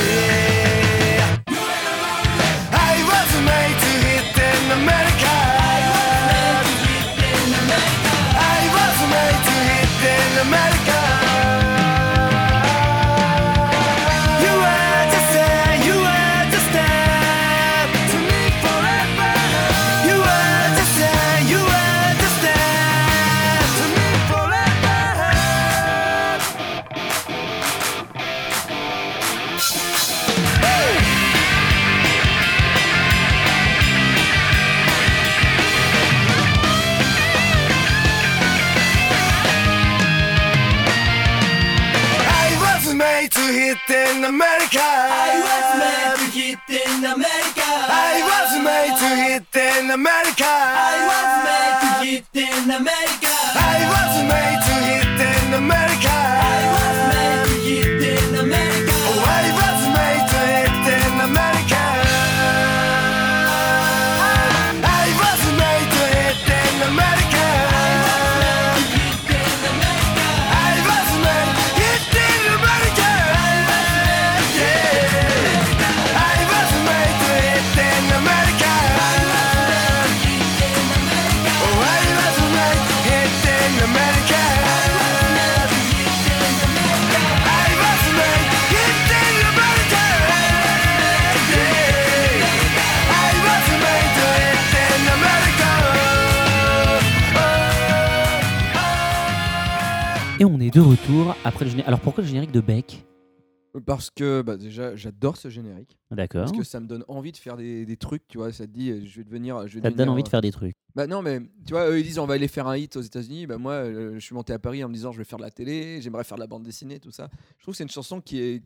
Speaker 12: I was made to hit in America. I was made to hit in America. You were just there, you were just there to me forever. You were just there, you were just there to me forever. I was made to hit in America. I was made to hit in America. I was made to hit in America. I was made to hit in America. I was made to hit in America. I was made to hit in America. Oh, I was made to hit in America. I was made to hit in America. I was made hit in America. Yeah. I was made to hit in America. Oh, I was made to hit in America. I was made hit in America. Yeah. I was made to hit in America.
Speaker 1: Et on est de retour après le générique. Alors pourquoi le générique de Beck
Speaker 4: Parce que bah, déjà, j'adore ce générique.
Speaker 1: D'accord.
Speaker 4: Parce que ça me donne envie de faire des, des trucs, tu vois. Ça te dit, euh, je vais devenir. Je vais
Speaker 1: Ça te donne
Speaker 4: devenir,
Speaker 1: envie de faire des trucs.
Speaker 4: Bah non, mais tu vois, eux ils disent on va aller faire un hit aux États-Unis. Bah moi, euh, je suis monté à Paris en me disant je vais faire de la télé, j'aimerais faire de la bande dessinée, tout ça. Je trouve que c'est une chanson qui est,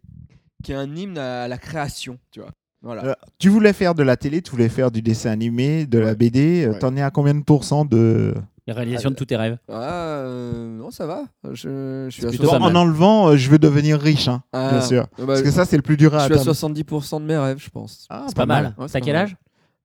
Speaker 4: qui est un hymne à la création, tu vois. Voilà.
Speaker 2: Alors, tu voulais faire de la télé, tu voulais faire du dessin animé, de la BD. euh,
Speaker 4: Ouais.
Speaker 2: T'en es à combien de pourcents de.
Speaker 1: La réalisation de tous tes rêves.
Speaker 4: Ah, euh, non, ça va. Je, je suis à
Speaker 1: plutôt
Speaker 4: soix-
Speaker 1: pas
Speaker 2: Bon, en
Speaker 1: mal.
Speaker 2: enlevant, euh, je veux devenir riche, hein,
Speaker 4: Ah,
Speaker 2: bien sûr.
Speaker 4: bah,
Speaker 2: Parce que
Speaker 4: je
Speaker 2: ça, c'est le plus dur à
Speaker 4: suis à
Speaker 2: atteindre.
Speaker 4: 70% de mes rêves, je pense.
Speaker 2: Ah,
Speaker 1: C'est pas mal.
Speaker 4: Ouais, c'est
Speaker 1: T'as
Speaker 4: pas
Speaker 1: quel
Speaker 4: mal.
Speaker 1: âge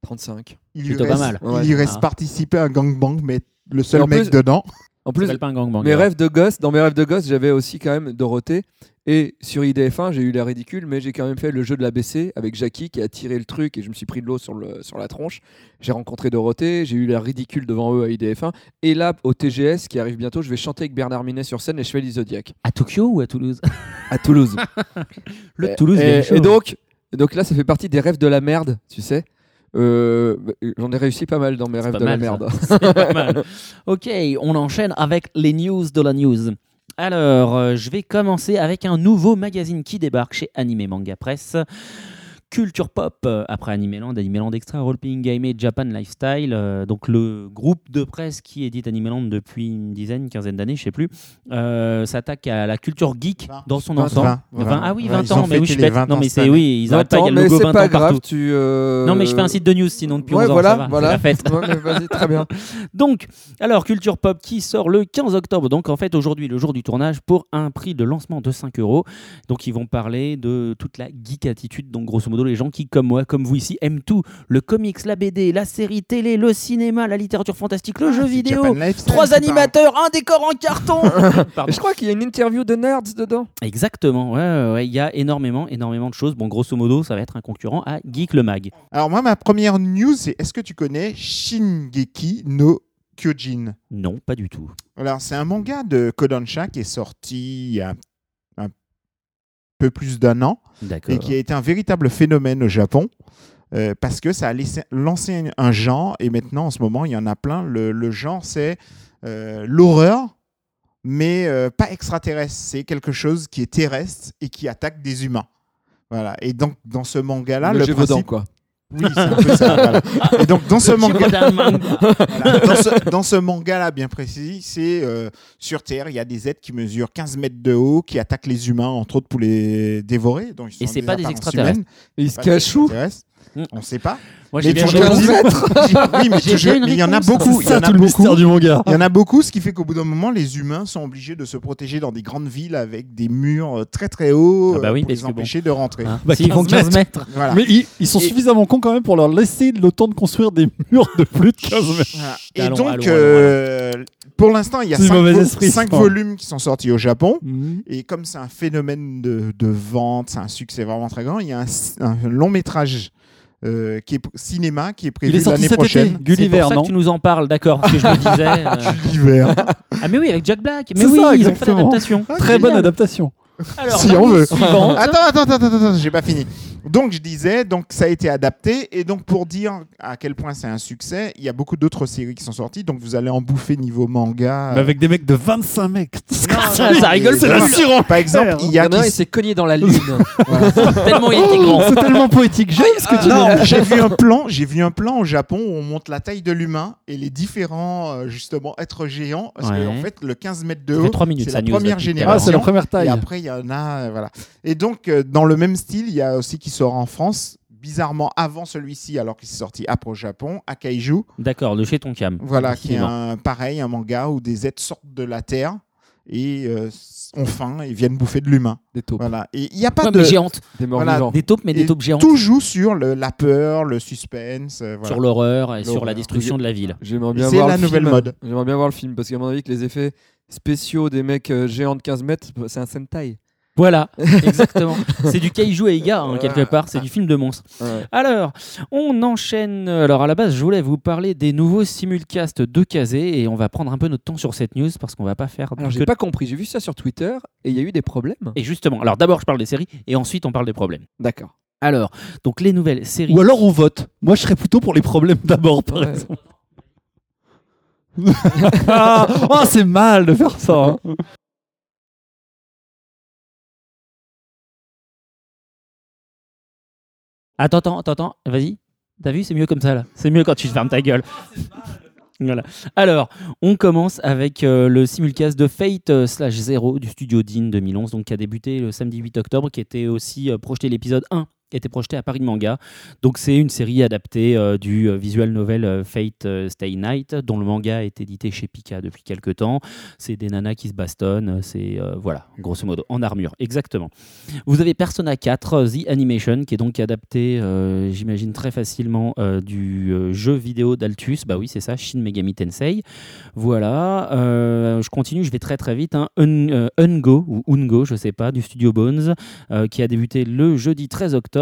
Speaker 4: 35.
Speaker 2: Il y
Speaker 1: Plutôt pas
Speaker 2: reste,
Speaker 1: mal.
Speaker 4: Ouais.
Speaker 2: Il y reste
Speaker 1: Ah.
Speaker 2: participer à un gangbang, mais le
Speaker 4: Et
Speaker 2: seul
Speaker 4: en
Speaker 2: mec
Speaker 4: plus-
Speaker 2: dedans.
Speaker 4: En
Speaker 1: Ça
Speaker 4: plus,
Speaker 1: s'appelle pas un gangbang.
Speaker 4: mes
Speaker 1: alors.
Speaker 4: rêves de gosse, dans mes rêves de gosse, j'avais aussi quand même Dorothée. Et sur IDF1, j'ai eu la ridicule, mais j'ai quand même fait le jeu de l'ABC avec Jackie qui a tiré le truc et je me suis pris de l'eau sur, le, sur la tronche. J'ai rencontré Dorothée, j'ai eu la ridicule devant eux à IDF1. Et là, au TGS qui arrive bientôt, je vais chanter avec Bernard Minet sur scène et je fais les Zodiacs
Speaker 1: À Tokyo ou à Toulouse
Speaker 4: à Toulouse.
Speaker 1: Le
Speaker 4: Et-
Speaker 1: Toulouse, il y a
Speaker 4: Et,
Speaker 1: une chose.
Speaker 4: et donc, donc là, ça fait partie des rêves de la merde, tu sais. Euh, bah, J'en ai réussi pas mal dans mes
Speaker 1: C'est
Speaker 4: rêves
Speaker 1: pas
Speaker 4: de la
Speaker 1: mal, ça.
Speaker 4: merde.
Speaker 1: C'est pas mal. Ok, on enchaîne avec les news de la news. Alors, euh, je vais commencer avec un nouveau magazine qui débarque chez Anime Manga Press. Culture Pop, euh, après Animeland, Animeland Extra, Role Playing Game et Japan Lifestyle, euh, donc le groupe de presse qui édite Animeland depuis une dizaine, quinzaine d'années, je sais plus, euh, s'attaque à la culture geek
Speaker 2: Vingt.
Speaker 1: dans son
Speaker 2: Vingt,
Speaker 1: ensemble.
Speaker 2: vingt,
Speaker 1: Vingt-
Speaker 2: vingt.
Speaker 1: ah oui,
Speaker 2: Ouais,
Speaker 1: 20
Speaker 2: ils ont
Speaker 1: ans, mais
Speaker 2: fêté
Speaker 1: oui, je suis
Speaker 2: les
Speaker 1: bête.
Speaker 2: 20
Speaker 1: Non,
Speaker 2: ans
Speaker 1: mais
Speaker 2: cette
Speaker 1: c'est
Speaker 2: année.
Speaker 1: oui, ils arrêtent pas, il y a
Speaker 4: Attends,
Speaker 1: le
Speaker 4: mais
Speaker 1: logo 20
Speaker 4: c'est
Speaker 1: ans
Speaker 4: pas
Speaker 1: partout.
Speaker 4: grave, tu. euh,
Speaker 1: Non, mais je fais un site de news sinon depuis
Speaker 4: ouais,
Speaker 1: 11 ans,
Speaker 4: voilà,
Speaker 1: ça va, c'est
Speaker 4: voilà.
Speaker 1: la fête.
Speaker 4: Ouais, mais Vas-y, très bien.
Speaker 1: Donc, alors, Culture Pop qui sort le 15 octobre, donc en fait aujourd'hui le jour du tournage, pour un prix de lancement de 5 euros. Donc, ils vont parler de toute la geek attitude, donc grosso modo les gens qui, comme moi, comme vous ici, aiment tout le comics, la BD, la série télé, le cinéma, la littérature fantastique, le jeu vidéo. Trois animateurs, un décor en carton. Pardon.
Speaker 4: Je crois qu'il y a une interview de nerds dedans.
Speaker 1: Exactement. Ouais, ouais, ouais, il y a énormément, énormément de choses. Bon, grosso modo, ça va être un concurrent à Geek le Mag.
Speaker 2: Alors, moi, ma première news, c'est est-ce que tu connais Shingeki no Kyojin
Speaker 1: Non, pas du tout.
Speaker 2: Alors, c'est un manga de Kodansha qui est sorti il y a un peu plus d'un an
Speaker 1: D'accord.
Speaker 2: et qui a été un véritable phénomène au Japon. euh, parce que ça a laissé- lancé un- un genre et maintenant en ce moment il y en a plein. Le, le genre c'est euh, l'horreur, mais euh, pas extraterrestre. C'est quelque chose qui est terrestre et qui attaque des humains. Voilà. Et donc dans ce manga là, le,
Speaker 4: jeu
Speaker 2: principe,
Speaker 4: Vaudan, quoi.
Speaker 2: oui, c'est un peu ça. voilà. Et donc, dans ce manga, voilà, dans ce, dans ce manga-là, bien précis, c'est euh, sur Terre, il y a des êtres qui mesurent 15 mètres de haut, qui attaquent les humains, entre autres, pour les dévorer. Donc, ils
Speaker 1: Et
Speaker 2: sont
Speaker 1: c'est pas des
Speaker 2: apparences
Speaker 1: extraterrestres.
Speaker 2: humaines,
Speaker 4: Il se
Speaker 2: pas des
Speaker 4: cache où
Speaker 2: extraterrestres.
Speaker 1: Mm.
Speaker 2: On ne sait pas. Mais
Speaker 1: Moi, j'ai bien
Speaker 2: tu
Speaker 1: joué.
Speaker 2: me dis- oui, mais
Speaker 1: J'ai
Speaker 2: tu-
Speaker 1: bien une
Speaker 2: mais il y en a
Speaker 1: réponse.
Speaker 2: beaucoup. Il y en a beaucoup.
Speaker 6: du manga.
Speaker 2: Il y en a beaucoup, ce qui fait qu'au bout d'un moment, les humains sont obligés de se protéger dans des grandes villes avec des murs euh, très très hauts
Speaker 1: Ah bah
Speaker 2: euh,
Speaker 1: oui,
Speaker 2: pour
Speaker 1: parce
Speaker 2: les
Speaker 1: que bon.
Speaker 2: empêcher de rentrer.
Speaker 1: Hein
Speaker 6: Bah,
Speaker 1: S'ils font
Speaker 6: 15
Speaker 1: 15 mètres.
Speaker 2: Voilà.
Speaker 6: Mais ils, ils sont
Speaker 2: Et-
Speaker 6: suffisamment cons quand même pour leur laisser le temps de construire des murs de plus de 15 mètres.
Speaker 2: Voilà. Et
Speaker 1: Allons,
Speaker 2: donc,
Speaker 1: allons,
Speaker 2: euh, pour l'instant, il y a
Speaker 6: C'est du mauvais esprit,
Speaker 2: 5
Speaker 6: ce point.
Speaker 2: volumes qui sont sortis au Japon.
Speaker 1: Mmh.
Speaker 2: Et comme c'est un phénomène de, de vente, c'est un succès vraiment très grand, il y a un, un long métrage euh, qui est pr- cinéma qui
Speaker 6: Il
Speaker 2: est
Speaker 6: est
Speaker 2: prévu
Speaker 6: sorti
Speaker 2: l'année
Speaker 6: cet été,
Speaker 2: prochaine.
Speaker 1: C'est
Speaker 6: Gulliver,
Speaker 1: pour ça
Speaker 6: non
Speaker 1: que tu nous en parles, d'accord, parce que je me disais. euh,
Speaker 2: L'hiver.
Speaker 1: Ah, mais oui, avec Jack Black. Mais
Speaker 6: C'est
Speaker 1: oui,
Speaker 6: ça,
Speaker 1: ils ont fait
Speaker 6: exactement.
Speaker 1: l'adaptation.
Speaker 2: Ah,
Speaker 6: Très bonne adaptation.
Speaker 1: Alors,
Speaker 2: Si on veut.
Speaker 1: suivante.
Speaker 2: Attends, attends, attends, attends, attends, j'ai pas fini. Donc je disais, donc ça a été adapté et donc pour dire à quel point c'est un succès, il y a beaucoup d'autres séries qui sont sorties. Donc vous allez en bouffer niveau manga.
Speaker 6: Mais avec des mecs de 25 mecs.
Speaker 1: ça, ça rigole,
Speaker 2: C'est
Speaker 1: plus.
Speaker 2: la Par exemple, il y
Speaker 4: Il y
Speaker 2: a
Speaker 4: en a un,
Speaker 2: qui
Speaker 4: il s'est cogné dans la lune.
Speaker 1: Tellement il était grand.
Speaker 6: Oh, C'est tellement poétique. J'aime ce que tu
Speaker 2: Ah, Non, j'ai vu un plan, j'ai vu un plan au Japon où on monte la taille de l'humain et les différents euh, justement êtres géants parce
Speaker 1: Ouais.
Speaker 2: que en fait le 15 mètres de
Speaker 1: Ça fait
Speaker 2: haut,
Speaker 1: trois minutes,
Speaker 2: c'est
Speaker 1: sa
Speaker 2: la
Speaker 1: news,
Speaker 2: première
Speaker 1: depuis tout à
Speaker 6: Ah,
Speaker 1: l'heure.
Speaker 6: c'est
Speaker 2: génération.
Speaker 6: la première
Speaker 2: et
Speaker 6: taille.
Speaker 2: après il y en a euh, voilà. Et donc euh, dans le même style, il y a aussi qui sort en France bizarrement avant celui-ci alors qu'il s'est sorti après au Japon, à Kaiju,
Speaker 1: D'accord, de chez Tonkam.
Speaker 2: voilà qui est
Speaker 1: Effectivement.
Speaker 2: un pareil un manga où des êtres sortent de la terre et euh, s- ont faim et viennent bouffer de l'humain.
Speaker 4: Des taupes.
Speaker 2: Voilà, et il n'y a pas
Speaker 1: Ouais,
Speaker 2: de
Speaker 1: mais géantes.
Speaker 4: Des morts
Speaker 2: Voilà.
Speaker 4: vivants.
Speaker 1: Des taupes, mais
Speaker 2: Et
Speaker 1: des taupes géantes.
Speaker 2: tout joue sur le- la peur, le suspense, euh, voilà.
Speaker 1: Sur l'horreur et sur la
Speaker 2: L'horreur.
Speaker 1: destruction de la ville.
Speaker 4: J'aimerais bien
Speaker 2: C'est
Speaker 4: voir
Speaker 2: la
Speaker 4: le
Speaker 2: nouvelle
Speaker 4: film.
Speaker 2: mode.
Speaker 4: J'aimerais bien voir le film parce qu'à mon avis, que les effets spéciaux des mecs euh, géants de 15 mètres, c'est un Sentai.
Speaker 1: Voilà, exactement. c'est du kaiju Eiga, hein, quelque part. C'est du film de monstre.
Speaker 4: Ouais.
Speaker 1: Alors, on enchaîne. euh, Alors, à la base, je voulais vous parler des nouveaux simulcasts de Kazé et on va prendre un peu notre temps sur cette news parce qu'on va pas faire
Speaker 4: Alors,
Speaker 1: que
Speaker 4: j'ai pas compris. J'ai vu ça sur Twitter et il y a eu des problèmes.
Speaker 1: Et justement, alors d'abord, je parle des séries et ensuite, on parle des problèmes.
Speaker 4: D'accord.
Speaker 1: Alors, donc les nouvelles séries.
Speaker 6: Ou alors on vote. Moi, je serais plutôt pour les problèmes d'abord, par exemple. ah, oh, c'est mal de faire ça. hein.
Speaker 1: Attends, attends, attends, attends, vas-y. T'as vu, c'est mieux comme ça là. C'est mieux quand tu fermes ta gueule. Voilà. Alors, on commence avec euh, le simulcast de Fate euh, slash 0 du studio Dean 2011, donc qui a débuté le samedi 8 octobre, qui était aussi euh, projeté l'épisode 1, qui était projeté à Paris Manga. Donc, c'est une série adaptée euh, du euh, visual novel euh, Fate euh, Stay Night, dont le manga est édité chez Pika depuis quelques temps. C'est des nanas qui se bastonnent, c'est euh, voilà, grosso modo, en armure, exactement. Vous avez Persona 4, The Animation, qui est donc adapté, euh, j'imagine très facilement, euh, du euh, jeu vidéo d'Altus. Bah oui, c'est ça, Shin Megami Tensei. Voilà, euh, je continue, je vais très très vite. hein. Un, euh, Ungo, ou Ungo, je sais pas, du studio Bones, euh, qui a débuté le jeudi 13 octobre.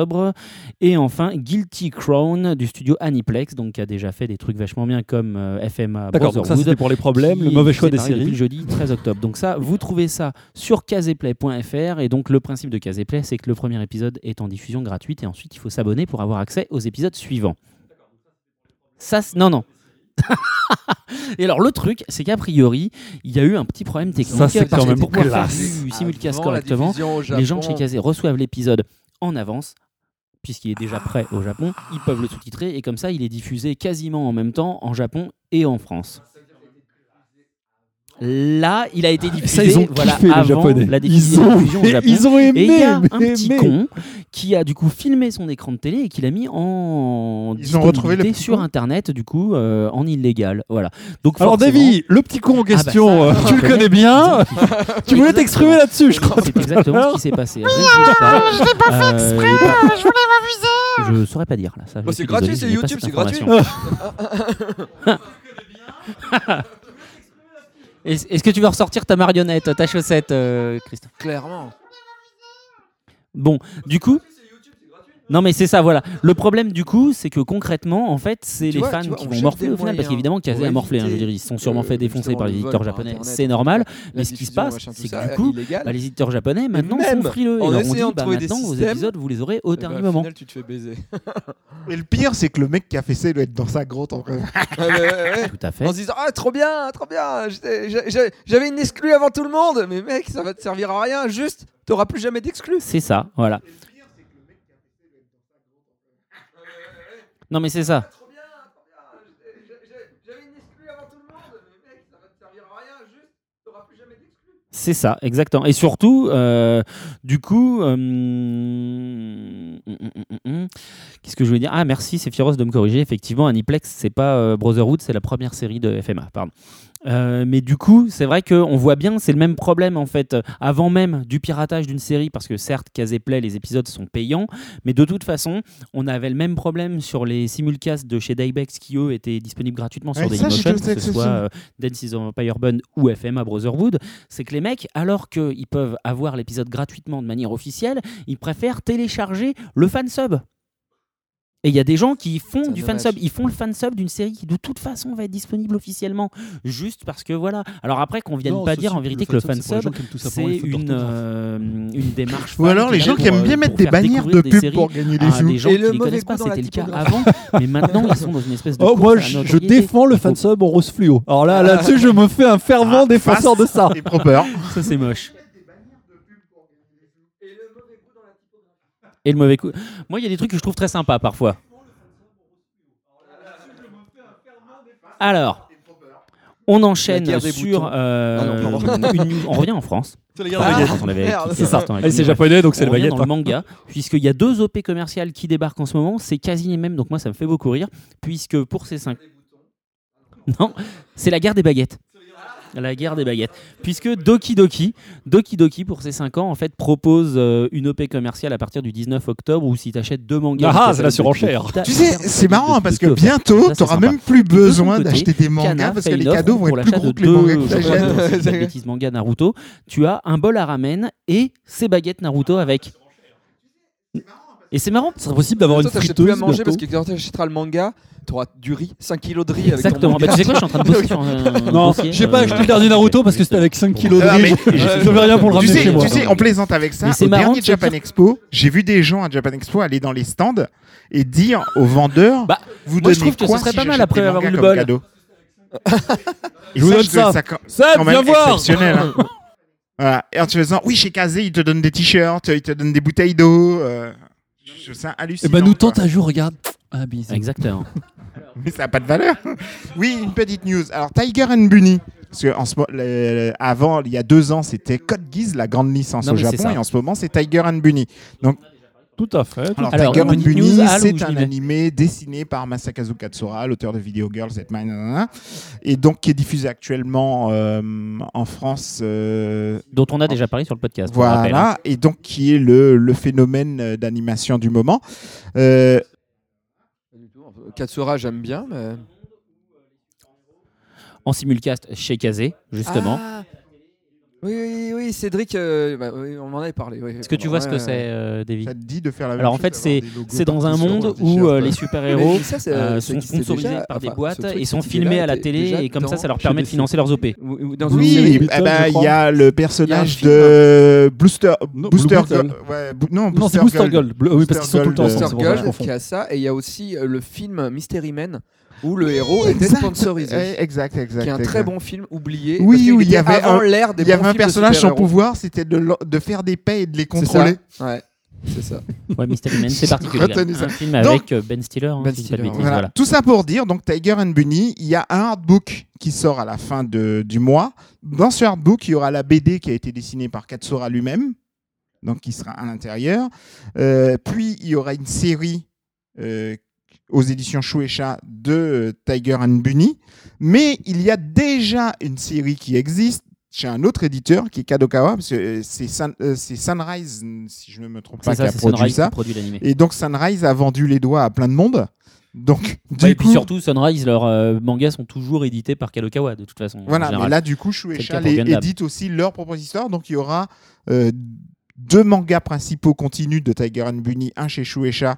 Speaker 1: Et enfin, Guilty Crown, du studio Aniplex, donc qui a déjà fait des trucs vachement bien comme euh, FMA
Speaker 6: D'accord, donc ça
Speaker 1: Brotherhood
Speaker 6: c'était pour les problèmes,
Speaker 1: qui
Speaker 6: le
Speaker 1: est
Speaker 6: mauvais choix des
Speaker 1: séparé Depuis
Speaker 6: séries.
Speaker 1: le jeudi 13 octobre. Donc ça, vous trouvez ça sur caseplay.fr et donc le principe de caseplay, c'est que le premier épisode est en diffusion gratuite et ensuite il faut s'abonner pour avoir accès aux épisodes suivants. Ça, c'est- non, non. et alors le truc, c'est qu'a priori, il y a eu un petit problème technique
Speaker 6: Ça, c'est
Speaker 1: parce
Speaker 6: quand
Speaker 1: que
Speaker 6: même
Speaker 1: pour pouvoir faire
Speaker 6: classe.
Speaker 1: du simulcast
Speaker 4: Avant Ah, la
Speaker 1: correctement,
Speaker 4: diffusion au
Speaker 1: les gens de chez
Speaker 4: Japon.
Speaker 1: Kazé reçoivent l'épisode en avance, puisqu'il est déjà prêt au Japon, ils peuvent le sous-titrer, et comme ça, il est diffusé quasiment en même temps en Japon et en France. Là, il a été diffusé
Speaker 6: Ça, ils ont
Speaker 1: voilà,
Speaker 6: kiffé, les
Speaker 1: avant
Speaker 6: Japonais.
Speaker 1: la diffu-
Speaker 6: ils, ont,
Speaker 1: diffusion au Japon.
Speaker 6: ils ont aimé.
Speaker 1: Et il y a un
Speaker 6: aimé.
Speaker 1: petit con qui a du coup filmé son écran de télé et qui l'a mis en
Speaker 2: Ils ont retrouvé le
Speaker 1: disponibilité
Speaker 2: petit
Speaker 1: sur
Speaker 2: con
Speaker 1: internet du coup euh, en illégal. Voilà. Donc
Speaker 6: Alors,
Speaker 1: forcément,
Speaker 6: Davy, le petit con en
Speaker 1: bah,
Speaker 6: question,
Speaker 1: ça,
Speaker 6: euh,
Speaker 1: ça,
Speaker 6: tu
Speaker 1: je
Speaker 6: le
Speaker 1: connais.
Speaker 6: connais bien. Tu voulais t'exprimer là-dessus, je crois.
Speaker 1: C'est
Speaker 6: tout à
Speaker 1: exactement
Speaker 6: l'heure. Ah,
Speaker 1: ce qui s'est passé. Résultat, euh, je l'ai pas fait exprès, je voulais m'amuser. Je saurais pas dire là. Ça, je
Speaker 4: Bah,
Speaker 1: suis
Speaker 4: c'est gratuit,
Speaker 1: désolé,
Speaker 4: c'est
Speaker 1: je n'ai pas
Speaker 4: YouTube, c'est
Speaker 1: cette
Speaker 4: gratuit.
Speaker 1: information. Est-ce est-ce que tu veux ressortir ta marionnette, ta chaussette, euh, Christophe
Speaker 4: Clairement.
Speaker 1: Bon, du coup. Non mais c'est ça voilà. Le problème du coup, c'est que concrètement en fait, c'est
Speaker 4: Tu
Speaker 1: les
Speaker 4: vois,
Speaker 1: fans
Speaker 4: tu vois,
Speaker 1: qui
Speaker 4: on
Speaker 1: vont
Speaker 4: cherche
Speaker 1: morfler
Speaker 4: des
Speaker 1: au final parce
Speaker 4: moyens
Speaker 1: qu'évidemment Kazé
Speaker 4: pour
Speaker 1: a morflé, hein, je veux
Speaker 4: éviter,
Speaker 1: dire, ils se sont sûrement
Speaker 4: euh,
Speaker 1: fait défoncer
Speaker 4: justement,
Speaker 1: par les
Speaker 4: le vol
Speaker 1: éditeurs
Speaker 4: par
Speaker 1: japonais,
Speaker 4: Internet,
Speaker 1: c'est
Speaker 4: tout
Speaker 1: normal.
Speaker 4: ça.
Speaker 1: mais
Speaker 4: La
Speaker 1: ce qui se
Speaker 4: diffusion,
Speaker 1: passe,
Speaker 4: machin, tout
Speaker 1: c'est que
Speaker 4: ça,
Speaker 1: du coup,
Speaker 4: illégal.
Speaker 1: Bah, les éditeurs japonais maintenant
Speaker 4: même,
Speaker 1: sont frileux et
Speaker 4: en
Speaker 1: leur ont dit
Speaker 4: essayant de
Speaker 1: bah,
Speaker 4: trouver des
Speaker 1: maintenant vos
Speaker 4: systèmes,
Speaker 1: épisodes vous les aurez
Speaker 4: Et
Speaker 1: au
Speaker 4: bah,
Speaker 1: dernier
Speaker 4: au
Speaker 1: moment.
Speaker 4: final, tu te fais baiser.
Speaker 2: Et le pire, c'est que le mec qui a fait ça, il doit être dans sa grotte. En vrai.
Speaker 4: Ah, bah, Ouais, ouais, ouais, ouais.
Speaker 1: Tout à fait.
Speaker 4: En se disant ah trop bien, trop bien, j'étais- j'a- j'a- j'avais une exclue avant tout le monde, mais mec ça va te servir à rien, juste t'auras plus jamais d'exclus.
Speaker 1: C'est ça, voilà. Non mais c'est ça. C'est ça, exactement. Et surtout, euh, du coup, euh, hum, hum, hum, hum, qu'est-ce que je voulais dire Ah, merci, c'est Firos de me corriger. Effectivement, Aniplex, c'est pas euh, Brotherhood, c'est la première série de FMA, pardon. Euh, mais du coup, c'est vrai qu'on voit bien, c'est le même problème en fait, euh, avant même du piratage d'une série, parce que certes, Caseplay, les épisodes sont payants, mais de toute façon, on avait le même problème sur les simulcasts de chez Dybex qui eux étaient disponibles gratuitement sur
Speaker 2: Ouais, ça, j'ai
Speaker 1: Dailymotion,
Speaker 2: trouvé ça
Speaker 1: que ce soit euh, Dance is an Empire Bun ou FMA Brotherhood, c'est que les mecs, alors qu'ils peuvent avoir l'épisode gratuitement de manière officielle, ils préfèrent télécharger le fansub. Et il y a des gens qui font
Speaker 4: C'est
Speaker 1: du
Speaker 4: dommage.
Speaker 1: fansub, ils font le fansub d'une série qui de toute façon va être disponible officiellement, juste parce que voilà. Alors après qu'on vienne
Speaker 11: Non,
Speaker 1: pas
Speaker 11: ça,
Speaker 1: dire en
Speaker 11: c'est-
Speaker 1: vérité que le
Speaker 11: fansub, c'est pour les
Speaker 1: fansub
Speaker 11: gens qui aiment tout ça
Speaker 1: c'est
Speaker 11: pour les fautes
Speaker 1: une,
Speaker 11: d'orthographe.
Speaker 1: euh, une démarche.
Speaker 2: Ou
Speaker 1: fan
Speaker 2: alors les gens qui
Speaker 1: pour,
Speaker 2: aiment
Speaker 1: euh,
Speaker 2: bien
Speaker 1: pour
Speaker 2: mettre des
Speaker 1: faire
Speaker 2: bannières
Speaker 1: découvrir
Speaker 2: de
Speaker 1: des
Speaker 2: pub
Speaker 1: séries
Speaker 2: pour gagner des
Speaker 1: à
Speaker 2: sous.
Speaker 1: des gens
Speaker 4: Et
Speaker 1: qui
Speaker 4: le
Speaker 1: ne
Speaker 4: mauvais
Speaker 1: connaissent
Speaker 4: goût
Speaker 1: pas,
Speaker 4: dans la
Speaker 1: c'était le cas
Speaker 4: typographie.
Speaker 1: avant, mais maintenant ils sont dans une espèce de.
Speaker 11: Oh,
Speaker 1: course à Ah.
Speaker 11: moi,
Speaker 1: la
Speaker 11: je, je
Speaker 1: notoriété.
Speaker 11: défends le fansub en rose fluo. Alors là, là-dessus, je me fais un fervent
Speaker 6: Ah,
Speaker 11: défenseur de ça.
Speaker 2: C'est proper.
Speaker 1: Ah, Ça, c'est moche. Et le mauvais coup. Moi, il y a des trucs que je trouve très sympas parfois. Alors, on enchaîne
Speaker 4: La guerre des
Speaker 1: sur.
Speaker 4: boutons.
Speaker 1: euh,
Speaker 4: Ah non,
Speaker 1: une news- on revient en France.
Speaker 11: C'est
Speaker 4: Ah,
Speaker 1: Parce qu'on avait
Speaker 4: merde,
Speaker 1: quitté
Speaker 4: c'est
Speaker 1: un
Speaker 4: ça.
Speaker 1: instant avec
Speaker 11: Et
Speaker 1: lui,
Speaker 11: c'est
Speaker 1: ouais.
Speaker 11: japonais, donc
Speaker 1: On
Speaker 11: c'est les
Speaker 1: revient
Speaker 11: baguettes.
Speaker 1: dans le manga, puisqu'il y a deux OP commerciales qui débarquent en ce moment, c'est quasi les mêmes, donc moi ça me fait beaucoup rire, puisque pour ces cinq... Non, c'est la guerre des baguettes. La guerre des baguettes. Puisque Doki Doki, Doki Doki pour ces 5 ans, en fait, propose euh, une OP commerciale à partir du 19 octobre où si t'achètes deux mangas.
Speaker 11: Ah,
Speaker 1: aux
Speaker 11: ah,
Speaker 1: États-Unis,
Speaker 11: c'est la surenchère.
Speaker 1: t'as-
Speaker 2: Tu sais,
Speaker 1: t'as-
Speaker 2: c'est marrant hein, parce que
Speaker 1: t'as-
Speaker 2: bientôt,
Speaker 1: Ça, c'est
Speaker 2: t'auras
Speaker 1: sympa.
Speaker 2: même plus besoin
Speaker 1: De son côté,
Speaker 2: d'acheter des mangas
Speaker 1: Kana
Speaker 2: parce
Speaker 1: fait
Speaker 2: que les
Speaker 1: une offre
Speaker 2: cadeaux vont
Speaker 1: pour
Speaker 2: être plus
Speaker 1: l'achat
Speaker 2: gros
Speaker 1: de
Speaker 2: que les mangas que
Speaker 1: deux- je crois que c'est une
Speaker 2: t'achètes.
Speaker 1: bêtise manga Naruto. Tu as un bol à ramen et ces baguettes Naruto avec. Et c'est marrant.
Speaker 11: Ce serait possible d'avoir une
Speaker 4: Toi, t'achètes plus à
Speaker 11: friteuse
Speaker 4: manger parce
Speaker 11: bientôt.
Speaker 4: que quand t'achèteras le manga, t'auras du riz, 5 kilos de riz avec ton
Speaker 1: Exactement. Bah,
Speaker 4: manga.
Speaker 1: tu sais quoi, je suis en train de bosser sur un.
Speaker 11: Non,
Speaker 1: dossier,
Speaker 11: j'ai pas
Speaker 1: euh,
Speaker 11: acheté le dernier Naruto parce que c'était avec 5 kilos de
Speaker 2: Ah,
Speaker 11: riz.
Speaker 2: mais-
Speaker 11: Je vais rien pour le
Speaker 2: Tu
Speaker 11: ramener
Speaker 2: sais,
Speaker 11: chez moi.
Speaker 2: tu sais, on plaisante avec ça.
Speaker 1: Mais c'est
Speaker 2: Au
Speaker 1: marrant
Speaker 2: dernier
Speaker 1: de se dire
Speaker 2: Japan Expo, j'ai vu des gens à Japan Expo aller dans les stands et dire aux vendeurs
Speaker 1: Bah,
Speaker 2: Vous
Speaker 1: moi,
Speaker 2: donnez
Speaker 1: je trouve que
Speaker 2: quoi
Speaker 1: ce serait
Speaker 2: si
Speaker 1: pas mal
Speaker 2: j'achète
Speaker 1: après
Speaker 2: des
Speaker 1: avoir
Speaker 2: mangas
Speaker 1: eu le
Speaker 2: comme
Speaker 1: bol.
Speaker 2: cadeau Et
Speaker 11: Je vous donne
Speaker 2: trouve
Speaker 11: ça.
Speaker 2: quand-
Speaker 11: Seb,
Speaker 2: quand
Speaker 11: viens
Speaker 2: même
Speaker 11: voir
Speaker 2: exceptionnel. hein. Voilà. Et en te faisant, oui, chez Kazé, ils te donnent des t-shirts, ils te donnent des bouteilles d'eau. euh, je trouve ça
Speaker 11: Eh
Speaker 2: hallucinant.
Speaker 11: ben, nous
Speaker 2: quoi.
Speaker 11: tente un jour, regarde. Ah, bisous.
Speaker 1: Exactement.
Speaker 2: Mais ça n'a pas de valeur. Oui, une petite news. Alors, Tiger and Bunny. Parce que en ce mo- le- avant, il y a deux ans, c'était Code Geass, la grande licence
Speaker 1: Non,
Speaker 2: au
Speaker 1: mais c'est
Speaker 2: Japon,
Speaker 1: ça.
Speaker 2: et en ce moment, c'est Tiger and Bunny.
Speaker 6: Tout à fait. tout-
Speaker 2: Alors,
Speaker 1: Alors,
Speaker 2: Tiger
Speaker 1: une
Speaker 2: and
Speaker 1: petite
Speaker 2: Bunny,
Speaker 1: news, Al, où
Speaker 2: c'est
Speaker 1: je
Speaker 2: un
Speaker 1: m'y mets.
Speaker 2: animé dessiné par Masakazu Katsura, l'auteur de Video Girls, et Mine, nanana, et donc qui est diffusé actuellement euh, en France. euh,
Speaker 1: Dont on a déjà parlé sur le podcast. on le rappelle, hein.
Speaker 2: voilà, et donc qui est le, le phénomène euh, d'animation du moment. Euh,
Speaker 4: Katsura, j'aime bien, mais.
Speaker 1: En simulcast chez Kazé, justement.
Speaker 4: Ah. Oui, oui, oui, Cédric, euh, bah, oui, on en avait parlé. oui.
Speaker 1: Est-ce que tu
Speaker 4: Ouais,
Speaker 1: vois ce que
Speaker 4: ouais,
Speaker 1: c'est,
Speaker 4: ouais.
Speaker 1: euh, Davy
Speaker 2: ça te dit de faire la même
Speaker 1: Alors en
Speaker 2: chose,
Speaker 1: fait,
Speaker 2: d'avoir
Speaker 1: c'est
Speaker 2: des logos
Speaker 1: c'est dans un
Speaker 2: partout sur
Speaker 1: monde
Speaker 2: un t-shirt,
Speaker 1: où euh,
Speaker 2: euh,
Speaker 1: les super-héros
Speaker 4: Mais ça, c'est-
Speaker 1: euh,
Speaker 4: ça
Speaker 1: sont
Speaker 4: existait
Speaker 1: sponsorisés
Speaker 4: déjà.
Speaker 1: par des
Speaker 4: Enfin, ce
Speaker 1: boîtes
Speaker 4: truc
Speaker 1: et sont
Speaker 4: existait
Speaker 1: filmés
Speaker 4: déjà,
Speaker 1: à la
Speaker 4: était
Speaker 1: télé
Speaker 4: déjà
Speaker 1: et comme ça, ça leur
Speaker 4: dans-
Speaker 1: permet de financer leurs OP.
Speaker 4: Ou- ou dans une série.
Speaker 2: Oui,
Speaker 11: Beatles,
Speaker 2: eh ben,
Speaker 11: je
Speaker 2: il
Speaker 11: crois.
Speaker 2: y a le personnage de Booster,
Speaker 11: Non,
Speaker 2: Booster,
Speaker 11: Blue Beetle.
Speaker 2: Go- ouais, Bo- non,
Speaker 11: Non,
Speaker 2: Booster
Speaker 11: c'est Booster
Speaker 2: Gold.
Speaker 11: Gold. Bleu- Oui, parce qu'ils sont tout le temps
Speaker 2: Booster
Speaker 11: ensemble.
Speaker 4: Monster
Speaker 11: c'est pour ça
Speaker 4: Girl
Speaker 11: que je confonds.
Speaker 4: qui a ça, et il y a aussi euh, le film Mystery Men où le héros
Speaker 2: Oui,
Speaker 4: Oh, était
Speaker 2: exact.
Speaker 4: sponsorisé.
Speaker 2: Eh, Exact, exact.
Speaker 4: qui est un
Speaker 2: exact.
Speaker 4: très bon film oublié.
Speaker 2: Oui,
Speaker 4: parce qu'il
Speaker 2: oui, il y
Speaker 4: était
Speaker 2: avait
Speaker 4: avant
Speaker 2: un-
Speaker 4: l'ère des
Speaker 2: Il y
Speaker 4: bons
Speaker 2: avait un
Speaker 4: films de
Speaker 2: personnage sans
Speaker 4: super-héros.
Speaker 2: pouvoir, c'était de, l'en- de faire des paix et de les
Speaker 4: C'est ça.
Speaker 2: contrôler.
Speaker 4: Ouais, c'est ça.
Speaker 1: Ouais, Mystery Men, c'est particulier.
Speaker 2: Retenez ça.
Speaker 1: Un film
Speaker 2: Donc-
Speaker 1: avec euh, Ben Stiller. hein,
Speaker 4: Ben
Speaker 1: si je dis pas de
Speaker 4: Stiller,
Speaker 1: bêtises,
Speaker 2: Voilà.
Speaker 1: voilà.
Speaker 2: Tout ça pour dire, donc Tiger and Bunny, il y a un artbook qui sort à la fin de- du mois. Dans ce artbook, il y aura la BD qui a été dessinée par Katsura lui-même, donc qui sera à l'intérieur. Euh, puis il y aura une série euh, aux éditions Shueisha de euh, Tiger and Bunny. Mais il y a déjà une série qui existe chez un autre éditeur qui est Kadokawa, parce que euh, c'est Sun- euh, c'est Sunrise, si je ne me trompe pas,
Speaker 1: C'est
Speaker 2: qui
Speaker 1: ça,
Speaker 2: a
Speaker 1: c'est
Speaker 2: produit
Speaker 1: Sunrise qui
Speaker 2: ça.
Speaker 1: produit l'animé.
Speaker 2: Et donc Sunrise a vendu les doigts à plein de monde. Donc, du
Speaker 1: Ouais, Bah, et puis
Speaker 2: coup,
Speaker 1: surtout, Sunrise, leurs euh, mangas sont toujours édités par Kadokawa, de toute façon. en
Speaker 2: Voilà, mais
Speaker 1: général.
Speaker 2: là, du coup,
Speaker 1: C'est le
Speaker 2: Shueisha
Speaker 1: cas pour
Speaker 2: les
Speaker 1: Gundam.
Speaker 2: édite aussi leur propre histoire. Donc, il y aura euh, deux mangas principaux continus de Tiger and Bunny, un chez Shueisha,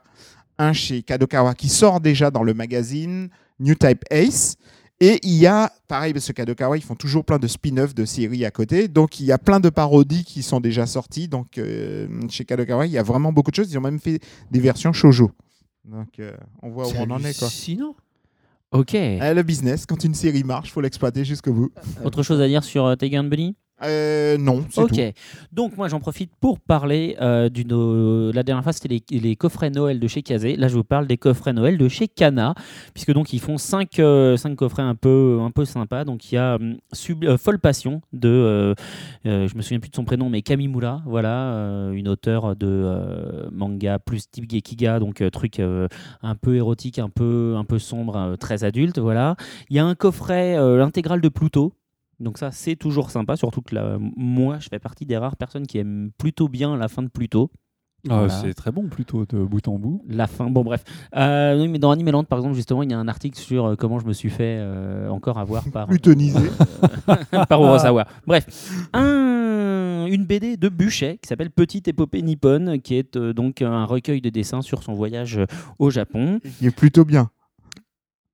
Speaker 2: un chez Kadokawa, qui sort déjà dans le magazine New Type Ace. Et il y a, pareil, parce que Kadokawa, ils font toujours plein de spin-off de séries à côté. Donc, il y a plein de parodies qui sont déjà sorties. Donc, euh, chez Kadokawa, il y a vraiment beaucoup de choses. Ils ont même fait des versions shoujo. Donc, euh, on voit où on en est, quoi.
Speaker 4: Sinon,
Speaker 1: Ok.
Speaker 2: Eh, le business, quand une série marche, faut l'exploiter jusqu'au bout.
Speaker 1: Autre chose à dire sur euh, Tiger and Bunny
Speaker 2: Euh, non, c'est
Speaker 1: Ok.
Speaker 2: tout.
Speaker 1: Donc moi j'en profite pour parler euh, d'une. euh, la dernière fois c'était les, les coffrets Noël de chez Kazé. Là je vous parle des coffrets Noël de chez Kana, puisque donc ils font 5 cinq, euh, cinq coffrets un peu un peu sympas. Donc il y a hum, Sub- euh, Folle Passion de, euh, euh, je me souviens plus de son prénom, mais Kamimura. Voilà, euh, une auteure de euh, manga plus type Gekiga, donc euh, truc euh, un peu érotique, un peu un peu sombre, euh, très adulte. Voilà. Il y a un coffret euh, intégral de Pluto. Donc ça, c'est toujours sympa, surtout que là, moi, je fais partie des rares personnes qui aiment plutôt bien la fin de Pluto.
Speaker 6: Ah,
Speaker 1: Voilà.
Speaker 6: C'est très bon plutôt de bout en bout.
Speaker 1: La fin, bon bref. Euh, oui, mais dans Animeland, par exemple, justement, il y a un article sur euh, comment je me suis fait euh, encore avoir par...
Speaker 2: Plutonisé.
Speaker 1: euh, par Urasawa. Bref. Un- une BD de Buchet qui s'appelle Petite épopée nippone, qui est euh, donc un recueil de dessins sur son voyage euh, au Japon.
Speaker 2: Il est plutôt bien.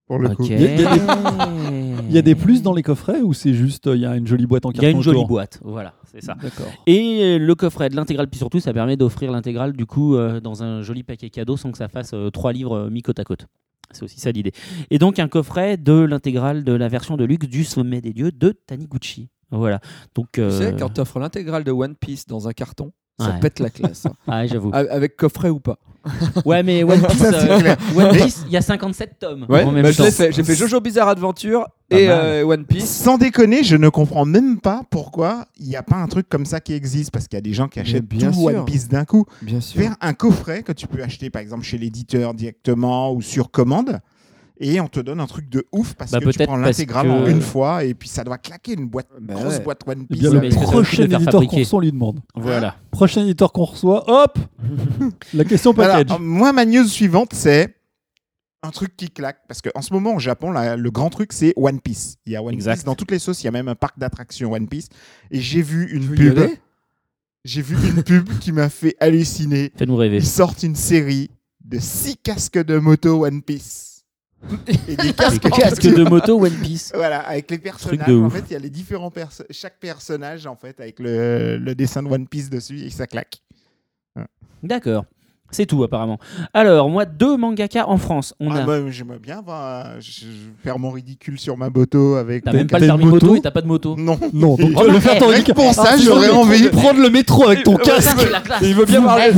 Speaker 2: Pour le
Speaker 1: Ok.
Speaker 2: coup.
Speaker 11: Il y a- il y a Il y a des plus dans les coffrets ou c'est juste euh, il y a une jolie boîte en
Speaker 1: Il
Speaker 11: carton
Speaker 1: y a une jolie
Speaker 11: autour
Speaker 1: boîte, voilà, c'est ça.
Speaker 11: D'accord.
Speaker 1: Et euh, le coffret de l'intégrale, puis surtout, ça permet d'offrir l'intégrale du coup euh, dans un joli paquet cadeau sans que ça fasse euh, trois livres euh, mis côte à côte. C'est aussi ça l'idée. Et donc un coffret de l'intégrale de la version de luxe du Sommet des Dieux de Taniguchi. Voilà. Donc euh,
Speaker 4: Tu sais, quand t'offres l'intégrale de One Piece dans un carton, ça
Speaker 1: Ouais.
Speaker 4: pète la classe. hein.
Speaker 1: ah, j'avoue.
Speaker 4: A- Avec coffret ou pas.
Speaker 1: Ouais, mais One Piece,
Speaker 2: Ça, c'est
Speaker 1: euh,
Speaker 2: clair.
Speaker 1: One Piece, il y a 57 tomes
Speaker 4: Ouais,
Speaker 1: en même
Speaker 4: bah, je
Speaker 1: temps.
Speaker 4: l'ai fait. J'ai fait Jojo Bizarre Adventure
Speaker 1: Pas
Speaker 4: et
Speaker 1: mal.
Speaker 4: euh, One Piece.
Speaker 2: Sans déconner, je ne comprends même pas pourquoi il n'y a pas un truc comme ça qui existe. Parce qu'il y a des gens qui achètent
Speaker 4: bien
Speaker 2: tout
Speaker 4: sûr.
Speaker 2: One Piece d'un coup.
Speaker 4: Bien sûr.
Speaker 2: Faire un coffret que tu peux acheter par exemple chez l'éditeur directement ou sur commande. Et on te donne un truc de ouf parce
Speaker 1: Bah,
Speaker 2: que tu
Speaker 1: peut-être
Speaker 2: prends
Speaker 1: parce
Speaker 2: l'intégrale
Speaker 1: que-
Speaker 2: en une fois et puis ça doit claquer une boîte,
Speaker 4: Bah
Speaker 2: grosse
Speaker 4: ouais.
Speaker 2: boîte One
Speaker 11: Eh
Speaker 2: Piece.
Speaker 11: bien,
Speaker 1: Oui,
Speaker 11: le
Speaker 1: mais ça, c'est
Speaker 11: prochain
Speaker 1: le faire
Speaker 11: éditeur qu'on
Speaker 1: fabriquer.
Speaker 11: reçoit, on lui demande.
Speaker 1: Voilà.
Speaker 11: Prochain éditeur qu'on reçoit, hop La question
Speaker 2: Alors,
Speaker 11: package.
Speaker 2: euh, moi, ma news suivante, c'est un truc qui claque. Parce qu'en ce moment, au Japon, la- le grand truc, c'est One Piece. Il y a One
Speaker 1: Exact.
Speaker 2: Piece dans toutes les sauces. Il y a même un parc d'attractions One Piece. Et j'ai vu une
Speaker 4: y
Speaker 2: pub.
Speaker 4: aller
Speaker 2: J'ai vu une pub qui m'a fait halluciner.
Speaker 1: Fais-nous rêver.
Speaker 2: Ils sortent une série de six casques de moto One Piece. Et des casques,
Speaker 1: Casque de moto One Piece.
Speaker 2: Voilà, avec les personnages.
Speaker 1: de
Speaker 2: En
Speaker 1: ouf.
Speaker 2: fait, il y a les différents perso- chaque personnage en fait avec le, le dessin de One Piece dessus et ça claque.
Speaker 1: D'accord. C'est tout apparemment. Alors, moi, deux mangaka en France. On
Speaker 2: Ah
Speaker 1: a
Speaker 2: bah, j'aimerais bien avoir, euh, je- je- faire mon ridicule sur ma moto avec.
Speaker 1: T'as
Speaker 2: des-
Speaker 1: même pas le
Speaker 11: t'as une
Speaker 1: permis moto,
Speaker 11: moto
Speaker 1: et t'as pas de moto.
Speaker 2: Non.
Speaker 11: Non, donc
Speaker 2: Et-
Speaker 11: tu vas le faire ton
Speaker 1: Eh,
Speaker 11: Rick.
Speaker 2: pour ça,
Speaker 11: Ah, c'est
Speaker 2: j'aurais
Speaker 11: vrai,
Speaker 2: envie.
Speaker 11: de prendre le métro avec ton casque.
Speaker 1: C'est la classe.
Speaker 4: Et il veut bien
Speaker 1: Fou.
Speaker 4: parler. Tu peux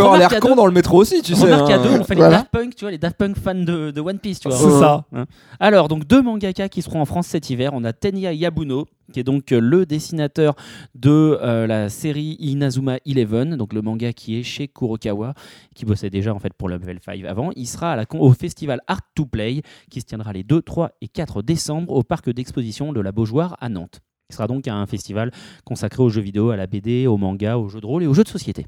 Speaker 4: avoir
Speaker 1: Remarque
Speaker 4: l'air
Speaker 1: à
Speaker 4: con
Speaker 1: deux.
Speaker 4: dans le métro aussi, tu sais.
Speaker 1: Remarque à
Speaker 4: hein.
Speaker 1: deux, on fait les
Speaker 2: Voilà.
Speaker 1: Daft Punk, tu vois, les Daft Punk fans de, de One Piece, tu vois. Hein.
Speaker 11: C'est ça.
Speaker 1: Alors, donc deux mangaka qui seront en France cet hiver. On a Tenya Yabuno, qui est donc euh, le dessinateur de euh, la série Inazuma Eleven, donc le manga qui est chez Kurokawa, qui bossait déjà en fait pour Level 5 avant. Il sera à la con- au festival Art to Play, qui se tiendra les 2, 3 et 4 décembre au parc d'exposition de la Beaujoire à Nantes. Ce sera donc un festival consacré aux jeux vidéo, à la BD, au manga, aux jeux de rôle et aux jeux de société.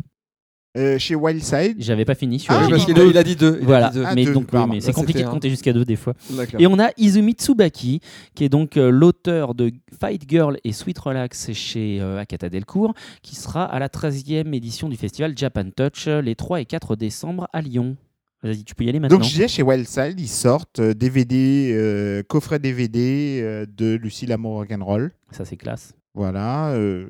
Speaker 2: Euh, chez Wildside.
Speaker 1: J'avais pas fini sur
Speaker 4: Ah,
Speaker 1: les
Speaker 4: parce
Speaker 1: jeux
Speaker 4: qu'il
Speaker 1: vidéo.
Speaker 4: a- il a dit deux. il a
Speaker 1: Voilà,
Speaker 4: dit deux.
Speaker 2: Ah,
Speaker 1: mais
Speaker 2: deux,
Speaker 1: donc oui,
Speaker 2: pardon.
Speaker 1: mais c'est
Speaker 4: Ça,
Speaker 1: compliqué
Speaker 4: c'était
Speaker 1: de
Speaker 4: un.
Speaker 1: compter jusqu'à deux des fois.
Speaker 4: D'accord.
Speaker 1: Et on a Izumi Tsubaki, qui est donc euh, l'auteur de Fight Girl et Sweet Relax chez euh, Akata Delcourt, qui sera à la 13e édition du festival Japan Touch euh, les 3 et 4 décembre à Lyon. Vas-y, tu peux y aller maintenant.
Speaker 2: Donc je disais chez Wildside, ils sortent euh, DVD, euh, coffret DVD euh, de Lucie Lamour Rock'n'Roll.
Speaker 1: Ça, c'est classe. Ah,
Speaker 2: Voilà. euh,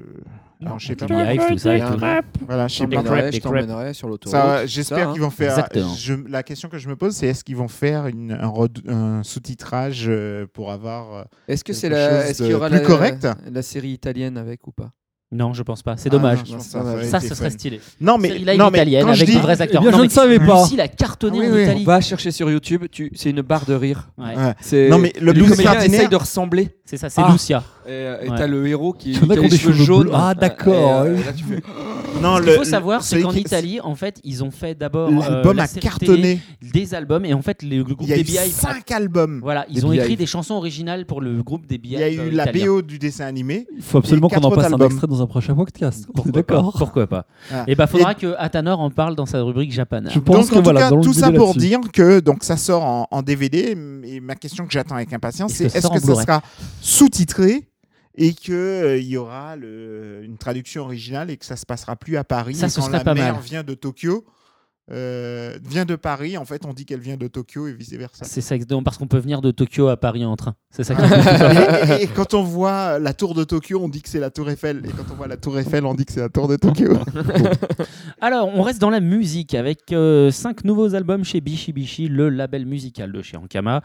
Speaker 2: alors, je sais pas.
Speaker 1: Anti Life, tout ça et tout.
Speaker 2: Voilà, je sais
Speaker 1: Des
Speaker 2: pas.
Speaker 1: crêpes,
Speaker 4: T'emmènerais-
Speaker 1: des
Speaker 4: Je t'emmènerais sur l'autoroute.
Speaker 2: Ça,
Speaker 4: tout
Speaker 2: J'espère
Speaker 4: hein.
Speaker 2: qu'ils vont faire.
Speaker 1: Exactement.
Speaker 2: je- la question que je me pose, c'est est-ce qu'ils vont faire une- un, red- un sous-titrage euh, pour avoir. euh,
Speaker 4: Est-ce que c'est
Speaker 2: quelque
Speaker 4: la,
Speaker 2: chose
Speaker 4: est-ce qu'il y
Speaker 2: de
Speaker 4: aura
Speaker 2: plus
Speaker 4: la,
Speaker 2: correct
Speaker 4: la série italienne avec ou pas
Speaker 1: Non, je pense pas. C'est dommage.
Speaker 2: Ah, non, je pense
Speaker 4: Ça,
Speaker 2: pas,
Speaker 4: ça
Speaker 2: aurait
Speaker 1: ça,
Speaker 2: été
Speaker 1: ce serait
Speaker 2: fun.
Speaker 1: stylé.
Speaker 2: Non, mais,
Speaker 1: Série live
Speaker 2: non, mais
Speaker 1: italienne
Speaker 2: quand je
Speaker 1: avec
Speaker 2: dis.
Speaker 1: des vrais
Speaker 11: Eh
Speaker 1: acteurs.
Speaker 11: bien,
Speaker 1: Non,
Speaker 11: je
Speaker 1: mais
Speaker 11: ne savais pas.
Speaker 1: Lucie l'a cartonné
Speaker 2: Ah oui,
Speaker 1: en
Speaker 2: oui.
Speaker 1: Italie.
Speaker 4: Va chercher sur YouTube, tu, c'est une barre de rire.
Speaker 1: Ouais,
Speaker 2: Ouais.
Speaker 4: C'est,
Speaker 2: Non, mais
Speaker 4: les
Speaker 2: le plus
Speaker 4: comédiens
Speaker 2: extraordinaire-
Speaker 4: essayent de ressembler.
Speaker 1: C'est ça, c'est
Speaker 11: Ah.
Speaker 1: Lucia.
Speaker 4: Et, euh, et
Speaker 1: Ouais.
Speaker 4: t'as le héros qui,
Speaker 11: Il y en a
Speaker 4: qui
Speaker 11: qui
Speaker 4: a
Speaker 11: ont
Speaker 4: les
Speaker 11: des
Speaker 4: cheveux
Speaker 11: cheveux
Speaker 4: jaunes.
Speaker 11: bleus. Ah, d'accord.
Speaker 4: Et, euh, là, tu fais-
Speaker 2: Non,
Speaker 1: Ce
Speaker 2: le-
Speaker 1: qu'il faut savoir, c'est
Speaker 2: celui
Speaker 1: qu'en
Speaker 2: qui-
Speaker 1: Italie, en fait, ils ont fait d'abord euh,
Speaker 2: L'album
Speaker 1: la
Speaker 2: a
Speaker 1: série télé,
Speaker 2: cartonné.
Speaker 1: des albums, et en fait, le, le groupe
Speaker 2: Il y a
Speaker 1: des
Speaker 2: eu
Speaker 1: BI
Speaker 2: cinq albums.
Speaker 1: Voilà, ils
Speaker 4: Des
Speaker 1: ont
Speaker 4: Beehive.
Speaker 1: écrit des chansons originales pour le groupe des euh, BI.
Speaker 2: Il y a eu la BO du dessin animé.
Speaker 11: Il faut absolument
Speaker 2: Et
Speaker 11: qu'on en
Speaker 2: quatre
Speaker 11: passe un
Speaker 2: albums.
Speaker 11: extrait dans un prochain podcast. On est
Speaker 1: Pourquoi pas,
Speaker 11: d'accord.
Speaker 1: Pourquoi pas
Speaker 2: Ah.
Speaker 1: Et bah faudra que Atanor en parle dans sa rubrique Japan.
Speaker 11: Je pense
Speaker 2: donc, en
Speaker 11: que voilà,
Speaker 2: tout
Speaker 11: dans
Speaker 2: cas, tout
Speaker 11: le
Speaker 2: ça
Speaker 11: BD
Speaker 2: pour
Speaker 11: là-dessus.
Speaker 2: dire que donc ça sort en, en DVD. Et ma question que j'attends avec impatience,
Speaker 1: Est-ce
Speaker 2: c'est
Speaker 1: que ça
Speaker 2: est-ce
Speaker 1: sort
Speaker 2: que
Speaker 1: en
Speaker 2: ça
Speaker 1: Blu-ray
Speaker 2: sera sous-titré et que euh, il y aura le- une traduction originale et que ça se passera plus à Paris
Speaker 1: Ça,
Speaker 2: et
Speaker 1: ce
Speaker 2: quand
Speaker 1: serait
Speaker 2: la
Speaker 1: pas
Speaker 2: mère
Speaker 1: mal.
Speaker 2: vient de Tokyo. euh, vient de Paris, en fait, on dit qu'elle vient de Tokyo et vice versa.
Speaker 1: C'est ça, non, parce qu'on peut venir de Tokyo à Paris en train. C'est ça. qui-
Speaker 2: et, et- et quand on voit la tour de Tokyo, on dit que c'est la tour Eiffel. Et quand on voit la tour Eiffel, on dit que c'est la tour de Tokyo.
Speaker 1: Alors, on reste dans la musique avec euh, cinq nouveaux albums chez Bishi Bishi, le label musical de chez Ankama.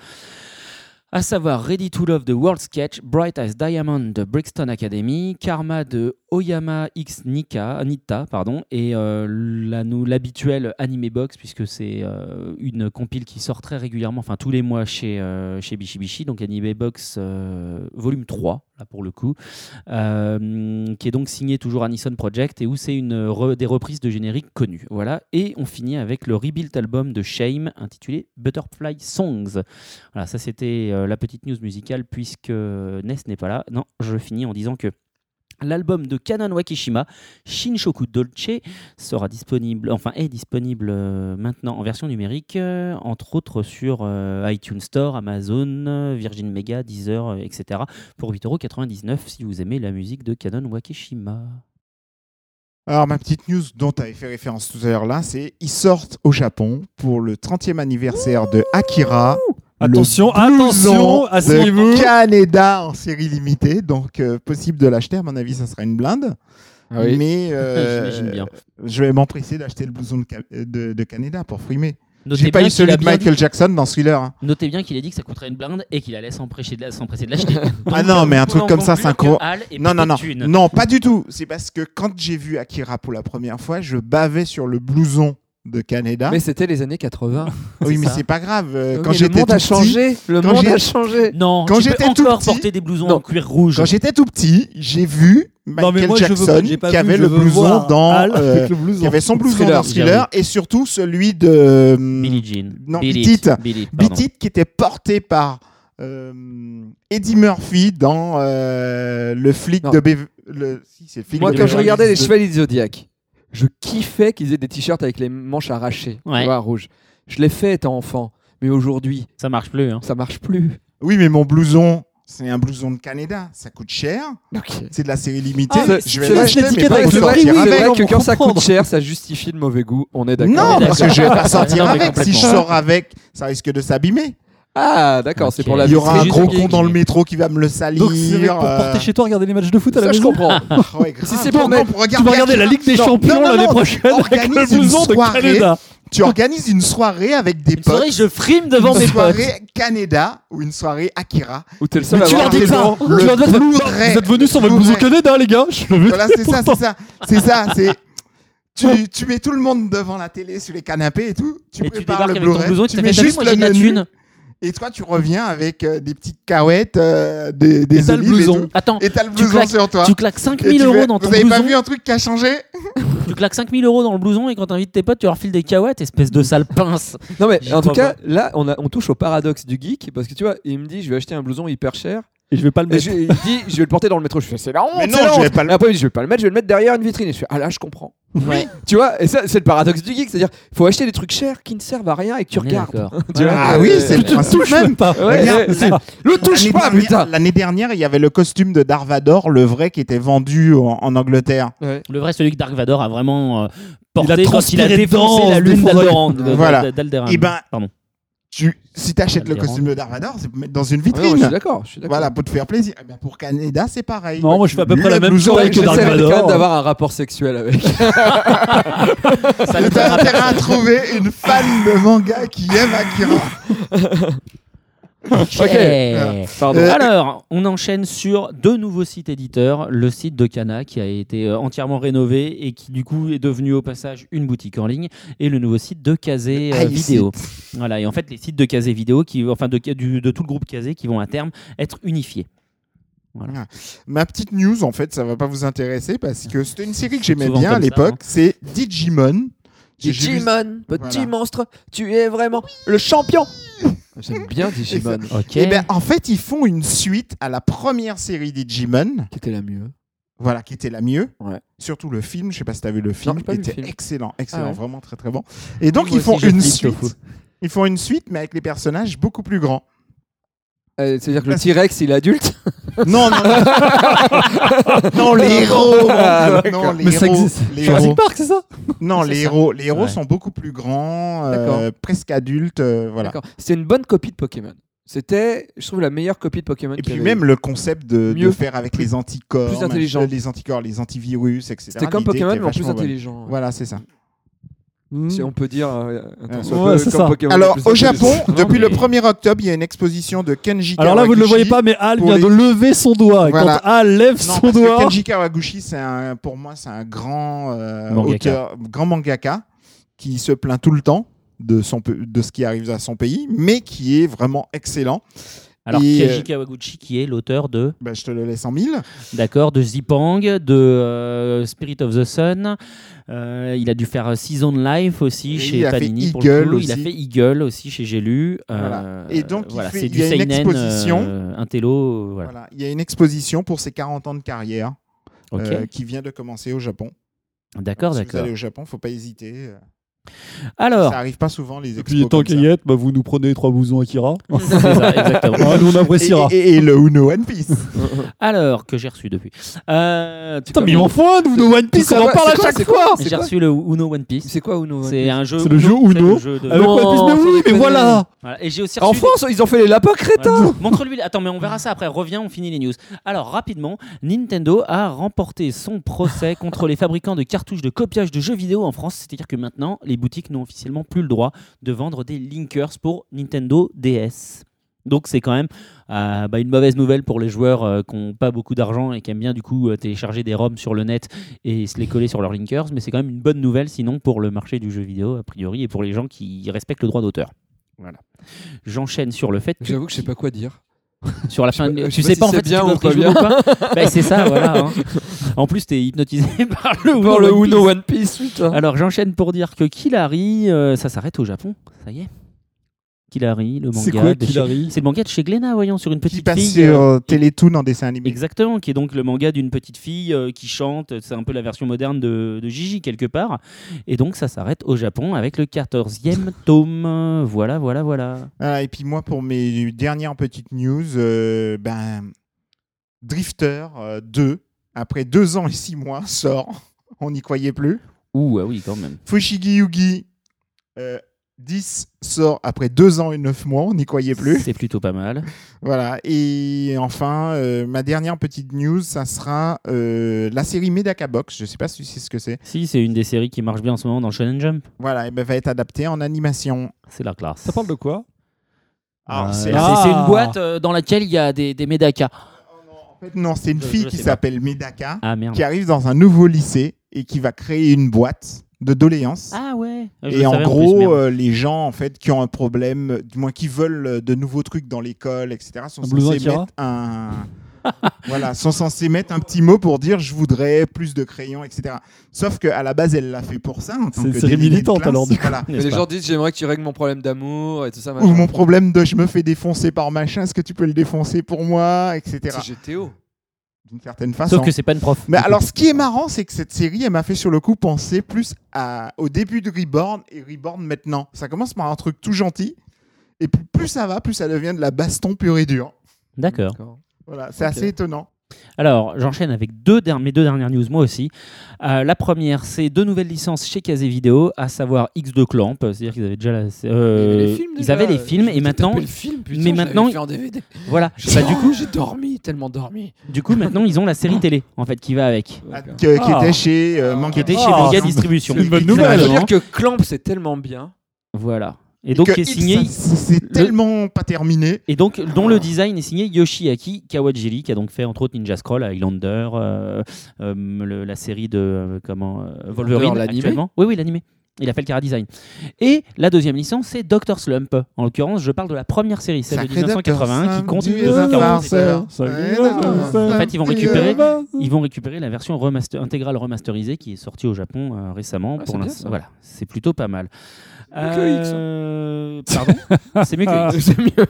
Speaker 1: à savoir Ready to Love de World Sketch, Bright as Diamond de Brixton Academy, Karma de Oyama X Nika, Nita pardon, et euh, la- nous- l'habituel Anime Box, puisque c'est euh, une compile qui sort très régulièrement, enfin tous les mois chez, euh, chez Bishibishi, donc Anime Box euh, volume 3, là pour le coup, euh, qui est donc signé toujours Anison Project et où c'est une re- des reprises de génériques connues. Voilà, et on finit avec le rebuilt album de Shame intitulé Butterfly Songs. Voilà, ça c'était euh, la petite news musicale puisque Ness n'est pas là. Non, je finis en disant que l'album de Kanon Wakishima, Shinshoku Dolce, sera disponible, enfin est disponible euh, maintenant en version numérique, euh, entre autres sur euh, iTunes Store, Amazon, euh, Virgin Mega, Deezer, euh, etc. pour 8,99€ si vous aimez la musique de Kanon Wakishima.
Speaker 2: Alors, ma petite news dont tu avais fait référence tout à l'heure là, c'est ils sortent au Japon pour le 30e anniversaire de Akira. le
Speaker 6: Attention,
Speaker 2: blouson
Speaker 6: attention, asseyez-vous.
Speaker 2: de Canada en série limitée, donc euh, possible de l'acheter. À mon avis, ça sera une blinde.
Speaker 4: Ah oui.
Speaker 2: Mais euh,
Speaker 1: J'imagine bien.
Speaker 2: je vais m'empresser d'acheter le blouson de, Ca- de, de Canada pour frimer.
Speaker 1: Notez
Speaker 2: J'ai pas
Speaker 1: bien
Speaker 2: eu
Speaker 1: qu'il a
Speaker 2: celui de
Speaker 1: bien
Speaker 2: Michael
Speaker 1: dit-
Speaker 2: Jackson dans Thriller. hein.
Speaker 1: Notez bien qu'il a dit que ça coûterait une blinde et qu'il allait s'empresser de la- s'empresser de l'acheter.
Speaker 2: Ah
Speaker 1: Donc, euh,
Speaker 2: non, mais un
Speaker 1: on peut
Speaker 2: truc
Speaker 1: en
Speaker 2: comme ça,
Speaker 1: conclure
Speaker 2: c'est un
Speaker 1: que
Speaker 2: gros-
Speaker 1: Hal est
Speaker 2: Non, non, non.
Speaker 1: peut-être une.
Speaker 2: Non, pas du tout. C'est parce que quand j'ai vu Akira pour la première fois, je bavais sur le blouson de Canada.
Speaker 11: Mais c'était les années 80.
Speaker 2: Ah oui,
Speaker 1: c'est
Speaker 2: mais
Speaker 1: ça.
Speaker 2: c'est pas grave. euh,
Speaker 11: Oui,
Speaker 2: Quand
Speaker 11: mais le
Speaker 2: j'étais
Speaker 11: monde
Speaker 2: tout
Speaker 11: a
Speaker 2: petit,
Speaker 11: changé. Le
Speaker 2: quand
Speaker 11: monde
Speaker 2: j'ai-
Speaker 11: a changé.
Speaker 1: Non,
Speaker 2: Quand
Speaker 1: tu peux
Speaker 2: j'étais tout
Speaker 1: encore
Speaker 2: petit-
Speaker 1: porter des blousons
Speaker 11: Non.
Speaker 1: en cuir rouge.
Speaker 2: Quand j'étais tout petit, j'ai vu
Speaker 11: Non, mais
Speaker 2: Michael
Speaker 11: moi, je veux
Speaker 2: Jackson
Speaker 11: pas- j'ai pas
Speaker 2: qui
Speaker 11: vu,
Speaker 2: avait
Speaker 11: je
Speaker 2: le
Speaker 11: veux
Speaker 2: blouson
Speaker 11: voir
Speaker 2: dans.
Speaker 11: Al
Speaker 2: euh,
Speaker 11: avec le blouson.
Speaker 2: qui avait son blouson
Speaker 11: Thriller,
Speaker 2: dans Thriller et surtout celui de. hum,
Speaker 1: Billie Jean.
Speaker 2: Non,
Speaker 1: Billie
Speaker 2: Beat It.
Speaker 1: Billie It,
Speaker 2: Beat
Speaker 1: pardon.
Speaker 2: It qui était porté par euh, Eddie Murphy dans euh, le flic
Speaker 11: Non.
Speaker 2: de Bev- le- si, c'est le flic
Speaker 11: Moi,
Speaker 2: de
Speaker 11: quand je
Speaker 2: Beverly
Speaker 11: regardais les
Speaker 2: Hills.
Speaker 11: Chevaliers du Zodiac, je kiffais qu'ils aient des t-shirts avec les manches arrachées,
Speaker 1: Ouais.
Speaker 11: tu vois, rouges. Je l'ai fait étant enfant, mais aujourd'hui,
Speaker 1: Ça marche plus. Hein.
Speaker 11: ça marche plus. Ah,
Speaker 2: Oui, mais mon blouson, c'est un blouson de Canada. Ça coûte cher. C'est de la série limitée.
Speaker 11: Ah,
Speaker 2: je
Speaker 11: c'est
Speaker 2: vais
Speaker 11: vrai,
Speaker 2: l'acheter,
Speaker 11: je l'ai
Speaker 2: mais pas
Speaker 11: étiqueté
Speaker 2: vous
Speaker 11: avec
Speaker 2: sortir
Speaker 11: le prix, oui,
Speaker 2: avec.
Speaker 11: c'est vrai on que quand ça comprend. coûte cher, ça justifie le mauvais goût. On est d'accord.
Speaker 2: Non,
Speaker 1: Oui,
Speaker 2: parce que je vais pas sortir
Speaker 1: Non, mais
Speaker 2: avec. Si je
Speaker 1: complètement.
Speaker 2: sors avec, ça risque de s'abîmer.
Speaker 11: Ah, d'accord, c'est
Speaker 1: Ok.
Speaker 11: pour la
Speaker 2: Il y aura un
Speaker 11: vitrine.
Speaker 2: gros
Speaker 1: juste-
Speaker 2: con dans le métro qui va me le salir.
Speaker 11: Donc, c'est
Speaker 2: euh,
Speaker 11: pour porter chez toi, regarder les matchs de foot à la Ça, je maison. comprends.
Speaker 2: Ah ouais, grave.
Speaker 11: Si c'est
Speaker 2: Non,
Speaker 11: pour
Speaker 2: non,
Speaker 11: mettre-
Speaker 2: regarder
Speaker 11: tu vas regarder
Speaker 2: Akira.
Speaker 11: la Ligue des
Speaker 2: Non,
Speaker 11: Champions
Speaker 2: non, non,
Speaker 11: l'année
Speaker 2: non,
Speaker 11: prochaine avec le
Speaker 2: organise une
Speaker 11: blouson de
Speaker 2: soirée-
Speaker 11: Canada.
Speaker 2: Tu organises une soirée avec des
Speaker 1: Une
Speaker 2: potes.
Speaker 1: soirée, je frime devant
Speaker 2: une
Speaker 1: mes potes.
Speaker 2: soirée Canada ou une soirée Akira.
Speaker 11: Ou t'es le seul à
Speaker 2: tu leur
Speaker 11: avoir
Speaker 2: dis
Speaker 11: un
Speaker 2: ça.
Speaker 11: blouson.
Speaker 2: Le
Speaker 11: Tu leur dis-
Speaker 2: Blu-ray.
Speaker 11: Vous êtes venus sur votre
Speaker 2: Le
Speaker 11: blouson
Speaker 2: Blu-ray.
Speaker 1: hein,
Speaker 11: Canada, les gars. Je le
Speaker 2: Voilà, c'est ça, c'est ça. C'est ça, c'est. Tu, tu mets tout le monde devant la télé sur les canapés et tout. Tu
Speaker 1: Et tu
Speaker 2: prépares
Speaker 1: débarques
Speaker 2: le
Speaker 1: avec ton
Speaker 2: Blu-ray.
Speaker 1: blouson, tu
Speaker 2: tu
Speaker 1: t'es
Speaker 2: mets
Speaker 1: fait taper,
Speaker 2: juste
Speaker 1: moi
Speaker 2: le
Speaker 1: j'ai de la
Speaker 2: menu.
Speaker 1: thune.
Speaker 2: Et toi, tu reviens avec euh, des petites cahuètes, euh, des, des
Speaker 11: Et t'as le
Speaker 2: olives
Speaker 11: blouson.
Speaker 2: et tout.
Speaker 1: Attends,
Speaker 2: Et t'as le
Speaker 1: Tu
Speaker 2: blouson
Speaker 1: claques-
Speaker 2: sur toi.
Speaker 1: tu claques
Speaker 2: Et
Speaker 1: 5000
Speaker 2: tu
Speaker 1: euros
Speaker 2: fais-
Speaker 1: dans ton
Speaker 2: Vous avez pas
Speaker 1: blouson.
Speaker 2: vu un truc qui a changé
Speaker 1: Tu claques 5000 euros dans le blouson et quand t'invites tes potes, tu leur files des cahuètes, espèce de sale pince.
Speaker 11: Non mais
Speaker 1: J'y
Speaker 11: en tout
Speaker 1: crois
Speaker 11: cas, là on, a- on touche au paradoxe du geek parce que tu vois, il me dit je vais acheter un blouson hyper cher
Speaker 6: Et je vais pas le
Speaker 11: et
Speaker 6: mettre.
Speaker 11: je, il dit je vais le porter dans le métro. Je fais c'est la honte.
Speaker 2: Mais non,
Speaker 11: c'est la
Speaker 2: je vais
Speaker 11: honte.
Speaker 2: pas le-
Speaker 11: Et Après il dit, je vais pas le mettre, je vais le mettre derrière une vitrine. Et je fais ah là je comprends.
Speaker 1: Ouais,
Speaker 11: Tu vois et ça c'est le paradoxe du geek, c'est-à-dire faut acheter des trucs chers qui ne servent à rien et que tu
Speaker 1: on est
Speaker 11: regardes.
Speaker 1: d'accord.
Speaker 11: Tu vois,
Speaker 2: Ah
Speaker 11: euh,
Speaker 2: oui, c'est le
Speaker 11: tu-
Speaker 2: principe même.
Speaker 11: Ouais, ouais, c'est- le touche
Speaker 2: L'année
Speaker 11: pas
Speaker 2: dernière-
Speaker 11: putain.
Speaker 2: L'année dernière, il y avait le costume de Darvador, le vrai, qui était vendu en, en Angleterre.
Speaker 11: Ouais.
Speaker 1: Le vrai, celui que Dark Vador a vraiment euh,
Speaker 6: Il
Speaker 1: porté
Speaker 6: a
Speaker 1: quand il a
Speaker 6: transpiré
Speaker 1: défoncé
Speaker 6: dedans,
Speaker 1: la lune
Speaker 6: défoncé.
Speaker 1: d'Alderaan. de-
Speaker 2: Voilà.
Speaker 1: d'Al- d'Alderaan.
Speaker 2: Eh ben-
Speaker 1: Pardon.
Speaker 2: Tu, si t'achètes le
Speaker 1: Alderaan.
Speaker 2: costume de Darvador, c'est pour mettre dans une
Speaker 11: Ah non, je suis
Speaker 2: vitrine.
Speaker 11: d'accord, je suis d'accord.
Speaker 2: Voilà, pour te faire plaisir. Eh bien, pour Canada, c'est pareil.
Speaker 6: Non, moi, je fais à peu près
Speaker 2: Le
Speaker 6: la même
Speaker 2: blouson
Speaker 6: chose
Speaker 11: Ouais,
Speaker 6: avec
Speaker 2: avec
Speaker 6: Dark
Speaker 11: J'essaierai quand même
Speaker 6: Vador.
Speaker 11: d'avoir un rapport sexuel avec.
Speaker 1: Ça
Speaker 2: Et
Speaker 1: nous
Speaker 2: T'as
Speaker 1: fera
Speaker 2: intérêt à trouver une fan de manga qui aime Akira.
Speaker 1: Ok.
Speaker 11: Pardon.
Speaker 2: Euh,
Speaker 1: Alors, on enchaîne sur deux nouveaux sites éditeurs. Le site de Kana qui a été euh, entièrement rénové et qui du coup est devenu au passage une boutique en ligne, et le nouveau site de Kazé
Speaker 2: Le
Speaker 1: euh,
Speaker 2: High
Speaker 1: Vidéo. Voilà. Et en fait, les sites de Kazé Vidéo, qui, enfin de, du- de tout le groupe Kazé, qui vont à terme être unifiés.
Speaker 2: Ma petite news, en fait, ça va pas vous intéresser parce que c'était une série que j'aimais
Speaker 1: Souvent
Speaker 2: bien à
Speaker 1: comme ça,
Speaker 2: l'époque.
Speaker 11: hein.
Speaker 2: C'est Digimon. J'ai- j'ai vu-
Speaker 11: Digimon, petit
Speaker 2: Voilà.
Speaker 11: monstre, tu es vraiment le champion. J'aime bien Digimon.
Speaker 1: Ok.
Speaker 2: Eh ben, en fait, ils font une suite à la première série Digimon,
Speaker 11: Qui était la mieux
Speaker 2: voilà, qui était la mieux.
Speaker 11: Ouais.
Speaker 2: Surtout le film, je sais pas si t'as vu le film,
Speaker 11: j'ai pas vu le
Speaker 2: était
Speaker 11: film.
Speaker 2: excellent, excellent,
Speaker 11: Ah ouais.
Speaker 2: vraiment très très bon. Et donc
Speaker 1: Moi
Speaker 2: ils font
Speaker 1: aussi, je
Speaker 2: une
Speaker 1: flippe,
Speaker 2: suite,
Speaker 1: Tofu.
Speaker 2: ils font une suite, mais avec les personnages beaucoup plus grands.
Speaker 11: Euh, C'est-à-dire que le T-Rex, il est adulte
Speaker 2: Non, non, non, non les héros, mon
Speaker 11: Ah,
Speaker 2: Dieu, non,
Speaker 11: d'accord.
Speaker 2: les
Speaker 11: Mais ça
Speaker 2: héros,
Speaker 11: existe.
Speaker 2: les
Speaker 11: Jurassic
Speaker 2: héros.
Speaker 11: Park, c'est ça
Speaker 2: non, les
Speaker 1: C'est ça.
Speaker 2: héros, les héros
Speaker 1: Ouais.
Speaker 2: sont beaucoup plus grands, euh,
Speaker 11: D'accord.
Speaker 2: presque adultes, euh, voilà.
Speaker 11: D'accord. C'était une bonne copie de Pokémon. C'était, je trouve, la meilleure copie de Pokémon.
Speaker 2: Et
Speaker 11: qu'il y
Speaker 2: puis
Speaker 11: avait.
Speaker 2: même le concept de, de
Speaker 11: Mieux.
Speaker 2: faire avec les anticorps,
Speaker 11: Plus intelligent.
Speaker 2: machin, les anticorps, les antivirus, etc.
Speaker 11: C'était comme
Speaker 2: L'idée
Speaker 11: Pokémon,
Speaker 2: était
Speaker 11: mais en plus hein.
Speaker 2: vachement bonne.
Speaker 11: intelligent.
Speaker 2: Voilà, c'est ça.
Speaker 4: Si on peut dire euh, un
Speaker 11: Hmm. Ouais, c'est ça.
Speaker 2: Alors, au Japon, depuis le 1er octobre, il y a une exposition de Kenji
Speaker 11: Alors là, vous ne le voyez pas, mais Al
Speaker 2: pour
Speaker 11: vient
Speaker 2: les-
Speaker 11: de lever son doigt. Et
Speaker 2: Voilà.
Speaker 11: Quand Al lève
Speaker 2: Non,
Speaker 11: son
Speaker 2: parce que
Speaker 11: doigt.
Speaker 2: Kenji Kawaguchi, c'est un- pour moi, c'est un grand euh,
Speaker 1: Mangaka.
Speaker 2: auteur, grand mangaka qui se plaint tout le temps de, son, pe- de ce qui arrive à son pays, mais qui est vraiment excellent.
Speaker 1: Alors,
Speaker 2: Et,
Speaker 1: Keiji
Speaker 2: euh,
Speaker 1: Kawaguchi, qui est l'auteur de,
Speaker 2: bah, je te le laisse en mille.
Speaker 1: d'accord, de Zipang, de euh, Spirit of the Sun. Euh, il a dû faire euh, Season Life aussi
Speaker 2: Et
Speaker 1: chez
Speaker 2: il a fait
Speaker 1: Panini. pour
Speaker 2: Eagle
Speaker 1: le coup. Il a
Speaker 2: aussi.
Speaker 1: fait Eagle aussi chez J'ai lu. Euh,
Speaker 2: Voilà. Et donc, il
Speaker 1: voilà,
Speaker 2: fait-
Speaker 1: c'est
Speaker 2: il
Speaker 1: du
Speaker 2: y a une
Speaker 1: seinen,
Speaker 2: exposition.
Speaker 1: euh, un télo. euh, Voilà.
Speaker 2: Voilà. Il y a une exposition pour ses 40 ans de carrière
Speaker 1: Ok.
Speaker 2: euh, qui vient de commencer au Japon.
Speaker 1: D'accord,
Speaker 2: si Vous
Speaker 1: d'accord.
Speaker 2: allez au Japon, faut pas hésiter. euh,
Speaker 1: Alors,
Speaker 2: ça arrive pas souvent les
Speaker 11: Et puis
Speaker 2: expos.
Speaker 11: tant
Speaker 2: comme
Speaker 11: qu'il
Speaker 2: ça.
Speaker 11: y est, bah, vous nous prenez trois blousons Akira.
Speaker 1: c'est ça, exactement.
Speaker 11: Ah, nous on appréciera.
Speaker 2: Et, et- et le Uno One Piece.
Speaker 1: Alors que j'ai reçu depuis. Euh,
Speaker 11: Putain, mais il m'en faut un, nous, de One Piece,
Speaker 4: C'est
Speaker 11: on en
Speaker 4: quoi-
Speaker 11: parle à
Speaker 4: c'est quoi-
Speaker 11: chaque
Speaker 4: c'est quoi
Speaker 11: fois.
Speaker 4: c'est
Speaker 1: J'ai reçu le Uno One Piece.
Speaker 4: C'est quoi Uno
Speaker 1: C'est un jeu.
Speaker 11: C'est le jeu
Speaker 1: c'est
Speaker 11: Uno
Speaker 1: le jeu
Speaker 2: Ah
Speaker 1: de- Ah
Speaker 11: Avec
Speaker 4: Non,
Speaker 11: One Piece, mais
Speaker 4: sans
Speaker 11: oui, mais
Speaker 4: déconner.
Speaker 11: voilà.
Speaker 1: Voilà. Et j'ai aussi
Speaker 4: En
Speaker 1: reçu
Speaker 4: France, ils ont fait les lapins crétins.
Speaker 1: Voilà. Montre-lui. Attends, mais on verra ça après. Reviens, on finit les news. Alors, rapidement, Nintendo a remporté son procès contre les fabricants de cartouches de copiage de jeux vidéo en France. C'est-à-dire que maintenant, les boutiques n'ont officiellement plus le droit de vendre des linkers pour Nintendo DS. Donc, c'est quand même euh, bah, une mauvaise nouvelle pour les joueurs euh, qui n'ont pas beaucoup d'argent et qui aiment bien du coup euh, télécharger des ROM sur le net et se les coller sur leurs linkers. Mais c'est quand même une bonne nouvelle sinon pour le marché du jeu vidéo, a priori, et pour les gens qui respectent le droit d'auteur. Voilà. J'enchaîne sur le fait que
Speaker 4: J'avoue que je sais pas quoi dire.
Speaker 1: sur la fin.
Speaker 4: pas-
Speaker 1: de-
Speaker 4: je
Speaker 1: tu
Speaker 4: sais
Speaker 1: sais
Speaker 4: pas
Speaker 1: pas
Speaker 4: si c'est
Speaker 1: en fait si
Speaker 4: bien
Speaker 1: tu
Speaker 4: ou
Speaker 1: dois
Speaker 4: pas
Speaker 1: jouer ou pas. Bah, c'est ça, voilà. hein. En plus, t'es hypnotisé par le Uno
Speaker 4: Pour le
Speaker 1: One
Speaker 4: Uno
Speaker 1: Piece.
Speaker 4: One Piece, putain.
Speaker 1: Alors j'enchaîne pour dire que Killary, euh, ça s'arrête au Japon, ça y est. Killary, le manga.
Speaker 11: C'est quoi
Speaker 1: de chez-
Speaker 11: Killary
Speaker 1: C'est le manga de chez Glénat, voyons, sur une
Speaker 2: qui
Speaker 1: petite
Speaker 2: passe
Speaker 1: fille.
Speaker 2: sur
Speaker 1: euh,
Speaker 2: Télétoon en dessin animé.
Speaker 1: Exactement, qui est donc le manga d'une petite fille euh, qui chante. C'est un peu la version moderne de, de Gigi, quelque part. Et donc, ça s'arrête au Japon avec le 14e tome. Voilà, voilà, voilà.
Speaker 2: Voilà, et puis moi, pour mes dernières petites news, euh, ben, Drifter euh, 2, après deux ans et six mois, sort. On n'y croyait plus.
Speaker 1: Ouh, ah oui, quand même.
Speaker 2: Fushigi Yugi euh, 10 sort après deux ans et neuf mois. On n'y croyait plus.
Speaker 1: C'est plutôt pas mal.
Speaker 2: Voilà. Et enfin, euh, ma dernière petite news, ça sera euh, la série Medaka Box. Je ne sais pas si c'est ce que c'est.
Speaker 1: Si, c'est une des séries qui marche bien en ce moment dans Shonen Jump.
Speaker 2: Voilà, et ben, va être adaptée en animation.
Speaker 1: C'est la classe.
Speaker 11: Ça parle de quoi
Speaker 2: Alors,
Speaker 1: Euh,
Speaker 2: c'est-
Speaker 1: c'est
Speaker 11: Ah.
Speaker 1: c'est une boîte euh, dans laquelle il y a des, des médacas.
Speaker 2: en fait, non, c'est une
Speaker 1: Je-
Speaker 2: fille
Speaker 1: je
Speaker 2: qui
Speaker 1: sais pas.
Speaker 2: s'appelle Medaka.
Speaker 1: Ah merde.
Speaker 2: qui arrive dans un nouveau lycée et qui va créer une boîte de doléances.
Speaker 1: Ah ouais. Je le
Speaker 2: et en
Speaker 1: savais
Speaker 2: gros,
Speaker 1: plus, merde.
Speaker 2: euh, les gens en fait qui ont un problème, euh, du moins qui veulent euh, de nouveaux trucs dans l'école, etc., sont
Speaker 11: Un blouson
Speaker 2: censés
Speaker 11: Akira
Speaker 2: mettre un voilà, sont censés mettre un petit mot pour dire je voudrais plus de crayons, etc. Sauf qu'à la base, elle l'a fait pour ça. en tant
Speaker 11: C'est une
Speaker 2: que
Speaker 11: série
Speaker 2: déléguée de
Speaker 11: militante,
Speaker 2: classe,
Speaker 11: alors, du
Speaker 2: voilà.
Speaker 4: Mais les
Speaker 1: N'est-ce
Speaker 4: gens disent j'aimerais que tu règles mon problème d'amour et tout ça.
Speaker 2: Ou
Speaker 4: machin.
Speaker 2: mon problème de je me fais défoncer par machin, est-ce que tu peux le défoncer pour moi, etc.
Speaker 4: C'est GTO.
Speaker 2: D'une certaine
Speaker 1: pas.
Speaker 2: façon.
Speaker 1: Sauf que c'est pas une prof.
Speaker 2: Mais alors, ce qui est marrant, c'est que cette série, elle m'a fait sur le coup penser plus à, au début de Reborn et Reborn maintenant. Ça commence par un truc tout gentil, et puis plus ça va, plus ça devient de la baston pure et dure.
Speaker 1: D'accord.
Speaker 2: Voilà, c'est
Speaker 4: Ok.
Speaker 2: assez étonnant.
Speaker 1: Alors, j'enchaîne avec deux der- mes deux dernières news, moi aussi. Euh, la première, c'est deux nouvelles licences chez Kazé Vidéo, à savoir X2 Clamp. C'est-à-dire qu'ils avaient déjà. la- euh, ils avaient les films, et maintenant. mais maintenant- Voilà. Bah, du, coup,
Speaker 4: j'ai dormi, tellement dormi.
Speaker 1: du coup, maintenant, ils ont la série télé, en fait, qui va avec.
Speaker 2: Ah, que- Qui
Speaker 11: Ah.
Speaker 2: était chez euh,
Speaker 1: Qui
Speaker 2: Manga
Speaker 1: était chez
Speaker 11: Ah,
Speaker 1: Manga
Speaker 11: c'est-
Speaker 1: Distribution.
Speaker 11: c'est une bonne
Speaker 1: Et-
Speaker 11: nouvelle,
Speaker 4: Je veux
Speaker 11: hein.
Speaker 4: dire que Clamp, c'est tellement bien.
Speaker 1: Voilà. Et donc,
Speaker 2: que
Speaker 1: qui est signé.
Speaker 2: X, ça- C'est tellement pas terminé.
Speaker 1: Et donc, dont le design est signé Yoshiaki Kawajiri, qui a donc fait entre autres Ninja Scroll, Highlander, euh, euh, le- la série de euh, comment euh, Wolverine
Speaker 4: l'animé
Speaker 1: actuellement. Oui, oui, l'animé. Il a fait le cara design. Et la deuxième licence, c'est Doctor Slump. En l'occurrence, je parle de la première série, celle de
Speaker 2: Sacré
Speaker 1: 1981, qui
Speaker 2: docteur,
Speaker 1: continue.
Speaker 2: samedi,
Speaker 1: jusqu'à
Speaker 2: un
Speaker 1: aujourd'hui.
Speaker 2: farceur.
Speaker 11: Ça-
Speaker 2: Ouais, non.
Speaker 11: ça-
Speaker 1: En fait, ils vont
Speaker 2: Samedi,
Speaker 1: récupérer.
Speaker 11: euh,
Speaker 1: Ils vont récupérer la version remaster, intégrale remasterisée qui est sortie au Japon euh, récemment.
Speaker 4: Ah,
Speaker 1: pour
Speaker 4: c'est bien,
Speaker 1: l'instant.
Speaker 4: ça.
Speaker 1: voilà, c'est plutôt pas mal.
Speaker 4: Mieux que X, hein.
Speaker 1: Euh, Pardon, c'est mieux que X.
Speaker 4: C'est mieux.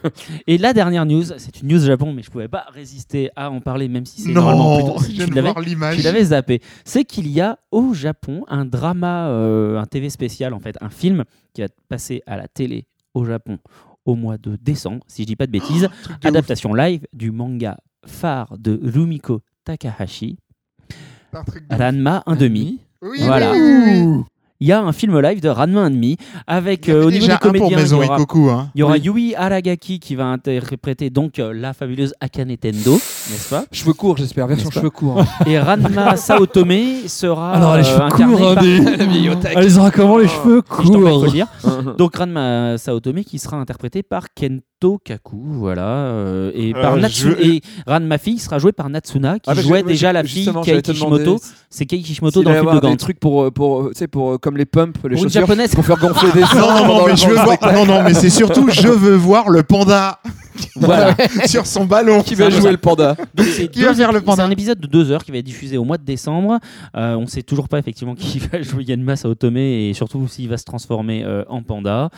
Speaker 1: Et la dernière news, c'est une news Japon, mais je pouvais pas résister à en parler, même si c'est
Speaker 2: Non,
Speaker 1: normalement plutôt.
Speaker 2: je viens
Speaker 1: tu
Speaker 2: de
Speaker 1: l'avais,
Speaker 2: voir
Speaker 1: tu
Speaker 2: l'image.
Speaker 1: l'avais zappé. C'est qu'il y a au Japon un drama, euh, un TV spécial en fait, un film qui va passer à la télé au Japon au mois de décembre, si je dis pas de bêtises.
Speaker 2: Truc de
Speaker 1: adaptation live du manga phare de Rumiko Takahashi,
Speaker 2: ouf, un truc de ouf.
Speaker 1: Ranma 1,5.
Speaker 2: Oui,
Speaker 1: Voilà.
Speaker 2: oui, oui, oui.
Speaker 1: il y a un film live de Ranma 1,5 avec euh, au
Speaker 2: déjà
Speaker 1: niveau des
Speaker 2: un pour
Speaker 1: comédiens, il y
Speaker 2: Maison
Speaker 1: aura-
Speaker 2: et Coucou. Hein.
Speaker 1: il y aura
Speaker 2: Oui.
Speaker 1: Yui Aragaki qui va interpréter donc euh, la fabuleuse Akane Tendo, n'est-ce pas
Speaker 4: Cheveux courts, j'espère, version
Speaker 1: N'est-ce pas
Speaker 4: cheveux courts.
Speaker 1: Et Ranma Saotome sera
Speaker 6: Alors, les
Speaker 1: euh,
Speaker 6: cheveux
Speaker 1: incarnée
Speaker 6: courts, hein,
Speaker 1: par-
Speaker 6: des-
Speaker 4: La bibliothèque. Oh.
Speaker 6: Elles aura comment les cheveux
Speaker 1: Je t'en prie, faut
Speaker 6: courts
Speaker 1: le dire. Donc Ranma Saotome qui sera interprété par Kento Kaku, voilà, euh, et
Speaker 2: Euh,
Speaker 1: par
Speaker 2: je-
Speaker 1: Natsu et Ranma fille sera jouée par Natsuna qui
Speaker 4: Ah, parce que
Speaker 1: jouait
Speaker 4: moi,
Speaker 1: déjà
Speaker 4: j'ai-
Speaker 1: la fille
Speaker 4: justement,
Speaker 1: Kei
Speaker 4: j'allais te
Speaker 1: Kishimoto.
Speaker 4: demander
Speaker 1: C'est Kei Kishimoto
Speaker 4: s'il
Speaker 1: dans
Speaker 4: va y
Speaker 1: le film de
Speaker 4: avoir des
Speaker 1: Gantz.
Speaker 4: trucs pour, euh, pour, euh, tu sais, pour, euh, comme les pumps, les
Speaker 1: Pour une
Speaker 4: chaussures,
Speaker 1: japonaise.
Speaker 4: pour faire gonfler des seins
Speaker 2: Non, non, non,
Speaker 4: pendant
Speaker 2: mais
Speaker 4: le-
Speaker 2: je veux
Speaker 4: pendant le
Speaker 2: voir- non, non, mais c'est surtout je veux voir le panda
Speaker 4: Voilà.
Speaker 2: sur son ballon.
Speaker 4: Qui va jouer le panda
Speaker 1: Donc, c'est
Speaker 2: Qui va
Speaker 1: deux
Speaker 2: faire le
Speaker 1: épi-
Speaker 2: panda
Speaker 1: C'est un épisode de deux heures qui va être diffusé au mois de décembre. Euh, on sait toujours pas effectivement qui va jouer Yanma Saotome et surtout s'il va se transformer euh, en panda.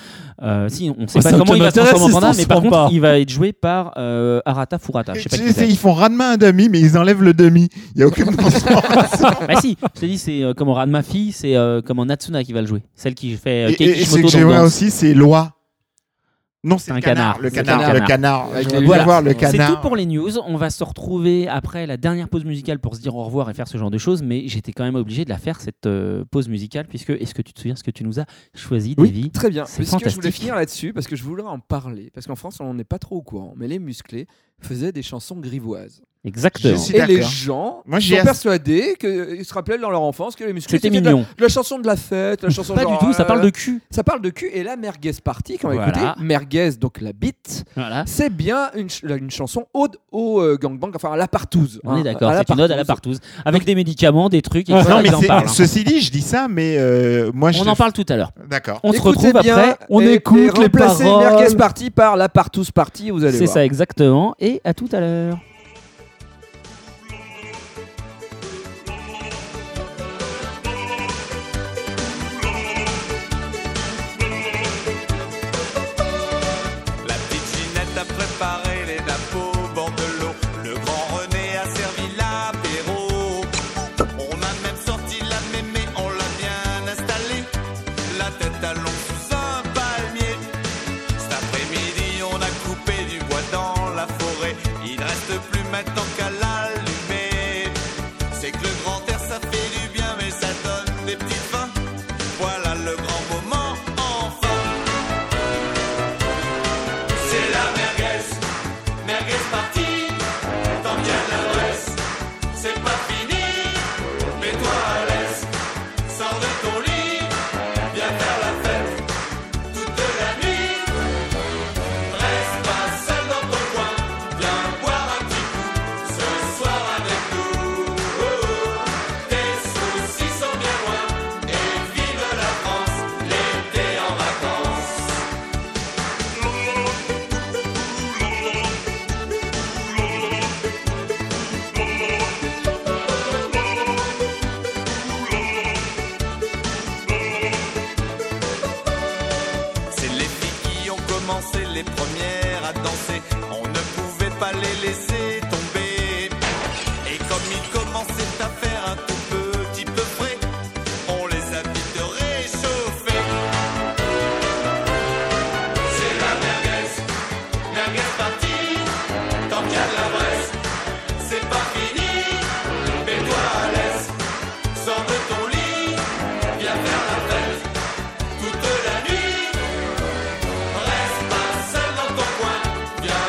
Speaker 1: Euh, si on sait
Speaker 6: Oh,
Speaker 1: pas
Speaker 6: ça
Speaker 1: comment il va se
Speaker 6: m'intéresse
Speaker 1: transformer en
Speaker 6: s'il se
Speaker 1: panda, mais par
Speaker 6: transforme
Speaker 1: contre
Speaker 6: pas.
Speaker 1: il va être joué par euh, Arata Furata. Je sais pas qui
Speaker 2: Tu sais,
Speaker 1: c'est.
Speaker 2: Ils font Ranma un demi, mais ils enlèvent le demi. Il n'y a aucune transformation.
Speaker 1: Bah si, je t'ai dit c'est euh, comme en Ranma fille, c'est euh, comme en Natsuna qui va le jouer, celle qui fait euh,
Speaker 2: Et,
Speaker 1: Kei
Speaker 2: et- et c'est que
Speaker 1: Kishimoto
Speaker 2: j'ai
Speaker 1: dans
Speaker 2: ouais,
Speaker 1: Gantz.
Speaker 2: aussi, c'est Loi. Non, c'est
Speaker 1: un
Speaker 2: le canard.
Speaker 1: canard.
Speaker 2: Le
Speaker 1: C'est
Speaker 2: canard, le
Speaker 1: un canard.
Speaker 2: canard.
Speaker 4: Avec
Speaker 2: Je
Speaker 4: les
Speaker 2: veux
Speaker 4: lunettes.
Speaker 2: voir le
Speaker 1: C'est tout
Speaker 2: canard.
Speaker 1: pour les news. On va se retrouver après la dernière pause musicale pour se dire au revoir et faire ce genre de choses. Mais j'étais quand même obligé de la faire cette euh, pause musicale puisque est-ce que tu te souviens ce que tu nous as choisi,
Speaker 4: Oui.
Speaker 1: Davy
Speaker 4: Très bien.
Speaker 1: C'est
Speaker 4: Puisque je voulais
Speaker 1: fantastique.
Speaker 4: finir là-dessus, parce que je voulais en parler. Parce qu'en France, on n'est pas trop au courant. Mais les musclés faisaient des chansons grivoises.
Speaker 1: Exactement.
Speaker 2: Je suis
Speaker 4: Et les
Speaker 2: d'accord.
Speaker 4: gens
Speaker 2: Moi,
Speaker 4: sont
Speaker 2: j'ai ass-
Speaker 4: persuadés qu'ils se rappelaient dans leur enfance que les musclés
Speaker 1: C'était
Speaker 4: c'était de la-
Speaker 1: mignon.
Speaker 4: de la chanson de la fête, la chanson
Speaker 1: Pas
Speaker 4: genre, euh,
Speaker 1: du tout, ça parle de cul.
Speaker 4: Ça parle de cul et la merguez party quand on va
Speaker 1: Voilà.
Speaker 4: écouter merguez donc la bite
Speaker 1: Voilà.
Speaker 4: c'est bien une, ch- une chanson ode au euh, gangbang enfin à la partouze
Speaker 1: On
Speaker 4: hein,
Speaker 1: est
Speaker 2: Ah,
Speaker 1: d'accord, c'est une
Speaker 4: partouze.
Speaker 1: ode à la partouze. Avec des médicaments, des trucs, et tout ça,
Speaker 2: Non, mais
Speaker 1: ils en
Speaker 2: c'est-
Speaker 1: parlent.
Speaker 2: ceci dit, je dis ça, mais euh, moi, je.
Speaker 1: On en parle tout à l'heure.
Speaker 2: D'accord.
Speaker 1: On se
Speaker 4: Écoutez
Speaker 1: retrouve
Speaker 4: bien
Speaker 1: après.
Speaker 6: on
Speaker 4: et-
Speaker 6: écoute
Speaker 4: et
Speaker 6: les
Speaker 4: remplacez
Speaker 6: paroles.
Speaker 4: merguez party par la partouze party vous allez
Speaker 1: C'est
Speaker 4: voir
Speaker 1: ça exactement. Et à tout à l'heure.
Speaker 11: La petite Ginette a préparé les nappes au bord de l'eau. Le grand René a servi l'apéro. On a même sorti la mémé, on l'a bien installée. La tête à l'ombre sous un palmier. Cet après-midi, on a coupé du bois dans la forêt. Il ne reste plus maintenant qu'à l'allumer. C'est que le grand air, ça fait du bien, mais ça donne des petites fins. Voilà le grand moment, enfin. C'est la merguez, merguez parti, tant bien l'adresse, c'est pas fini, mets-toi à l'aise, sors de ton lit, viens faire la fête, toute la nuit, reste pas seul dans ton coin, viens boire un petit coup, ce soir avec nous, Oh, oh. tes soucis sont bien loin, et vive la France, l'été en vacances. C'est les filles qui ont commencé les premières à danser. On ne pouvait pas les laisser tomber. Et comme ils commençaient à faire un tout petit peu frais, on les a vite réchauffés. C'est la merguez, merguez partie, tant qu'il y a de la braise, c'est pas fini. Mets-toi à l'aise, sors de ton lit, viens faire la fête toute la nuit. Reste pas seul dans ton coin, viens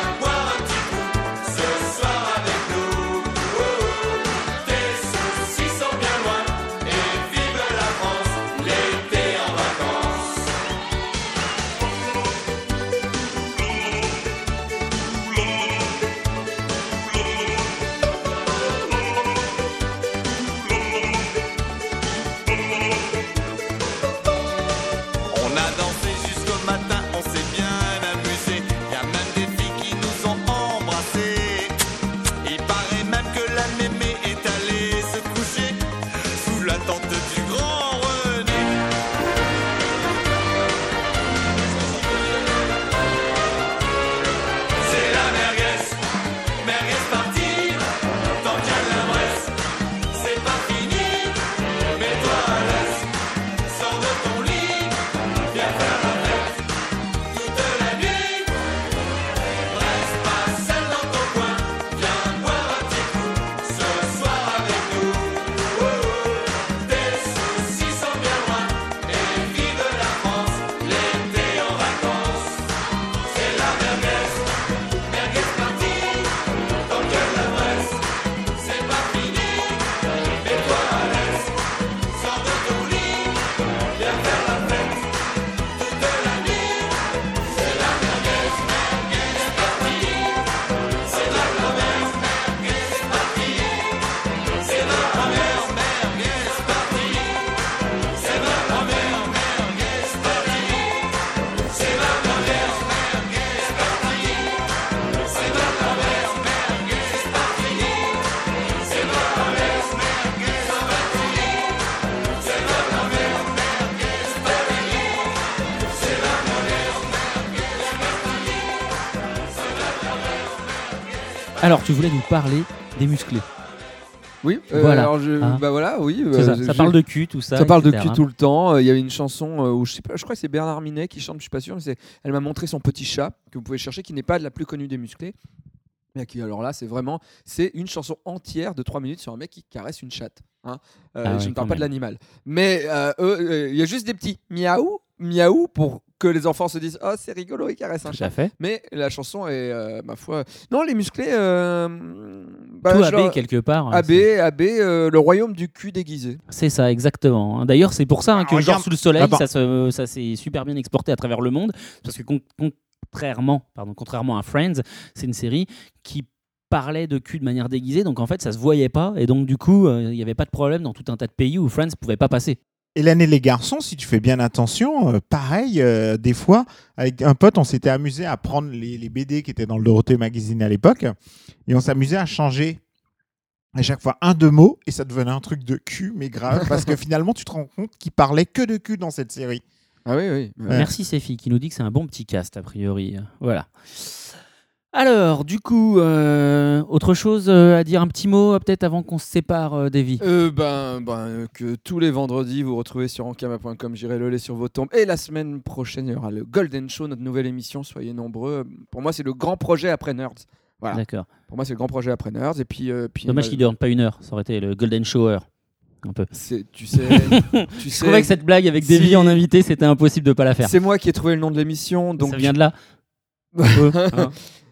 Speaker 1: Alors, tu voulais nous parler des musclés.
Speaker 4: Oui, euh,
Speaker 1: Voilà.
Speaker 4: alors je-
Speaker 1: Ah.
Speaker 4: bah voilà, oui.
Speaker 1: C'est
Speaker 4: euh,
Speaker 1: ça,
Speaker 4: je-
Speaker 1: ça
Speaker 4: je-
Speaker 1: parle de cul, tout ça.
Speaker 4: Ça parle de
Speaker 1: etc.,
Speaker 4: cul
Speaker 1: hein.
Speaker 4: tout le temps. Euh, Il y avait une chanson euh, où je sais pas, je crois que c'est Bernard Minet qui chante, je suis pas sûr, mais c'est- elle m'a montré son petit chat que vous pouvez chercher, qui n'est pas de la plus connue des musclés, mais qui alors là c'est vraiment, c'est une chanson entière de 3 minutes sur un mec qui caresse une chatte. hein. Euh,
Speaker 1: Ah
Speaker 4: je
Speaker 1: ouais,
Speaker 4: ne parle
Speaker 1: quand
Speaker 4: pas de l'animal, mais euh, eux, euh, il y a juste des petits miaou, miaou pour que les enfants se disent oh c'est rigolo, il caresse un
Speaker 1: Tout à
Speaker 4: chat.
Speaker 1: fait.
Speaker 4: Mais la chanson est euh, ma foi, non les musclés, euh, bah,
Speaker 1: Tout
Speaker 4: je leur-
Speaker 1: AB quelque part. hein,
Speaker 4: AB,
Speaker 1: c'est-
Speaker 4: AB, euh, le royaume du cul déguisé.
Speaker 1: C'est ça, exactement. D'ailleurs, c'est pour ça hein, que
Speaker 2: Alors,
Speaker 1: genre
Speaker 2: regarde-
Speaker 1: sous le soleil,
Speaker 2: Ah, bon.
Speaker 1: ça, se- ça s'est super bien exporté à travers le monde, parce que con- contrairement, pardon, contrairement à Friends, c'est une série qui parlait de cul de manière déguisée, donc en fait, ça se voyait pas, et donc du coup, euh, il n'y avait pas de problème dans tout un tas de pays où Friends pouvait pas passer.
Speaker 2: Et l'année les garçons, si tu fais bien attention, euh, pareil, euh, des fois, avec un pote, on s'était amusé à prendre les, les BD qui étaient dans le Dorothée Magazine à l'époque, et on s'amusait à changer à chaque fois un, deux mots, et ça devenait un truc de cul, mais grave, parce que finalement, tu te rends compte qu'ils parlaient que de cul dans cette série.
Speaker 4: Ah oui, oui.
Speaker 2: Ouais.
Speaker 1: Merci Séphie qui nous dit que c'est un bon petit cast a priori. Voilà. Alors, du coup, euh, autre chose euh, à dire, un petit mot euh, peut-être avant qu'on se sépare, euh, d'Evie
Speaker 4: Euh, ben, ben, euh, que tous les vendredis, vous retrouvez sur ankama.com, j'irai le lait sur vos tombes. Et la semaine prochaine, il y aura le Golden Show, notre nouvelle émission. Soyez nombreux. Pour moi, c'est le grand projet après Nerds. Voilà.
Speaker 1: D'accord.
Speaker 4: Pour moi, c'est le grand projet après Nerds. Et puis, euh, puis
Speaker 1: Dommage
Speaker 4: bah,
Speaker 1: qu'il ne dorme pas une heure, ça aurait été le Golden Shower. Un peu.
Speaker 4: c'est- tu sais, tu
Speaker 1: Je trouvais
Speaker 4: sais,
Speaker 1: que cette blague avec Davy
Speaker 4: si-
Speaker 1: en invité, c'était impossible de pas la faire.
Speaker 4: c'est moi qui ai trouvé le nom de l'émission, donc
Speaker 1: ça vient de là. hein.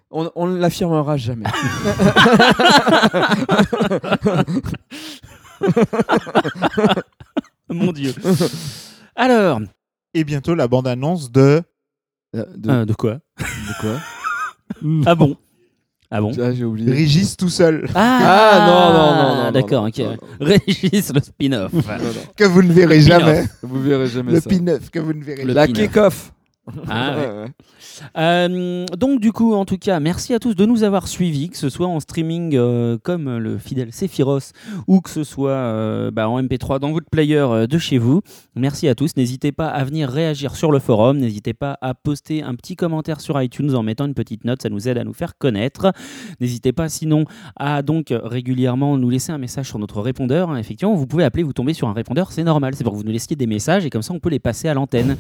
Speaker 4: on, on ne l'affirmera jamais.
Speaker 1: Mon Dieu. Alors.
Speaker 2: Et bientôt, la bande-annonce de...
Speaker 4: Euh, de,
Speaker 1: euh, de quoi
Speaker 4: de quoi
Speaker 1: Ah bon Ah bon
Speaker 4: Ah, j'ai oublié.
Speaker 2: Régis tout seul,
Speaker 1: Ah,
Speaker 4: Ah, non, non, non, non, non.
Speaker 1: D'accord, ok.
Speaker 4: Non,
Speaker 1: Régis, le spin-off.
Speaker 4: Non, non,
Speaker 2: que vous ne verrez jamais.
Speaker 4: vous verrez jamais
Speaker 2: Le
Speaker 4: ça.
Speaker 2: P9, que vous ne verrez
Speaker 1: Le
Speaker 4: la
Speaker 1: pin-up.
Speaker 4: kick-off.
Speaker 1: Ah, ouais.
Speaker 4: Ouais, ouais.
Speaker 1: Euh, donc du coup, en tout cas, merci à tous de nous avoir suivis, que ce soit en streaming euh, comme le fidèle Sephiros ou que ce soit euh, bah, en MP3 dans votre player euh, de chez vous. Merci à tous. N'hésitez pas à venir réagir sur le forum. N'hésitez pas à poster un petit commentaire sur iTunes en mettant une petite note. Ça nous aide à nous faire connaître. N'hésitez pas sinon à donc régulièrement nous laisser un message sur notre répondeur. hein. Effectivement, vous pouvez appeler, vous tombez sur un répondeur, c'est normal. C'est pour que vous nous laissiez des messages et comme ça on peut les passer à l'antenne.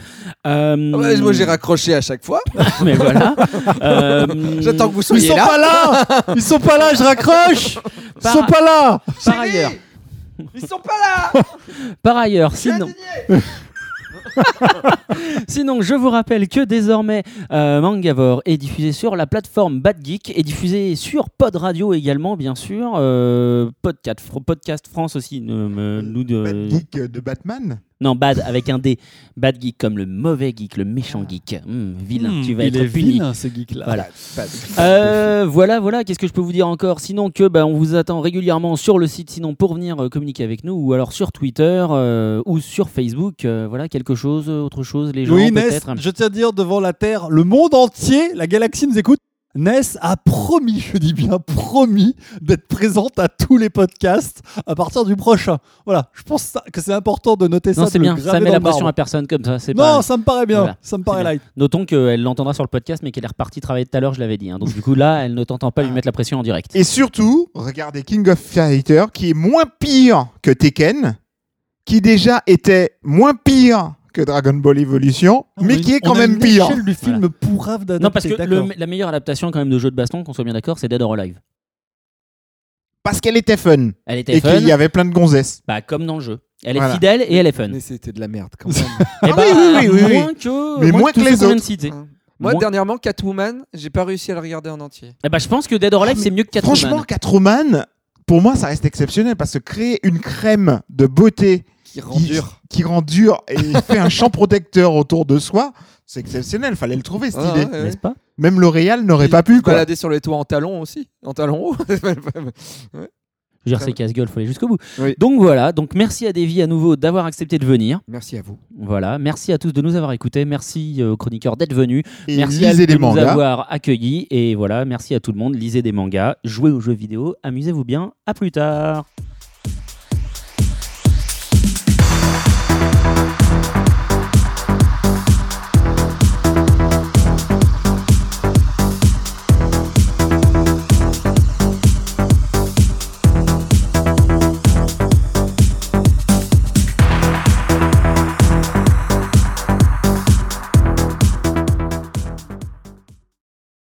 Speaker 1: Euh,
Speaker 4: Ah ouais, moi, j'ai raccroché à chaque fois.
Speaker 1: mais voilà. Euh,
Speaker 4: J'attends que vous soyez
Speaker 11: Ils sont
Speaker 4: là.
Speaker 11: pas là Ils sont pas là, je raccroche Ils
Speaker 1: Par-
Speaker 11: sont pas là
Speaker 1: par ailleurs,
Speaker 4: Ils sont pas là
Speaker 1: par ailleurs, sinon. Sinon, je vous rappelle que désormais, euh, Mangavor est diffusé sur la plateforme Bad Geek et diffusé sur Pod Radio également, bien sûr. euh, Podcast, Fr- Podcast France aussi. ne me- nous de-
Speaker 2: Bad Geek de Batman.
Speaker 1: Non, Bad avec un D. Bad Geek comme le mauvais geek, le méchant
Speaker 11: Ah.
Speaker 1: geek. Hum, vilain, tu vas
Speaker 6: Hmm, il
Speaker 1: être
Speaker 6: est
Speaker 1: puni.
Speaker 6: vilain, ce geek-là.
Speaker 1: Voilà. Euh, voilà, voilà. Qu'est-ce que je peux vous dire encore Sinon que bah, on vous attend régulièrement sur le site, sinon pour venir euh, communiquer avec nous, ou alors sur Twitter euh, ou sur Facebook. euh, voilà, quelque chose, euh, autre chose, les gens
Speaker 11: Oui, Ness,
Speaker 1: peut-être.
Speaker 11: je tiens à dire devant la Terre, le monde entier, la galaxie nous écoute. Ness a promis, je dis bien promis, d'être présente à tous les podcasts à partir du prochain. Voilà, je pense ça- que c'est important de noter
Speaker 1: Non,
Speaker 11: ça.
Speaker 1: c'est
Speaker 11: de le
Speaker 1: bien. Ça
Speaker 11: graver
Speaker 1: met
Speaker 11: dans
Speaker 1: la
Speaker 11: le
Speaker 1: pression
Speaker 11: marbre.
Speaker 1: à personne comme ça. C'est
Speaker 11: Non,
Speaker 1: pas.
Speaker 11: ça me paraît bien,
Speaker 1: Voilà,
Speaker 11: ça me paraît
Speaker 1: bien.
Speaker 11: light.
Speaker 1: Notons qu'elle l'entendra sur le podcast, mais qu'elle est repartie travailler tout à l'heure. Je l'avais dit. hein. Donc du coup là, elle ne t'entend
Speaker 11: Ah.
Speaker 1: pas lui mettre la pression en direct.
Speaker 2: Et surtout, regardez King of Fighter, qui est moins pire que Tekken, qui déjà était moins pire que Dragon Ball Evolution, mais qui est quand
Speaker 11: On a
Speaker 2: même
Speaker 11: une
Speaker 2: pire.
Speaker 11: échelle du film
Speaker 1: Voilà.
Speaker 11: pour Rave d'adapter,
Speaker 1: Non, parce que
Speaker 11: d'accord.
Speaker 1: le- la meilleure adaptation quand même de jeu de baston, qu'on soit bien d'accord, c'est Dead or Alive.
Speaker 2: Parce qu'elle était fun.
Speaker 1: Elle était
Speaker 2: Et
Speaker 1: fun,
Speaker 2: qu'il y avait plein de gonzesses.
Speaker 1: bah, comme dans le jeu. Elle est
Speaker 2: Voilà.
Speaker 1: fidèle et elle est fun.
Speaker 4: Mais c'était de la merde quand même.
Speaker 1: Eh
Speaker 2: Ah
Speaker 1: bah,
Speaker 2: oui, oui, oui, oui, oui.
Speaker 1: Moins que,
Speaker 2: Mais moins que
Speaker 1: tous
Speaker 2: les
Speaker 1: ceux qu'on vient de
Speaker 2: autres.
Speaker 1: citer.
Speaker 4: Moi,
Speaker 1: Moi-
Speaker 4: dernièrement, Catwoman, j'ai pas réussi à le regarder en entier.
Speaker 1: Eh bah, je pense que Dead or Alive, c'est mieux que Catwoman.
Speaker 2: Franchement, Catwoman, pour moi, ça reste exceptionnel parce que créer une crème de beauté
Speaker 4: Qui rend
Speaker 2: qui,
Speaker 4: dur.
Speaker 2: qui rend dur et fait un champ protecteur autour de soi, c'est exceptionnel. Fallait le trouver, cette
Speaker 4: Ah,
Speaker 2: idée.
Speaker 4: ouais, ouais.
Speaker 1: n'est-ce pas
Speaker 2: Même L'Oréal n'aurait
Speaker 4: Puis
Speaker 2: pas pu,
Speaker 4: se
Speaker 2: quoi.
Speaker 4: Balader sur les toits en talons aussi. En talons hauts.
Speaker 1: Je veux dire, c'est casse-gueule, faut aller jusqu'au bout.
Speaker 4: Oui.
Speaker 1: Donc voilà, donc merci à Davy à nouveau d'avoir accepté de venir.
Speaker 4: Merci à vous.
Speaker 1: Voilà, merci à tous de nous avoir écoutés, merci euh, aux chroniqueurs d'être venus,
Speaker 2: Et
Speaker 1: merci à
Speaker 2: lisez
Speaker 1: de
Speaker 2: des
Speaker 1: nous
Speaker 2: mangas.
Speaker 1: avoir accueillis et voilà, merci à tout le monde, lisez des mangas, jouez aux jeux vidéo, amusez-vous bien, à plus tard.